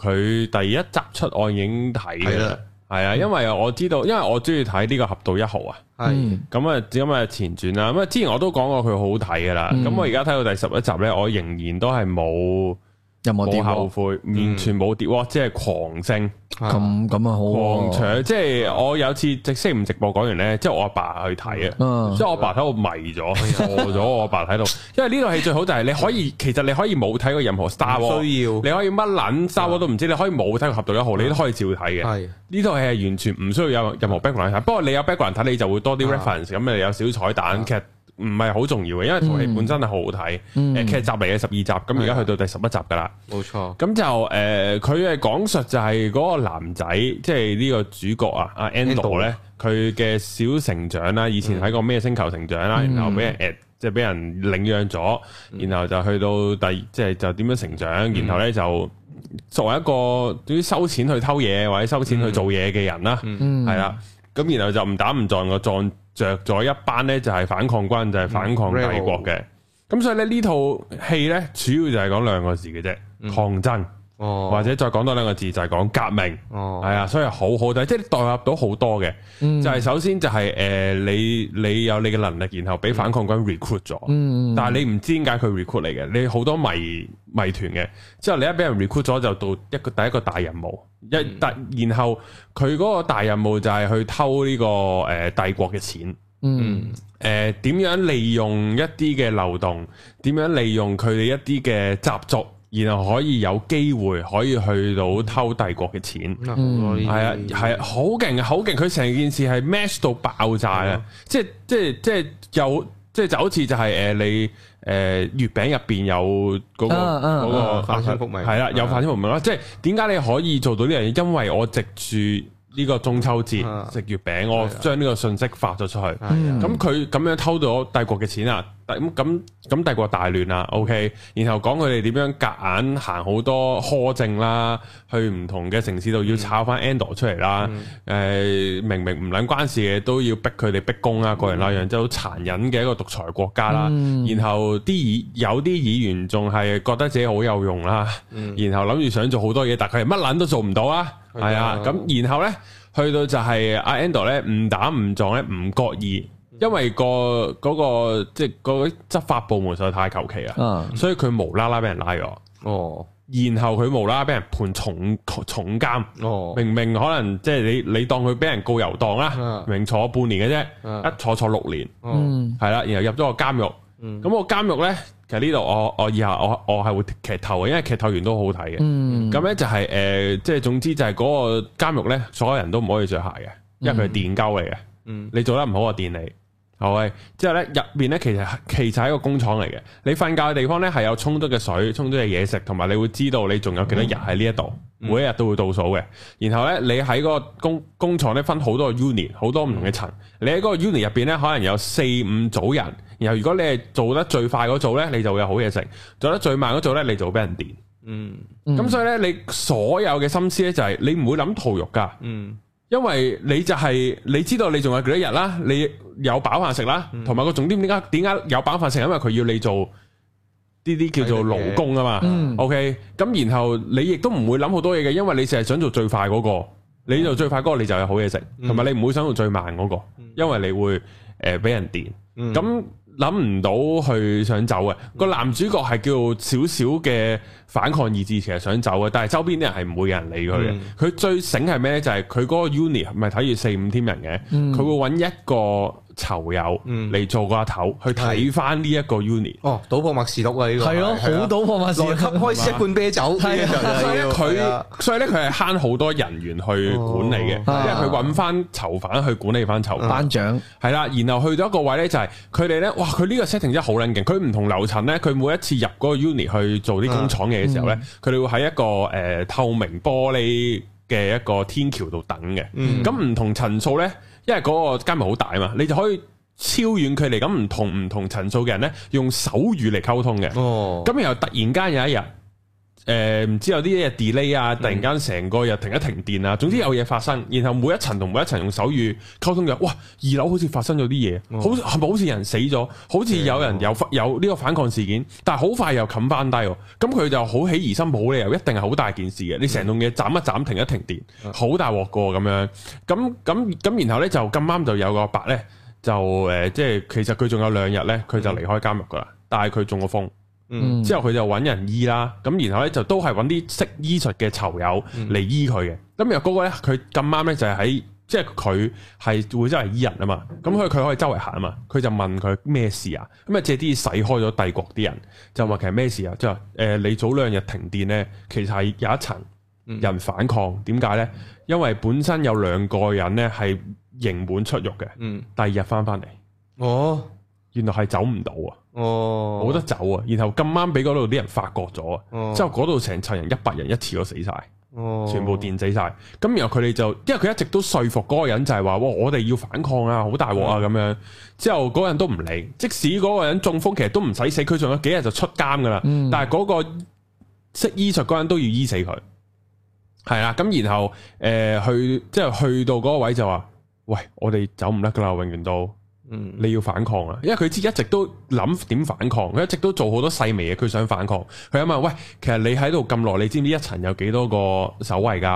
[SPEAKER 1] 佢第一集出我已經睇嘅
[SPEAKER 2] 係
[SPEAKER 1] 啦
[SPEAKER 2] 啦。
[SPEAKER 1] 係啊，因為我知道，因為我中意睇呢個《俠盜一號》啊。
[SPEAKER 2] 係
[SPEAKER 3] 嗯
[SPEAKER 1] 咁啊，咁啊前傳啦，咁啊之前我都講過佢好睇噶啦，咁、我而家睇到第十一集咧，我仍然都係冇
[SPEAKER 3] 任何
[SPEAKER 1] 冇嗯
[SPEAKER 3] 電話
[SPEAKER 1] 後悔，完全冇跌喎，即係狂升
[SPEAKER 3] 咁咁啊好
[SPEAKER 1] 狂
[SPEAKER 3] 喎
[SPEAKER 1] 搶，即係我有次直識唔直播講完咧，即係我阿爸去睇啊，
[SPEAKER 3] 嗯
[SPEAKER 1] 即係我阿爸睇我迷咗，錯咗我阿爸睇 到，因為呢套戲最好就係你可以，其實你可以嗯冇睇過任何 Star
[SPEAKER 2] 唔
[SPEAKER 1] Wars，
[SPEAKER 2] 需要
[SPEAKER 1] 你可以乜撚 Star Wars 都唔知，你可以冇睇過俠盜一號，你都可以照睇嘅。
[SPEAKER 2] 係
[SPEAKER 1] 呢套戲係完全唔需要有任何 background 睇，不過你有 background 睇你就會多啲
[SPEAKER 2] 啊
[SPEAKER 1] reference，咁咪有少少彩
[SPEAKER 3] 啊
[SPEAKER 1] 蛋。其實唔係好重要嘅，因為套戲本身係好好睇。
[SPEAKER 3] 嗯
[SPEAKER 1] 誒劇集嚟嘅十二集，咁而家去到第十一集㗎啦。
[SPEAKER 2] 冇錯。
[SPEAKER 1] 咁就誒，佢係講述就係嗰個男仔，即係呢個主角啊，阿 Ando
[SPEAKER 2] Ando
[SPEAKER 1] 咧，佢嘅小成長啦，以前喺個咩星球成長啦，
[SPEAKER 3] 嗯
[SPEAKER 1] 然後俾人 at，即係俾人領養咗，然後就去到第即係就點樣成長，
[SPEAKER 3] 嗯
[SPEAKER 1] 然後咧就作為一個對於收錢去偷嘢或者收錢去做嘢嘅人啦，
[SPEAKER 3] 嗯
[SPEAKER 1] 係啦，咁然後就唔打唔撞個撞着咗一班咧就係反抗軍，就係反抗帝國嘅。咁所以咧呢套戲咧，主要就係講兩個字嘅啫，抗爭。
[SPEAKER 2] 哦，
[SPEAKER 1] 或者再講多兩個字就係講革命，
[SPEAKER 2] 哦，
[SPEAKER 1] 係啊，所以好好睇，即係代入到好多嘅。
[SPEAKER 3] 嗯
[SPEAKER 1] 就係首先就係誒你你有你嘅能力，然後俾反抗軍 recruit 咗，
[SPEAKER 3] 嗯，
[SPEAKER 1] 但係你唔知點解佢 recruit 嚟嘅，你好多謎謎團嘅。之後你一俾人 recruit 咗，就到一個第一個大任務，
[SPEAKER 3] 嗯
[SPEAKER 1] 一但然後佢嗰個大任務就係去偷呢個誒帝國嘅錢。
[SPEAKER 3] 嗯
[SPEAKER 1] 誒
[SPEAKER 2] Ừ.
[SPEAKER 1] 點樣利用一啲嘅漏洞，點樣利用佢哋一啲嘅習俗，然後可以有機會可以去到偷帝國嘅錢。
[SPEAKER 2] 咁啊好多呢啲，
[SPEAKER 1] 係啊，係啊，好勁啊，好勁！佢成件事係 match 到爆炸
[SPEAKER 2] 係
[SPEAKER 1] 啊
[SPEAKER 2] 啊！
[SPEAKER 1] 即係即係即係有即係就好似就係誒你誒月餅入邊有嗰個
[SPEAKER 3] 啊啊啊
[SPEAKER 1] 嗰個
[SPEAKER 2] 反清復明
[SPEAKER 1] 係啦，有反清復明啦！即係點解你可以做到呢樣嘢？因為我藉住呢個中秋
[SPEAKER 2] 啊
[SPEAKER 1] 節食月餅，我
[SPEAKER 2] 係啊
[SPEAKER 1] 將呢個信息發咗出去。
[SPEAKER 2] 係啊
[SPEAKER 1] 咁佢咁樣偷咗帝國嘅錢啊，咁咁咁帝國大亂啦，OK，然後講佢哋點樣夾硬行好多苛政啦，去唔同嘅城市度要炒翻
[SPEAKER 2] 嗯
[SPEAKER 1] Andor 出嚟啦，誒、明明唔撚關事嘅都要逼佢哋逼宮啊，
[SPEAKER 2] 嗯
[SPEAKER 1] 各人那樣，即係好殘忍嘅一個獨裁國家啦。然後啲議有啲議員仲係覺得自己好有用啦，然後諗住想做好多嘢，但佢係乜撚都做唔到啊，
[SPEAKER 2] 嗯係
[SPEAKER 1] 係啊
[SPEAKER 2] 啊，
[SPEAKER 1] 咁。咁然後咧，去到就係阿 Ando 咧誤打誤撞咧，唔覺意，因為、個嗰、個即係嗰執法部門實在太求其啦，
[SPEAKER 3] 啊
[SPEAKER 1] 所以佢無啦啦俾人拉咗，
[SPEAKER 2] 哦
[SPEAKER 1] 然後佢無啦啦俾人判重重監。
[SPEAKER 2] 哦，
[SPEAKER 1] 明明可能即係你你當佢俾人告遊蕩啦
[SPEAKER 2] 啊，
[SPEAKER 1] 明明坐半年嘅
[SPEAKER 2] 啊
[SPEAKER 1] 啫，一坐坐六年，
[SPEAKER 2] 哦嗯
[SPEAKER 3] 嗯
[SPEAKER 1] 係啦，然後入咗個監獄。咁個監獄咧，其實呢度我我以下我我係會劇透嘅，因為劇透完都好睇嘅。
[SPEAKER 3] 嗯
[SPEAKER 1] 咁咧就係、誒，即、係總之就係嗰個監獄咧，所有人都唔可以着鞋嘅，因為佢係電鳩嚟嘅。
[SPEAKER 2] 嗯
[SPEAKER 1] 你做得唔好，我電你。係咪？之後咧，入面咧其實其實係一個工廠嚟嘅。你瞓覺嘅地方咧係有充足嘅水、充足嘅嘢食，同埋你會知道你仲有幾多日喺呢一度，每一日都會倒數嘅。然後咧，你喺嗰個工工廠咧分好多個 unit，好多唔同嘅層。你喺嗰個 unit 入邊咧，可能有四五組人。然後如果你係做得最快嗰組咧，你就會有好嘢食；做得最慢嗰組咧，你就會俾人電。
[SPEAKER 2] 嗯
[SPEAKER 1] 咁所以咧，你所有嘅心思咧就係你唔會諗屠肉噶，
[SPEAKER 2] 嗯
[SPEAKER 1] 因為你就係、你知道你仲有幾多日啦，你有飽飯食啦，同埋個重點點解點解有飽飯食？因為佢要你做呢啲叫做勞工啊嘛。
[SPEAKER 3] 嗯
[SPEAKER 1] OK，咁然後你亦都唔會諗好多嘢嘅，因為你成日想做最快嗰、個，你做最快嗰個你就有好嘢食，
[SPEAKER 2] 嗯
[SPEAKER 1] 同埋、你唔會想做最慢嗰、個，因為你會誒俾、人電。
[SPEAKER 2] 嗯
[SPEAKER 1] 咁諗唔到去想走嘅，個男主角係叫少少嘅反抗意志，其實想走啊嘅，但係周邊啲人係唔會有人理佢嘅
[SPEAKER 2] 嗯。
[SPEAKER 1] 佢、最醒係咩呢？就係佢嗰個 uni 咪睇住四五添人嘅，佢、會揾一個囚友
[SPEAKER 2] 嗯
[SPEAKER 1] 嚟做個阿頭，去睇翻呢一個 uni。
[SPEAKER 2] 哦，賭博默示錄啊呢個
[SPEAKER 3] 係咯，
[SPEAKER 2] 係啊
[SPEAKER 3] 好賭博嘛，
[SPEAKER 2] 來吸開一罐啤酒，
[SPEAKER 3] 係啊
[SPEAKER 1] 所以咧
[SPEAKER 2] 呢個就係要
[SPEAKER 1] 佢，所以咧佢係慳好多人員去管理嘅，
[SPEAKER 3] 哦
[SPEAKER 1] 因為佢揾翻囚犯去管理翻囚犯。
[SPEAKER 3] 頒獎，
[SPEAKER 1] 係啦，然後去到一個位咧，就係佢哋咧，哇！佢呢個 setting 真係好撚勁。佢唔同樓層咧，佢每一次入嗰個 uni 去做啲工廠嘢嘅時候
[SPEAKER 3] 嗯
[SPEAKER 1] 咧，佢哋會喺一個誒、呃透明玻璃嘅一個天橋度等嘅。
[SPEAKER 3] 嗯
[SPEAKER 1] 咁唔、同層數咧，因為嗰個間咪好大嘛，你就可以超遠距離咁唔同唔同層數嘅人咧，用手語嚟溝通嘅。
[SPEAKER 2] 哦，
[SPEAKER 1] 咁然後突然間有一日，誒、唔知有啲嘢 delay 啊，突然間成個又停一停電啊，總之有嘢發生，然後每一層同每一層用手語溝通嘅，哇！二樓好似發生咗啲嘢，好似係咪好似有人死咗，好似有人有有呢個反抗事件，但係好快又冚翻低喎，咁佢就好起疑心，冇理由一定係好大件事嘅，你成棟嘢斬一斬停一停電，好大鑊個咁樣，咁咁咁然後呢，就咁啱就有個伯呢，就誒、呃即係其實佢仲有兩日呢，佢就離開監獄噶啦，但係佢中咗風。
[SPEAKER 2] 嗯
[SPEAKER 1] 之後佢就揾人醫啦，咁然後咧就都係揾啲識醫術嘅囚友
[SPEAKER 2] 嗯
[SPEAKER 1] 嚟醫佢嘅。咁然後嗰個咧，佢咁啱咧就係喺，即係佢係會真係醫人啊嘛。咁佢佢可以周圍行啊嘛。佢就問佢咩事啊？咁啊借啲洗開咗帝國啲人，就話其實咩事啊？即係誒你早兩日停電咧，其實係有一層
[SPEAKER 2] 嗯
[SPEAKER 1] 人反抗，點解咧？因為本身有兩個人咧係刑滿出獄嘅，
[SPEAKER 2] 嗯，
[SPEAKER 1] 第二日翻翻嚟，
[SPEAKER 2] 哦
[SPEAKER 1] 原來係走唔到啊！
[SPEAKER 2] Ờ. 哦，
[SPEAKER 1] 冇得走啊！然後咁啱俾嗰度啲人發覺咗啊，
[SPEAKER 2] 哦
[SPEAKER 1] 之後嗰度成層人一百人一次都死晒，
[SPEAKER 2] 哦，
[SPEAKER 1] 全部電死晒。咁然後佢哋就，因為佢一直都說服嗰個人就係話，哇！我哋要反抗啊，好大鑊
[SPEAKER 2] 嗯
[SPEAKER 1] 啊咁樣。之後嗰個人都唔理，即使嗰個人中風，其實都唔使死，佢仲有幾日就出監噶啦。
[SPEAKER 2] 嗯
[SPEAKER 1] 但係嗰個識醫術嗰個人都要醫死佢，係啦。咁然後誒、呃去，即係去到嗰個位就話，喂，我哋走唔甩噶啦，永遠都。
[SPEAKER 2] 嗯
[SPEAKER 1] 你要反抗啊！因為佢知一直都諗點反抗，佢一直都做好多細微嘢，佢想反抗。佢諗下，喂，其實你喺度咁耐，你知唔知一層有幾多個守衞㗎？誒、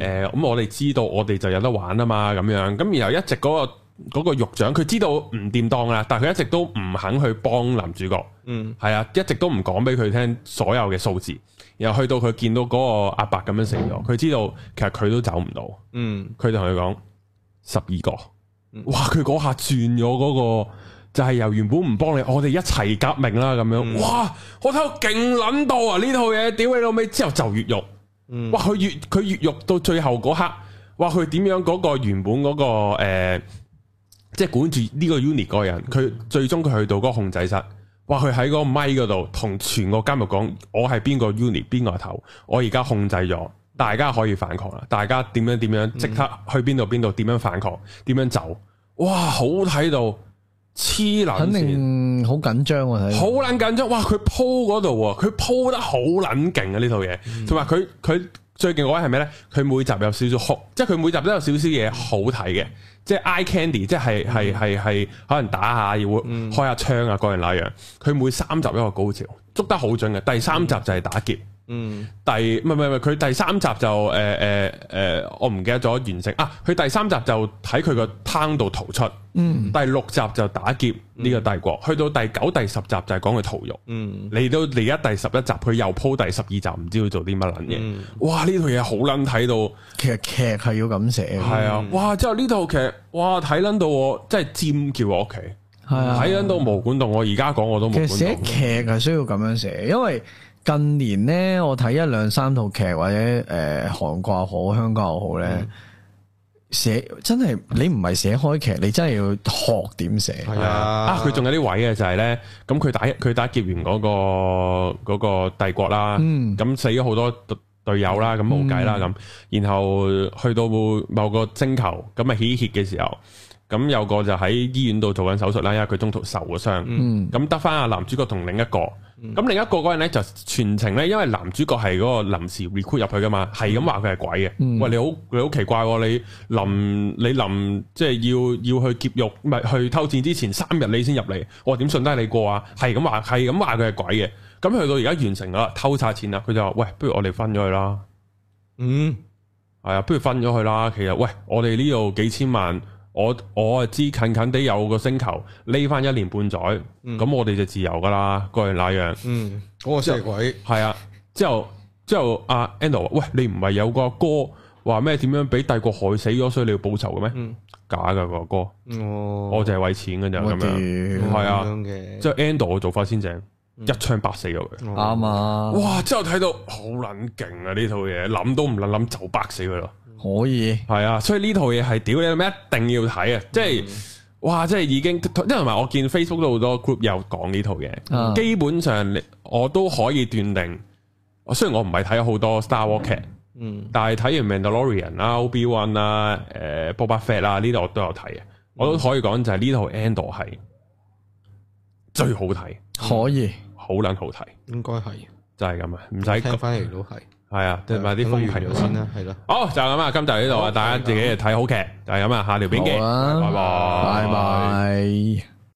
[SPEAKER 1] 呃咁、我哋知道，我哋就有得玩啊嘛，咁樣。咁然後一直嗰、個嗰、個獄長，佢知道唔掂當啦，但係佢一直都唔肯去幫男主角。
[SPEAKER 2] 嗯
[SPEAKER 1] 係啊，一直都唔講俾佢聽所有嘅數字，然後去到佢見到嗰個阿伯咁樣死咗，佢知道其實佢都走唔到，
[SPEAKER 2] 嗯
[SPEAKER 1] 佢就同佢講十二個
[SPEAKER 2] 嗯，
[SPEAKER 1] 哇！佢嗰下轉咗嗰個，就係由原本唔幫你，我哋一齊革命啦咁樣，哇！我睇到勁撚到啊！呢套嘢屌你老味之後就越獄，
[SPEAKER 2] 嗯
[SPEAKER 1] 哇！佢越佢越獄到最後嗰刻，哇！佢點樣嗰個原本嗰個誒，即係管住呢個 unit 嗰個人，佢最終佢去到嗰個控制室。哇！佢喺嗰個咪嗰度同全個監獄講，我係邊個 unit 邊個頭，我而家控制咗，大家可以反抗啦，大家點樣點樣即刻去邊度邊度點樣反抗，點樣走，哇！好睇到黐撚線，
[SPEAKER 3] 肯定好緊張啊喎，睇
[SPEAKER 1] 好撚緊張，哇！佢鋪嗰度啊，佢鋪得好撚勁啊呢套嘢，同埋佢佢最勁嗰位係咩呢？佢每集有少少哭，即係佢每集都有少少嘢好睇嘅，即係 eye candy，即係係係係可能打下要會開下槍啊嗰樣那樣。佢每三集一個高潮，捉得好準嘅。第三集就係打劫，
[SPEAKER 2] 嗯
[SPEAKER 1] 第唔係唔係唔係佢第三集就誒誒誒，我唔記得咗完成啊！佢第三集就喺佢個攤度逃出，
[SPEAKER 3] 嗯，
[SPEAKER 1] 第六集就打劫呢個帝國，去到第九、第十集就係講佢逃獄。
[SPEAKER 2] 嗯
[SPEAKER 1] 嚟到嚟而家第十一集，佢又鋪第十二集，唔知要做啲乜撚嘢。
[SPEAKER 2] 嗯
[SPEAKER 1] 哇！呢套嘢好撚睇到，
[SPEAKER 3] 其實劇係要咁寫嘅，
[SPEAKER 1] 係啊！哇！之後呢套劇，哇睇撚到我真係尖叫我屋企，
[SPEAKER 3] 係啊
[SPEAKER 1] 睇撚到毛管動，我而家講我都毛
[SPEAKER 3] 其
[SPEAKER 1] 管
[SPEAKER 3] 實寫
[SPEAKER 1] 動。
[SPEAKER 3] 劇係需要咁樣寫，因為近年咧，我睇一兩三套劇或者誒、呃、韓國又好，香港又好咧，寫、真係你唔係寫開劇，你真係要學點寫。
[SPEAKER 2] 係
[SPEAKER 1] 係啊，佢仲有啲位嘅就係咧，咁佢打佢打劫完嗰、個嗰個帝國啦，
[SPEAKER 3] 嗯
[SPEAKER 1] 咁、死咗好多隊隊友啦，咁冇計啦咁，然後去到某個星球，咁咪起血嘅時候，咁有個就喺醫院度做緊手術啦，因為佢中途受咗傷，
[SPEAKER 3] 嗯
[SPEAKER 1] 咁得翻阿男主角同另一個，咁、另一個嗰人咧就全程咧，因為男主角係嗰個臨時 recruit 入去噶嘛，係咁話佢係鬼嘅。
[SPEAKER 3] 嗯
[SPEAKER 1] 喂，你好你好奇怪喎、你臨你臨即係要要去劫獄，唔係去偷錢之前三日你先入嚟，我點信得你過啊？係咁話係咁話佢係鬼嘅，咁去到而家完成啦，偷晒錢啦，佢就話喂，不如我哋分咗佢啦。
[SPEAKER 2] 嗯
[SPEAKER 1] 係啊，不如分咗佢啦。其實喂，我哋呢度幾千萬，我我啊知近近地有個星球匿翻一年半載，咁、我哋就自由噶啦，各樣那樣。
[SPEAKER 2] 嗯，嗰個先係鬼，
[SPEAKER 1] 係啊，之後之後阿 Ando 話：喂，你唔係有個阿哥話咩點樣俾帝國害死咗，所以你要報仇嘅咩？
[SPEAKER 2] 嗯
[SPEAKER 1] 假㗎個阿哥，
[SPEAKER 2] 哦，
[SPEAKER 1] 我就係為錢嘅咋
[SPEAKER 3] 我
[SPEAKER 1] 咁樣。
[SPEAKER 3] 哋
[SPEAKER 1] 係啊
[SPEAKER 2] 咁樣嘅，
[SPEAKER 1] 之後 Ando 嘅做法先正，
[SPEAKER 2] 嗯
[SPEAKER 1] 一槍白死咗佢。
[SPEAKER 3] 啱啊，
[SPEAKER 1] 哇！之後睇到好撚勁啊！呢套嘢諗都唔撚諗就白死佢啦。
[SPEAKER 3] 可以
[SPEAKER 1] 系啊，所以呢套嘢係屌你咩，一定要睇啊！
[SPEAKER 2] 嗯
[SPEAKER 1] 即係哇，即係已經，因為同埋我見 Facebook 都好多 group 有講呢套嘢，
[SPEAKER 3] 啊
[SPEAKER 1] 基本上你我都可以斷定，雖然我唔係睇好多 Star Wars 劇，
[SPEAKER 2] 嗯
[SPEAKER 1] 但係睇完 Mandalorian 啦、Obi Wan 啦、誒 Boba Fett 啦呢度我都有睇嘅，啊我都可以講就係呢套 Andor 係最好睇，
[SPEAKER 3] 可以，
[SPEAKER 1] 好撚好睇，
[SPEAKER 2] 應該係
[SPEAKER 1] 就係咁啊，唔使
[SPEAKER 2] 聽
[SPEAKER 1] 講
[SPEAKER 2] 翻嚟都係，
[SPEAKER 1] 係啊，即係
[SPEAKER 2] Ờ,
[SPEAKER 1] 買啲風評
[SPEAKER 2] 咗先啦，係啦。
[SPEAKER 1] 好就係咁啊，今集呢度啊，
[SPEAKER 2] 好啊
[SPEAKER 1] 大家自己睇好劇就係咁啊，下條片見，
[SPEAKER 3] 好啊
[SPEAKER 1] 拜拜，
[SPEAKER 3] 啊拜拜。